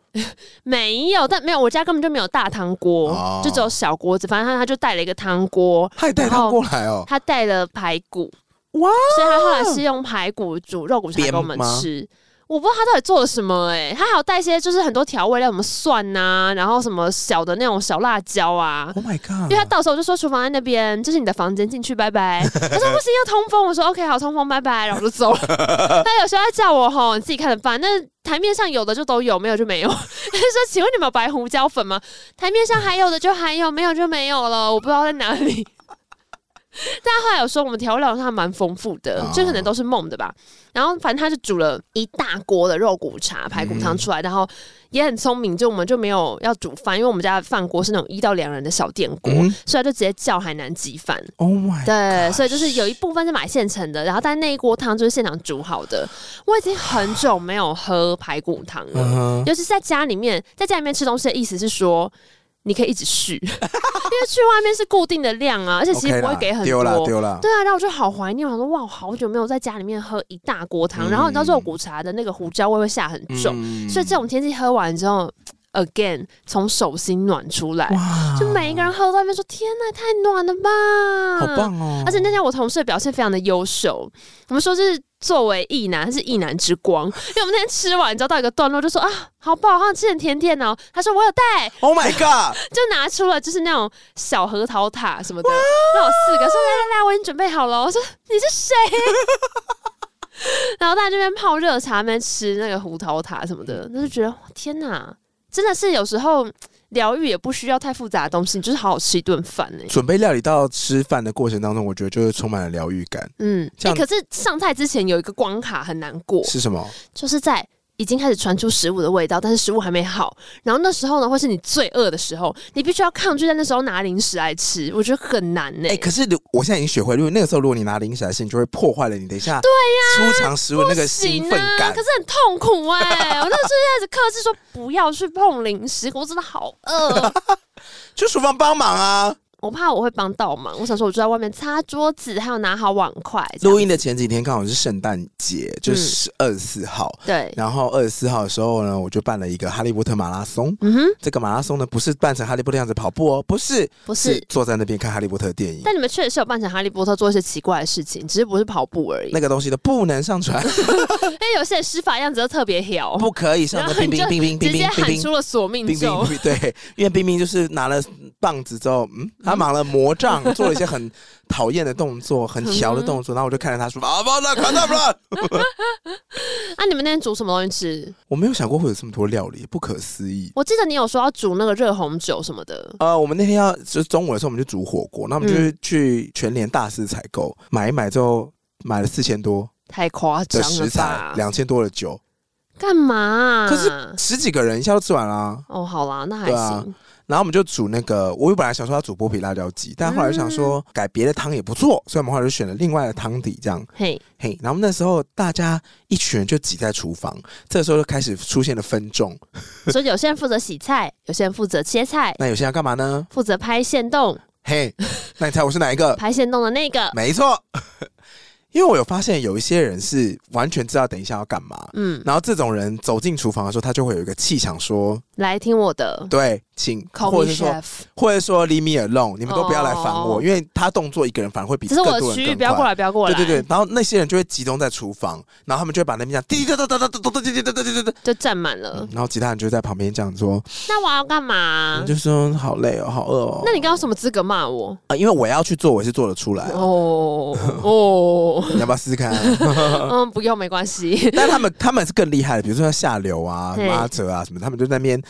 没有，但没有，我家根本就没有大汤锅，哦就只有小锅子。反正他他就带了一个汤锅，他也带然他后过来哦。他带了排骨，哇，所以他后来是用排骨煮肉骨茶给我们煸吗吃。我不知道他到底做了什么哎、他还有带一些就是很多调味料，什么蒜呐、然后什么小的那种小辣椒啊。 ！Oh my 因 god！为他到时候就说厨房在那边，这是你的房间，进去拜拜。他说不行，要通风。我说 OK，好，通风，拜拜。然后我就走了。他有时候他叫我吼，你自己看着办。那台面上有的就都有，没有就没有。他 说，请问你们有白胡椒粉吗？台面上还有的就还有，没有就没有了。我不知道在哪里。 但他后来有说，我们调味料上蛮丰富的哦，这可能都是梦的吧。然后反正他就煮了一大锅的肉骨茶、排骨汤出来，然后也很聪明，就我们就没有要煮饭，因为我们家的饭锅是那种一到两人的小电锅，嗯所以他就直接叫海南鸡饭。 ，Oh my，对，所以就是 gosh 有一部分是买现成的，然后但那一锅汤就是现场煮好的。我已经很久没有喝排骨汤了，嗯哼尤其是在家里面，在家里面吃东西的意思是说。你可以一直续， 因为去外面是固定的量啊，而且其 OK 实不会啦给很丢多。啦丢啦。对啊，然后我就好怀念，我想说哇，我好久没有在家里面喝一大锅汤，然后你知道肉骨茶的那个胡椒味会下很重，嗯所以这种天气喝完之后，again 从手心暖出来，哇就每一个人喝到那边说天呐，太暖了吧，啊好棒哦！而且那天我同事的表现非常的优秀，我们说是作为异男，他是异男之光，因为我们那天吃完，你知道到一个段落就说啊，好饱，好想吃点甜点哦。他说我有带， Oh my god！就拿出了就是那种小核桃塔什么的，哦让我四个说来来来，我已经准备好了。我说你是谁？ 然后大家这边泡热茶，那边吃那个胡桃塔什么的，那就觉得天哪，真的是有时候疗愈也不需要太复杂的东西，你就是好好吃一顿饭哎、准备料理到吃饭的过程当中，我觉得就是充满了疗愈感。嗯，这哎、样可是上菜之前有一个关卡很难过，是什么？就是在已经开始传出食物的味道，但是食物还没好。然后那时候呢，会是你最饿的时候，你必须要抗拒在那时候拿零食来吃，我觉得很难欸呢、哎、可是如我现在已经学会，因为那个时候如果你拿零食来吃，你就会破坏了你等一下对呀出场时候那个兴行奋啊，感可。是很痛苦哎、我那时候就开始克制说不要去碰零食，我真的好饿，去厨房帮忙啊！我怕我会帮倒忙。我想说，我就在外面擦桌子，还有拿好碗筷。这样录音的前几天刚好是圣诞节，就是二十四号。对，然后二十四号的时候呢，我就办了一个哈利波特马拉松。嗯哼，这个马拉松呢，不是扮成哈利波特样子跑步哦，不是，不是坐在那边看哈利波特的电影。但你们确实是有扮成哈利波特做一些奇怪的事情，只是不是跑步而已。那个东西都不能上 传，因为有些人施法样子都特别挑，不可以上然传。后冰你冰就冰冰冰直接冰冰喊冰出了索命冰咒。冰， 对，因为冰冰就是拿了棒子之后，嗯，他忙了魔杖，做了一些很讨厌的动作， 很调的动作，然后我就看着他说：“啊，不了，看到不了。啊，你们那天煮什么东西 吃？”我没有想过会有这么多料理，不可思议。我记得你有说要煮那个热红酒什么的。呃，我们那天要就是中午的时候，我们就煮火锅，那我们就是去全联大肆采购，买一买之后买了四千多太夸张的了食材吧，？两千多的酒，干嘛啊、可十几个人一下就吃完啦、哦，好啦，那还对啊行。然后我们就煮那个，我本来想说要煮剥皮辣椒鸡，但后来想说改别的汤也不错，所以我们后来就选了另外的汤底这样。嘿，嘿，然后那时候大家一群人就挤在厨房，这个时候就开始出现了分众。所以有些人负责洗菜， 有些人负责切菜，那有些人要干嘛呢？负责拍线动，嘿，那你猜我是哪一个？拍线动的那个，没错，因为我有发现有一些人是完全知道等一下要干嘛。嗯，然后这种人走进厨房的时候，他就会有一个气场说来听我的：“。对，请， Call 或 me 者是说， chef，或者说 leave me alone，你们都不要来烦我哦因为他动作一个人反而会比只更是多我人的更区域，不要过快来，不要过来。对对对，然后那些人就会集中在厨房，然后他们就会把那边这样滴滴答答答答答滴滴答答滴滴答，就站满了。然后其他人就在旁边这样说，那我要干嘛嗯你？就说好累哦，好饿哦。那你刚刚有什么资格骂 我？啊，因为我要去做，我是做得出来哦。哦 哦，你要不要试试看啊？嗯，不用，没关 系。但他们他们是更厉害的，比如说像下流啊、对妈哲啊什么，他们就在那边，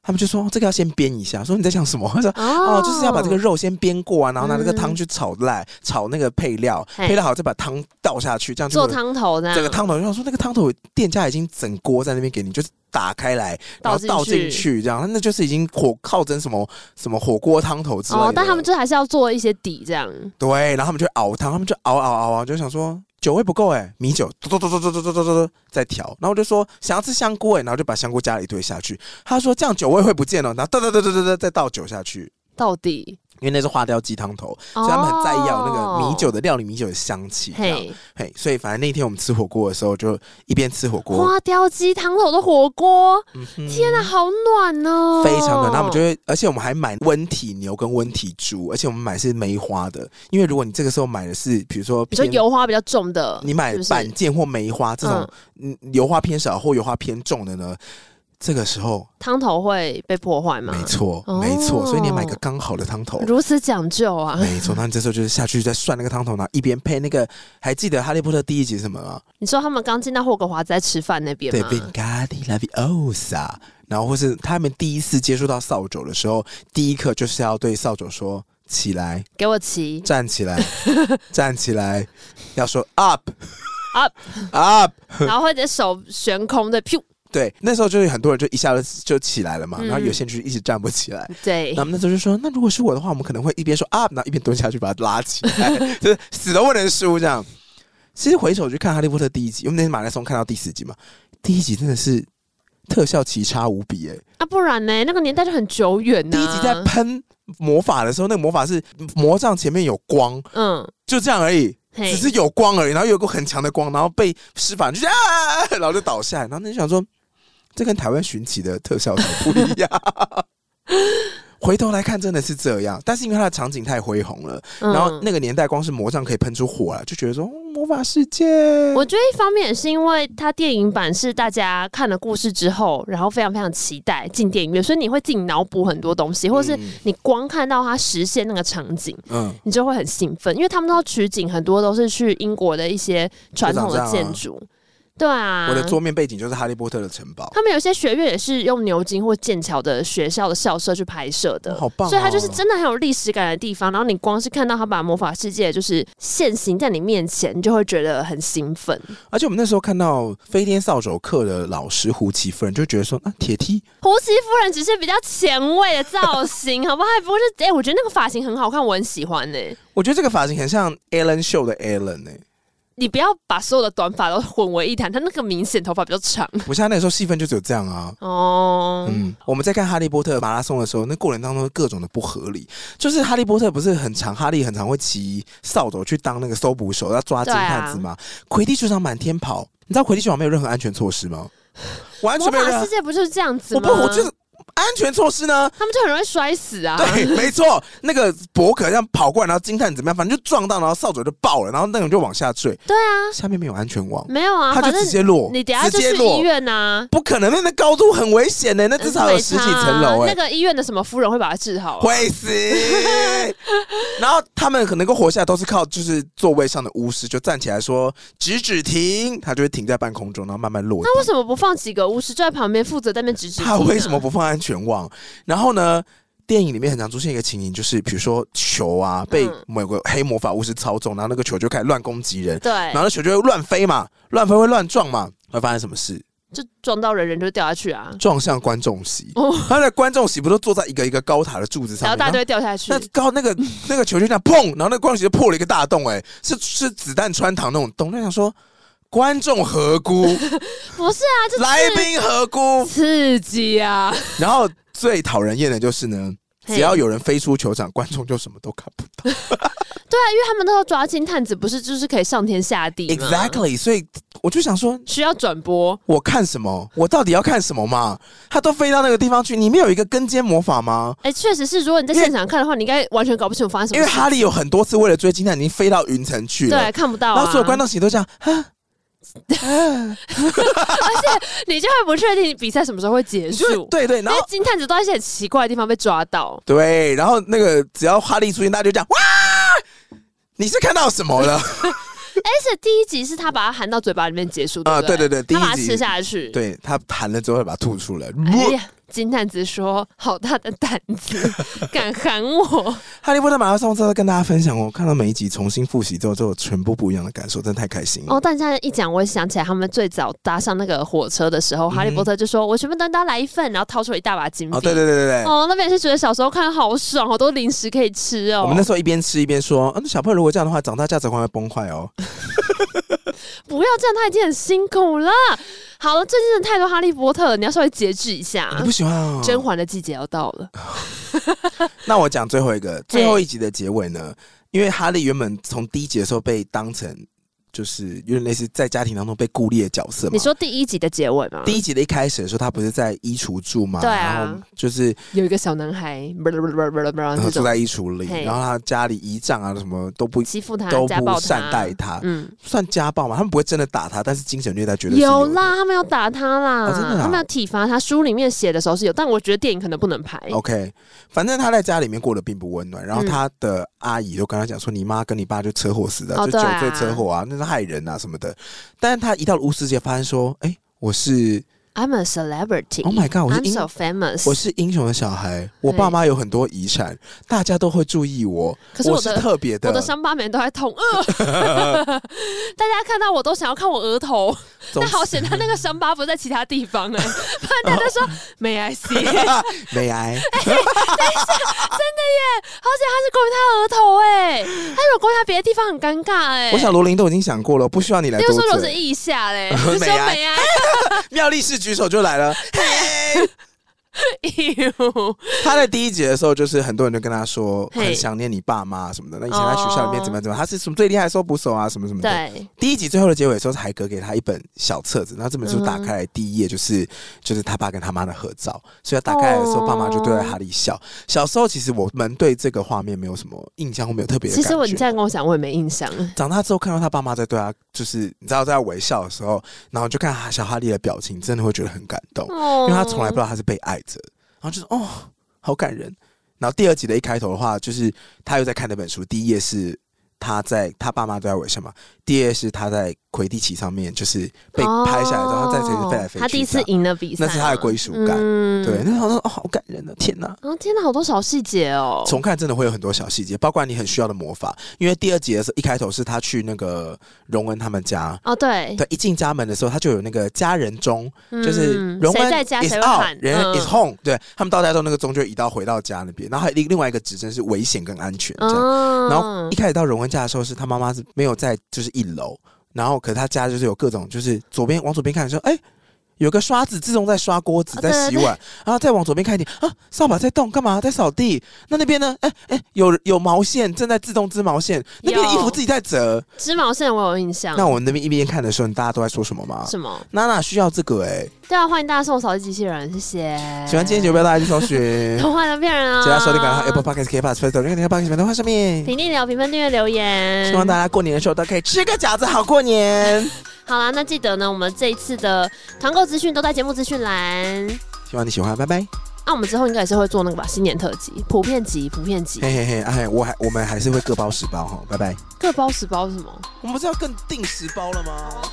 他们就说、哦这个要先煸一下，说你在想什么？他说 哦，就是要把这个肉先煸过啊，然后拿那个汤去炒烂，炒那个配料，嗯嘿配料好再把汤倒下去，这样就做会汤啊头的，整个汤头，然后说那个汤头店家已经整锅在那边给你，就是打开来，然后倒倒进去进去，这样那就是已经火靠蒸什么什么火锅汤头之类的。哦，但他们就还是要做一些底这样。对，然后他们就熬汤，他们就熬熬熬熬，就想说酒味不够哎、米酒嘟嘟嘟嘟嘟嘟嘟嘟嘟再调，然后我就说想要吃香菇哎、然后就把香菇加了一堆下去，他说这样酒味会不见哦，然后哒哒哒哒哒哒再倒酒下去，到底因为那是花雕鸡汤头，所以他们很在意要有那个米酒的料理米酒的香气。这样哦嘿，嘿，所以反正那天我们吃火锅的时候，就一边吃火锅，花雕鸡汤头的火锅，嗯哼天哪、好暖哦！非常的，那我们就会，而且我们还买温体牛跟温体猪，而且我们买是梅花的，因为如果你这个时候买的是，比如说比如偏说油花比较重的，你买是不是板腱或梅花这种，嗯，油花偏少或油花偏重的呢，这个时候汤头会被破坏吗？没错，哦没错，所以你要买个刚好的汤头。如此讲究啊！没错，那你这时候就是下去再涮那个汤头，然后一边配那个，还记得《哈利波特》第一集是什么吗？你说他们刚进到霍格华兹在吃饭那边对吗？ b i n g a d i Laviosa，然后或是他们第一次接触到扫帚的时候，第一课就是要对扫帚说起来，给 我骑站起 来，站起来，要说 up up， up。然后或者手悬空的，噗，对，那时候就是很多人就一下子就起来了嘛，嗯哎然后有些人就一直站不起来。对那，我们那时候就说，那如果是我的话，我们可能会一边说 up，然后一边蹲下去把它拉起来， 就是死都不能输这样。其实回首去看《哈利波特》第一集，因为那天马拉松看到第四集嘛，第一集真的是特效奇差无比哎、啊，不然呢？那个年代就很久远呐、啊第一集在喷魔法的时候，那个魔法是魔杖前面有光，嗯，就这样而已，嘿只是有光而已，然后有一个很强的光，然后被施法就是啊，然后就倒下来，然后你就想说，这跟台湾寻奇的特效图不一样。 回头来看，真的是这样，但是因为它的场景太恢宏了，嗯然后那个年代光是魔杖可以喷出火来，就觉得说、哦魔法世界，我觉得一方面也是因为它电影版是大家看了故事之后，然后非常非常期待进电影院，所以你会自己脑补很多东西，或是嗯你光看到它实现那个场景，嗯，你就会很兴奋，因为他们都取景很多都是去英国的一些传统的建筑，对啊啊，我的桌面背景就是哈利波特的城堡，他们有些学院也是用牛津或剑桥的学校的校舍去拍摄的，哦好棒哦所以它就是真的很有历史感的地方。然后你光是看到他把魔法世界就是现形在你面前，你就会觉得很兴奋。而且我们那时候看到飞天扫帚课的老师胡奇夫人，就觉得说啊，铁梯胡奇夫人只是比较前卫的造型， 好不好？还不过是哎、我觉得那个发型很好看，我很喜欢呢、我觉得这个发型很像 Alan 秀的 Alan 欸呢、你不要把所有的短发都混为一谈，他那个明显头发比较长我现在那时候戏份就只有这样啊。哦。嗯，我们在看《哈利波特》马拉松的时候，那过程当中各种的不合理，就是哈利波特不是很常，哈利很常会骑扫帚去当那个搜捕手，要抓金探子吗？啊魁地球场满天跑，你知道魁地球场没有任何安全措施 吗？完魔全没有任法何世，界不就是这样子我吗？不，我就是安全措施呢。他们就很容易摔死啊。对，没错，那个伯克这样跑过来，然后金探怎么样，反正就撞到，然后扫帚就爆了，然后那个人就往下 坠，对啊，下面没有安全网，没有啊，他就反正直接落，你等下直就接去落医院啊呐、不可能，那那高度很危险呢、那至少有十几层楼哎、嗯那个医院的什么夫人会把它治好、啊？ 会 死。然后他们可能够活下来，都是靠就是座位上的巫师就站起来说“直指停”，他就会停在半空中，然后慢慢落地。那为什么不放几个巫师就在旁边负责在那边指指、他为什么？不放安全网？然后呢？电影里面很常出现一个情形，就是比如说球啊被嗯某个黑魔法巫师操纵，然后那个球就开始乱攻击人，对然，后那球就会乱飞嘛，乱飞会乱撞嘛，会发生什么事？就撞到人，人就掉下去啊，撞向观众席哦，他的观众席不都坐在一个一个高塔的柱子上然后面，大家就会掉下去那。高 那个那个球就这样砰，然后那个光学就破了一个大洞、哎，是是子弹穿膛那种洞。那想说，观众何 辜，不是啊，这来宾何辜。刺 激啊！然后最讨人厌的就是呢，嘿只要有人飞出球场，观众就什么都看不 到。对啊，因为他们那时候抓金探子，不是就是可以上天下地吗 Exactly，所以我就想说，需要转播。我看什么？我到底要看什么嘛？他都飞到那个地方去，你们有一个跟监魔法吗？哎、确实是，如果你在现场看的话，你应该完全搞不清楚发生因什么为事。哈利有很多次为了追金蛋已经飞到云层去了对，，看不到、啊。然后所有观众席都这样，啊， 你就会不确定比赛什么时候会结你束就。会对对，然因为后金探子都在一些很奇怪的地方被抓 到，对，然后那个只要哈利出现，大家就这样哇！你是看到什么 了？而且第一集是他把它含到嘴巴里面结束，对不啊对？对对对第一他把它集吃下去。，对他弹了之后会把它吐出来。哎呀，金探子说：“好大的胆 子，敢喊我哈利波特马拉松之后跟大家分享哦，我看到每一集重新复习之后，都有全部不一样的感受，真的太开心！”了。哦，但现在一讲，我想起来他们最早搭上那个火车的时候，哈利波特就说：“我全部都要来一份，然后掏出一大把金嗯币。”哦，对对对对对，哦，那边也是觉得小时候看好爽，好多零食可以吃哦。我们那时候一边吃一边说，嗯，小朋友如果这样的话，长大价值观会崩坏哦。不要这样，他已经很辛苦了。好了，最近真的太多哈利波特了，你要稍微节制一下。你不喜欢哦？甄嬛的季节要到了，那我讲最后一哎个，最后一集的结尾呢，因为哈利原本从第一集的时候被当成就是有点类似在家庭当中被孤立的角色嘛。你说第一集的结尾吗？第一集的一开始的时候，他不是在衣橱住吗？对啊然后就是 有一个小男孩，不不不不不不，然后这住种在衣橱里，嘿然后他家里姨丈啊什么都不 欺负他、都家暴不他、善待他，嗯，算家暴嘛？他们不会真的打他，但是精神虐待绝对是有的。啦，他们有打他啦，哦真的啊他们有体罚他。书里面写的时候是有，但我觉得电影可能不能拍。 OK，反正他在家里面过得并不温暖，嗯然后他的阿姨就跟他讲说：“你妈跟你爸就车祸死的，哦就对酒啊醉车祸啊，那是害人啊什么的。”但是他一到了乌斯界，发现说：“哎、我是 I'm a celebrity. Oh my god，我是 I'm 英 so famous. 我是英雄的小孩，我爸妈有很多遗产，大家都会注意我，可是我我的是特别我的伤疤每天都在痛，呃， 大家看到我都想要看我额头，总但之好险他那个伤疤不是在其他 地方哎、不然大家哦说没 I see，好险他是没 癌。关于他额头哎、他如果关于他别的地方很尴尬哎、我想罗琳都已经想过了，不需要你来例如说多留着嘴。腋 下嘞，就说没啊，妙丽是举手就来了。 呦，他在第一集的时候，就是很多人就跟他说嘿哦很想念你爸妈什么的。那以前在学校里面怎么样怎么样，他是什么最厉害的搜捕手啊，什么什么的。对，第一集最后的结尾的时候，海格给他一本小册子，然后这本书嗯打开来第一页就是、就是他爸跟他妈的合照，所以他打开来的时候，哦爸妈就对着哈利笑。小时候其实我们对这个画面没有什么印象，或没有特别的其感觉。实我你这样跟我讲，我也没印象。长大之后看到他爸妈在对他，就是你知道在微笑的时候，然后就看小哈利的表情，真的会觉得很感动，哦因为他从来不知道他是被爱着，然后就是哦，好感人。然后第二集的一开头的话，就是他又在看那本书，第一页是他在他爸妈都在微笑嘛，第二页是他在魁地奇上面就是被拍下来之后，哦他在这里飞来飞去这样，他第一次赢了比赛嘛，那是他的归属感嗯对，那时候说哦，好感人的、天哪！啊，天哪，好多小细节哦。重看真的会有很多小细节，包括你很需要的魔法。因为第二集的时候，一开头是他去那个荣恩他们家，哦，对，对，一进家门的时候，他就有那个家人钟，就是嗯荣谁恩在家 is 谁会 out，喊，人嗯 is home，对他们到家之后，那个钟就移到回到家那边，然后还有另另外一个指针是危险跟安全这样。哦，然后一开始到荣恩家的时候，是他妈妈是没有在，就是一楼，然后可是他家就是有各种，就是左边往左边看说，哎、有个刷子自动在刷锅子，啊在对洗碗，然后再往左边看一点啊，扫把在动，干嘛在扫地？那那边呢？哎、哎、有有毛线正在自动织毛线，那边的衣服有嗯自己在折。织毛线我有印象，那我们那边一边看的时候，你大家都在说什么吗？什么？娜娜需要这个哎、对啊，欢迎大家送我扫地机器人，谢谢。，喜欢今天节目，不要大家去搜寻童话的骗哎人啊！记得收听感到 Apple Podcast、K Pass、Facebook、那个 Apple Podcast 的话上面。评论、留评分、订阅、留言。希望大家过年的时候都可以吃个饺子，好过年。好啦，那记得呢，我们这一次的团购资讯都在节目资讯栏。希望你喜欢，拜拜。那、我们之后应该也是会做那个吧，新年特辑、普遍集、普遍集，嘿嘿嘿，哎，我还我们还是会各包十包哈，拜拜。各包十包是什么？我们不是要更定十包了吗？